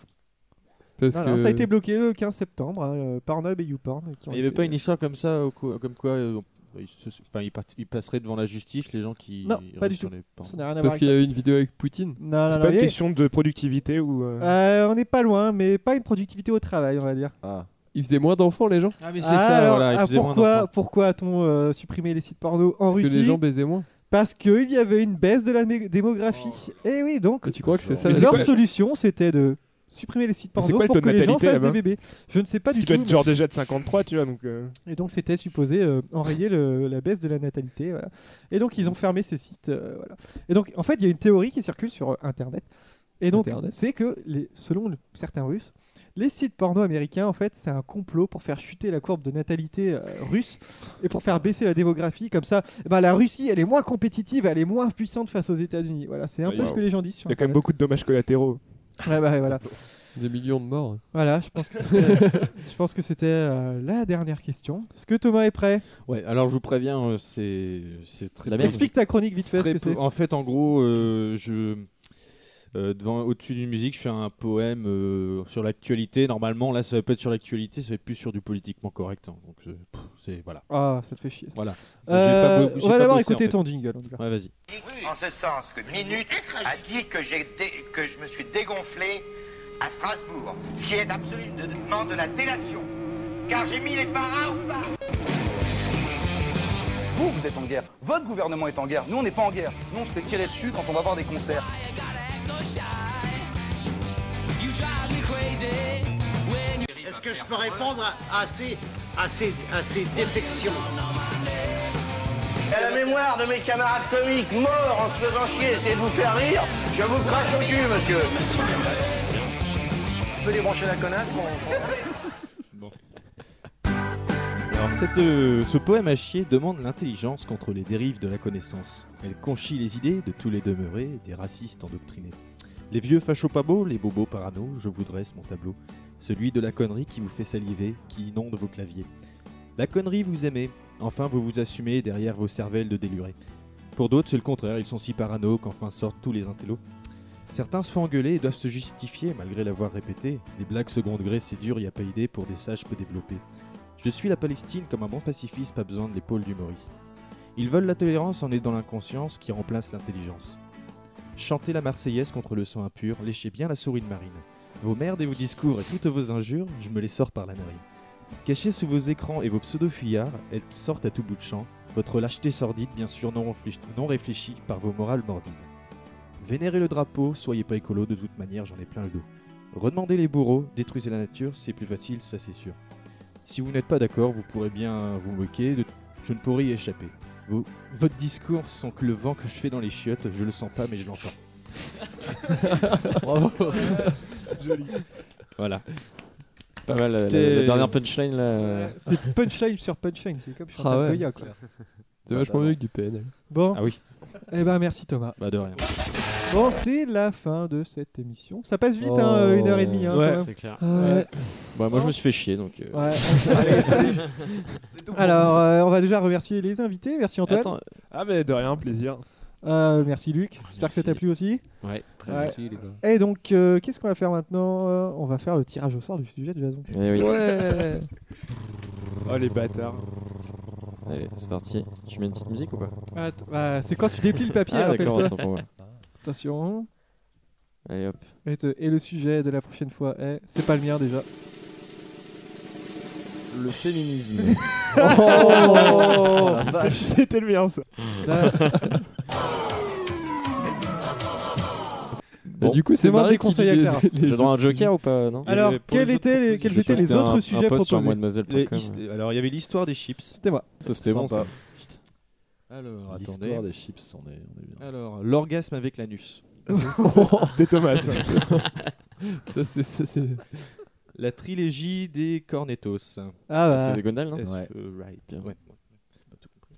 E: Parce
B: Non,
E: que-
B: non, ça a été bloqué le 15 septembre, hein, euh, Pornhub et YouPorn. qui ont
G: Il n'y avait
B: été- euh,
G: pas une histoire comme ça, au co- comme quoi euh, ils, se- enfin, ils part- ils passeraient devant la justice les gens qui.
B: Non, pas du
G: sur
B: tout.
G: les pornos.
B: Ça n'a rien à voir
E: parce
B: avec
E: qu'il y
B: ça.
E: a eu une vidéo avec Poutine
B: Non, non,
D: C'est
B: non,
D: pas une
B: mais-
D: question de productivité ou. euh,
B: Euh, on n'est pas loin, mais pas une productivité au travail, on va dire.
F: Ah.
E: il faisait moins d'enfants les gens
G: Ah, mais c'est
B: Ah,
G: ça,
B: alors,
G: voilà. ils
B: ah,
G: faisaient moins
B: pourquoi,
G: d'enfants.
B: pourquoi a-t-on euh, supprimé les sites porno en
E: parce que
B: Russie
E: les gens baisaient moins
B: Parce qu'il y avait une baisse de la mé- démographie. Et oui, donc.
E: tu crois que c'est ça
B: Mais
E: la-
B: leur
E: Ouais.
B: solution, c'était de supprimer les sites
D: Mais
B: porno pour que les gens fassent des bébés. Je ne sais pas
D: Parce
B: du
D: qu'il doit
B: tout,
D: être genre
B: mais-
D: déjà de 53, tu vois. Donc, euh,
B: Et donc, c'était supposé euh, enrayer le- la baisse de la natalité. voilà. Et donc, ils ont fermé ces sites. euh, voilà. Et donc, en fait, il y a une théorie qui circule sur euh, Internet. Et donc,
E: Internet.
B: c'est que, les, selon le- certains Russes, les sites porno américains, en fait, c'est un complot pour faire chuter la courbe de natalité euh, russe et pour faire baisser la démographie. Comme ça, eh ben, la Russie, elle est moins compétitive, elle est moins puissante face aux États-Unis. Voilà, c'est un
D: bah,
B: peu
D: y a-
B: ce que les gens disent sur
D: Il y a quand même beaucoup de dommages collatéraux.
B: Ouais, bah, voilà.
E: des millions de morts
B: Voilà, je pense que c'était, je pense que c'était euh, la dernière question. Est-ce que Thomas est prêt
G: Ouais, alors je vous préviens, euh, c'est c'est très.
B: La
G: peu-
B: Explique ta chronique vite fait, ce
G: très
B: que
G: peu-
B: c'est.
G: En fait, en gros, euh, je euh, devant au-dessus d'une musique, je fais un poème euh, sur l'actualité. Normalement, là, ça va pas être sur l'actualité, ça va être plus sur du politiquement correct. hein. Donc, euh, pff, c'est voilà.
B: Ah, ça te fait chier.
G: Voilà.
B: Euh,
G: J'ai pas beau- j'ai
B: on va
G: pas
B: d'abord
G: bossé, en
B: écouter
G: fait.
B: ton jingle, on y va.
G: Ouais, vas-y.
O: En ce sens que Minute a dit que, j'ai dé- que je me suis dégonflé à Strasbourg, ce qui est absolument de la délation, car j'ai mis les paras au pas.
P: Vous, vous êtes en guerre. Votre gouvernement est en guerre. Nous, on n'est pas en guerre. Nous, on se fait tirer dessus quand on va voir des concerts.
Q: Est-ce que je peux répondre à, à ces, à, ces, à ces défections
O: À la mémoire de mes camarades comiques morts en se faisant chier, essayer de vous faire rire, je vous crache au cul, monsieur. Tu peux débrancher la connasse
G: Alors, cette, euh, ce poème à chier demande l'intelligence contre les dérives de la connaissance. Elle conchit les idées de tous les demeurés, des racistes endoctrinés. Les vieux fachos pas beaux, les bobos parano, je vous dresse mon tableau. Celui de la connerie qui vous fait saliver, qui inonde vos claviers. La connerie vous aimez, enfin vous vous assumez derrière vos cervelles de délurés. Pour d'autres, c'est le contraire, ils sont si parano qu'enfin sortent tous les intellos. Certains se font engueuler et doivent se justifier malgré l'avoir répété. Les blagues second degré, c'est dur, y a pas idée, pour des sages peu développés. Je suis la Palestine comme un bon pacifiste, pas besoin de l'épaule d'humoriste. Ils veulent la tolérance en aidant l'inconscience qui remplace l'intelligence. Chantez la Marseillaise contre le sang impur, léchez bien la souris de marine. Vos merdes et vos discours et toutes vos injures, je me les sors par la narine. Cachés sous vos écrans et vos pseudo-fuyards, elles sortent à tout bout de champ, votre lâcheté sordide bien sûr non, réfléch- non réfléchie par vos morales morbides. Vénérez le drapeau, soyez pas écolo, de toute manière j'en ai plein le dos. Redemandez les bourreaux, détruisez la nature, c'est plus facile, ça c'est sûr. Si vous n'êtes pas d'accord, vous pourrez bien vous moquer, de- je ne pourrai y échapper. Vos- Votre discours sont que le vent que je fais dans les chiottes, je le sens pas mais je l'entends.
F: Bravo.
G: Joli. Voilà.
H: Pas mal, la,
G: C'était-
H: la- la dernière punchline là.
B: C'est punchline sur punchline, c'est comme Chantal
E: Ah ouais.
B: Goya, quoi.
E: c'est vachement mieux que du PNL
B: Bon.
G: Ah oui.
B: Eh ben, merci Thomas.
G: Bah de rien.
B: Bon, c'est la fin de cette émission. Ça passe vite, hein,
G: Oh.
B: euh, une heure et demie. hein, quand même. Ouais.
H: Bah, moi, je me suis fait chier, donc. euh,
B: Ouais. Allez, salut. Alors, euh, on va déjà remercier les invités. Merci Antoine.
H: Attends.
D: Ah, mais de rien, plaisir.
B: Euh, merci Luc. J'espère que ça t'a plu aussi.
D: Ouais, très bien. Merci, les gars.
B: Et donc, euh, qu'est-ce qu'on va faire maintenant Euh, On va faire le tirage au sort du sujet de Jason.
H: Eh oui.
B: Ouais.
D: Oh les bâtards.
H: Allez, c'est parti. Tu mets une petite musique ou pas
B: Att- ah, c'est quand tu déplies le papier,
H: Ah, d'accord,
B: rappelle-toi.
H: autant pour moi.
B: Attention. hein.
H: Allez hop.
B: Et, te- et le sujet de la prochaine fois est. C'est pas le mien déjà.
H: Le féminisme.
B: Oh,
D: la vache. C'était le mien, ça.
B: Là-
H: Bon.
E: Du coup, c'est
B: C'est moi
E: Marie
B: des
E: qui
B: conseils à
E: lit
B: Clara.
E: les- les
H: J'ai droit à un
E: autres
H: joker
E: sujets.
H: ou pas non
B: Alors,
K: Et pour
B: quels
K: les
B: étaient les, quels étaient les
H: C'était
B: autres
H: un- un
B: sujets
H: post sur
B: proposés
H: mademoiselle.com.
K: Les hist- Alors, il y avait l'histoire des chips.
B: C'était moi.
H: Ça, c'était bon, ça.
K: Alors, attendez.
F: L'histoire des chips, on est, on est bien.
K: Alors, l'orgasme avec l'anus.
D: C'était Thomas.
K: ça, c'est, ça, c'est... La trilogie des Cornetos.
B: Ah, bah.
H: C'est diagonale, non
K: Est-ce-
H: Ouais.
K: euh, right. Ouais.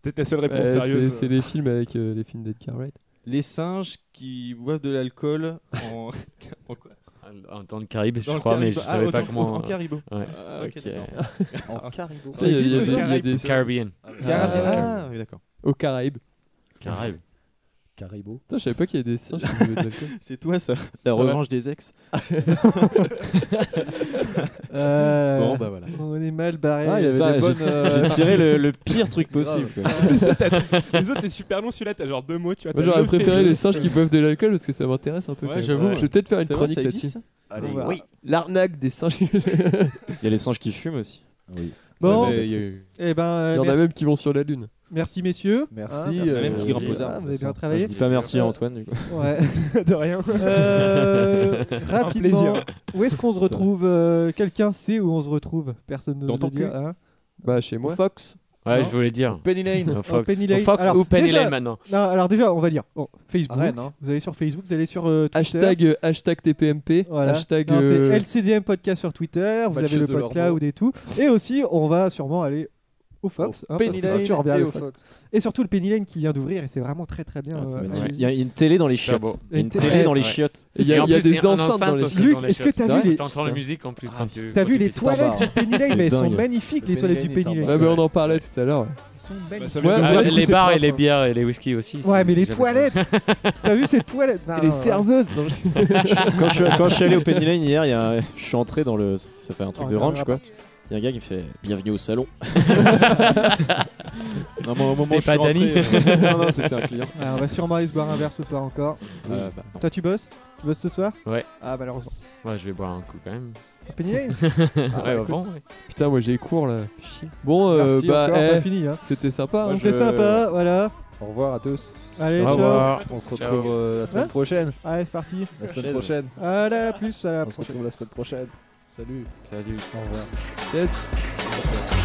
D: C'était la seule
E: Ouais,
D: réponse
E: c'est-
D: sérieuse.
E: C'est les films avec euh, les films d'Edgar Wright.
K: Les singes qui boivent de l'alcool en, en quoi
I: En- Dans le Caribe, je
K: Dans le
I: crois, mais
K: Caribe.
I: je
K: Ah,
I: savais
K: au-
I: pas
K: dans-
I: comment.
K: En Caribo.
I: Ouais.
K: Ah, ok,
I: Ok.
K: d'accord.
I: En Caribo.
K: Ah, il y a- il y a des- il y a
I: Caribe.
K: des-
I: Caribbean.
K: Caribbean. Ah, oui, d'accord.
E: Aux Caraïbes.
I: Caribe.
F: Caribo.
E: Putain, je savais pas qu'il y avait des singes qui buvaient de l'alcool.
K: C'est toi ça, la revanche des ex.
B: Euh,
K: Bon bah voilà.
B: On est mal barré.
K: Ah, il y avait
H: Putain,
K: des
H: j'ai-
K: bonnes, euh,
H: J'ai tiré le, le pire truc possible. quoi.
D: les autres, c'est super long celui-là. T'as genre deux mots. Tu vois, t'as
E: Moi,
D: euh,
E: j'aurais
D: le
E: préféré
D: féminin.
E: les singes qui boivent de l'alcool parce que ça m'intéresse un peu.
K: Ouais,
E: quand même.
K: j'avoue.
E: Je vais peut-être faire une
K: C'est vrai,
E: chronique
K: ça
E: là-dessus.
K: existe, ça Allez,
E: On va-
K: oui.
E: L'arnaque des singes.
H: Il y a les singes qui fument aussi.
F: Oui.
B: Bon.
E: Ouais, mais il y a eu-
B: Eh ben, euh,
E: il y en a
B: merci.
E: même qui vont sur la lune.
B: Merci messieurs.
F: Merci,
H: euh, merci,
B: Ah,
H: Ramposa.
B: vous avez bien
H: Ça,
B: travaillé.
H: je dis pas merci à Antoine, du coup.
B: Ouais.
D: De rien.
B: Euh,
D: Un
B: rapidement.
D: plaisir.
B: Où est-ce qu'on se retrouve euh, Quelqu'un sait où on se retrouve Personne ne
E: Dans
B: nous
E: ton
B: le dit.
E: cul.
B: hein.
E: Bah, chez moi.
K: Fox.
I: Ouais,
B: Non.
I: je voulais dire.
F: Penny Lane.
I: Au
B: Au
I: Fox,
B: Penny
I: Au
B: Lane.
I: Fox
B: Alors,
I: ou Penny
B: déjà-
I: Lane maintenant.
B: Non, alors déjà, on va dire bon, Facebook.
F: À Rennes, hein.
B: Vous allez sur Facebook, vous allez sur euh, Twitter.
E: Hashtag, euh, hashtag TPMP.
B: Voilà.
E: Hashtag.
B: Non, c'est
E: euh,
B: LCDM Podcast sur Twitter, vous
F: Match
B: avez le
F: de l'Ormeau.
B: PodCloud et tout. Et aussi, on va sûrement aller au Fox. hein, parce
F: Penny
B: que ça
F: Lane
B: tire bien,
F: et
B: le
F: au
B: Fox.
F: Fox.
B: Et surtout le Penny Lane qui vient d'ouvrir et c'est vraiment très très bien.
H: Ah, c'est
B: euh,
H: magnifique.
B: allez-y.
H: Il y a- il y a une télé dans les
I: Super
H: chiottes.
I: beau.
H: Il y a une
B: Une télé,
H: télé dans les
I: ouais.
H: chiotes.
E: Il y a,
I: Et en
E: il y a
I: plus,
E: des
I: il y a un
E: enceintes dans
I: enceinte
E: les
I: aussi.
B: Luc,
I: dans les
B: est-ce que
I: chiottes.
B: t'as
I: C'est
B: vu
I: vrai,
B: les
I: T'entends la musique en plus quand tu.
B: T'as
I: quand
B: vu
I: tu
B: les
I: fais-
B: toilettes du Penny Lane,
H: C'est
B: mais elles sont
H: dingue.
B: magnifiques les
F: Le
B: toilettes du
F: Penny Lane
B: Penny
F: est
E: Ouais,
B: Lane.
E: mais on en parlait tout à l'heure.
B: Elles sont
D: Bah,
B: magnifiques.
D: ça vient de
E: Ouais,
I: Ah,
D: voir,
E: ouais,
D: c'est
I: les
D: propre,
I: bars et
D: hein.
I: les bières et les whisky aussi. ça,
B: Ouais, mais
I: j'ai
B: les
I: jamais
B: toilettes T'as vu ces toilettes Non,
E: Et les
B: non, non.
E: serveuses. Non, je-
H: quand, je, suis- quand je suis allé au Penny Lane hier, il y a un- je suis entré dans le. Ça fait un truc
B: Oh,
H: de
B: non,
H: ranch
B: non,
H: quoi. Il y a un gars qui me fait Bienvenue au salon.
G: Non, mais au moment
I: C'était
G: où je suis
I: pas
G: rentré, euh, non, non, c'était un client.
B: Ouais, Ah, on va sûrement aller se boire un verre ce soir encore.
G: Euh, bah, non.
B: Toi, tu bosses Tu bosses ce soir
I: Ouais.
B: Ah, malheureusement.
I: ça. Ouais, je vais boire un coup quand même.
B: Ah, Penny Lane
I: Ouais, bah, bon. ouais.
E: Putain, moi j'ai cours là. Chier. Bon, euh,
F: Merci
E: bah,
B: Encore,
E: eh,
B: pas fini. Hein.
E: c'était sympa. hein.
B: C'était
F: je-
B: sympa, voilà.
F: Au revoir à tous.
B: Allez,
H: Au
B: ciao.
H: revoir.
F: On se retrouve euh, la semaine
B: Hein
F: prochaine.
B: Allez, c'est parti.
F: La semaine prochaine.
B: Allez, à plus, à la
F: On se retrouve la semaine prochaine. Salut.
I: Salut.
F: Au revoir.
E: Yes.
F: Merci.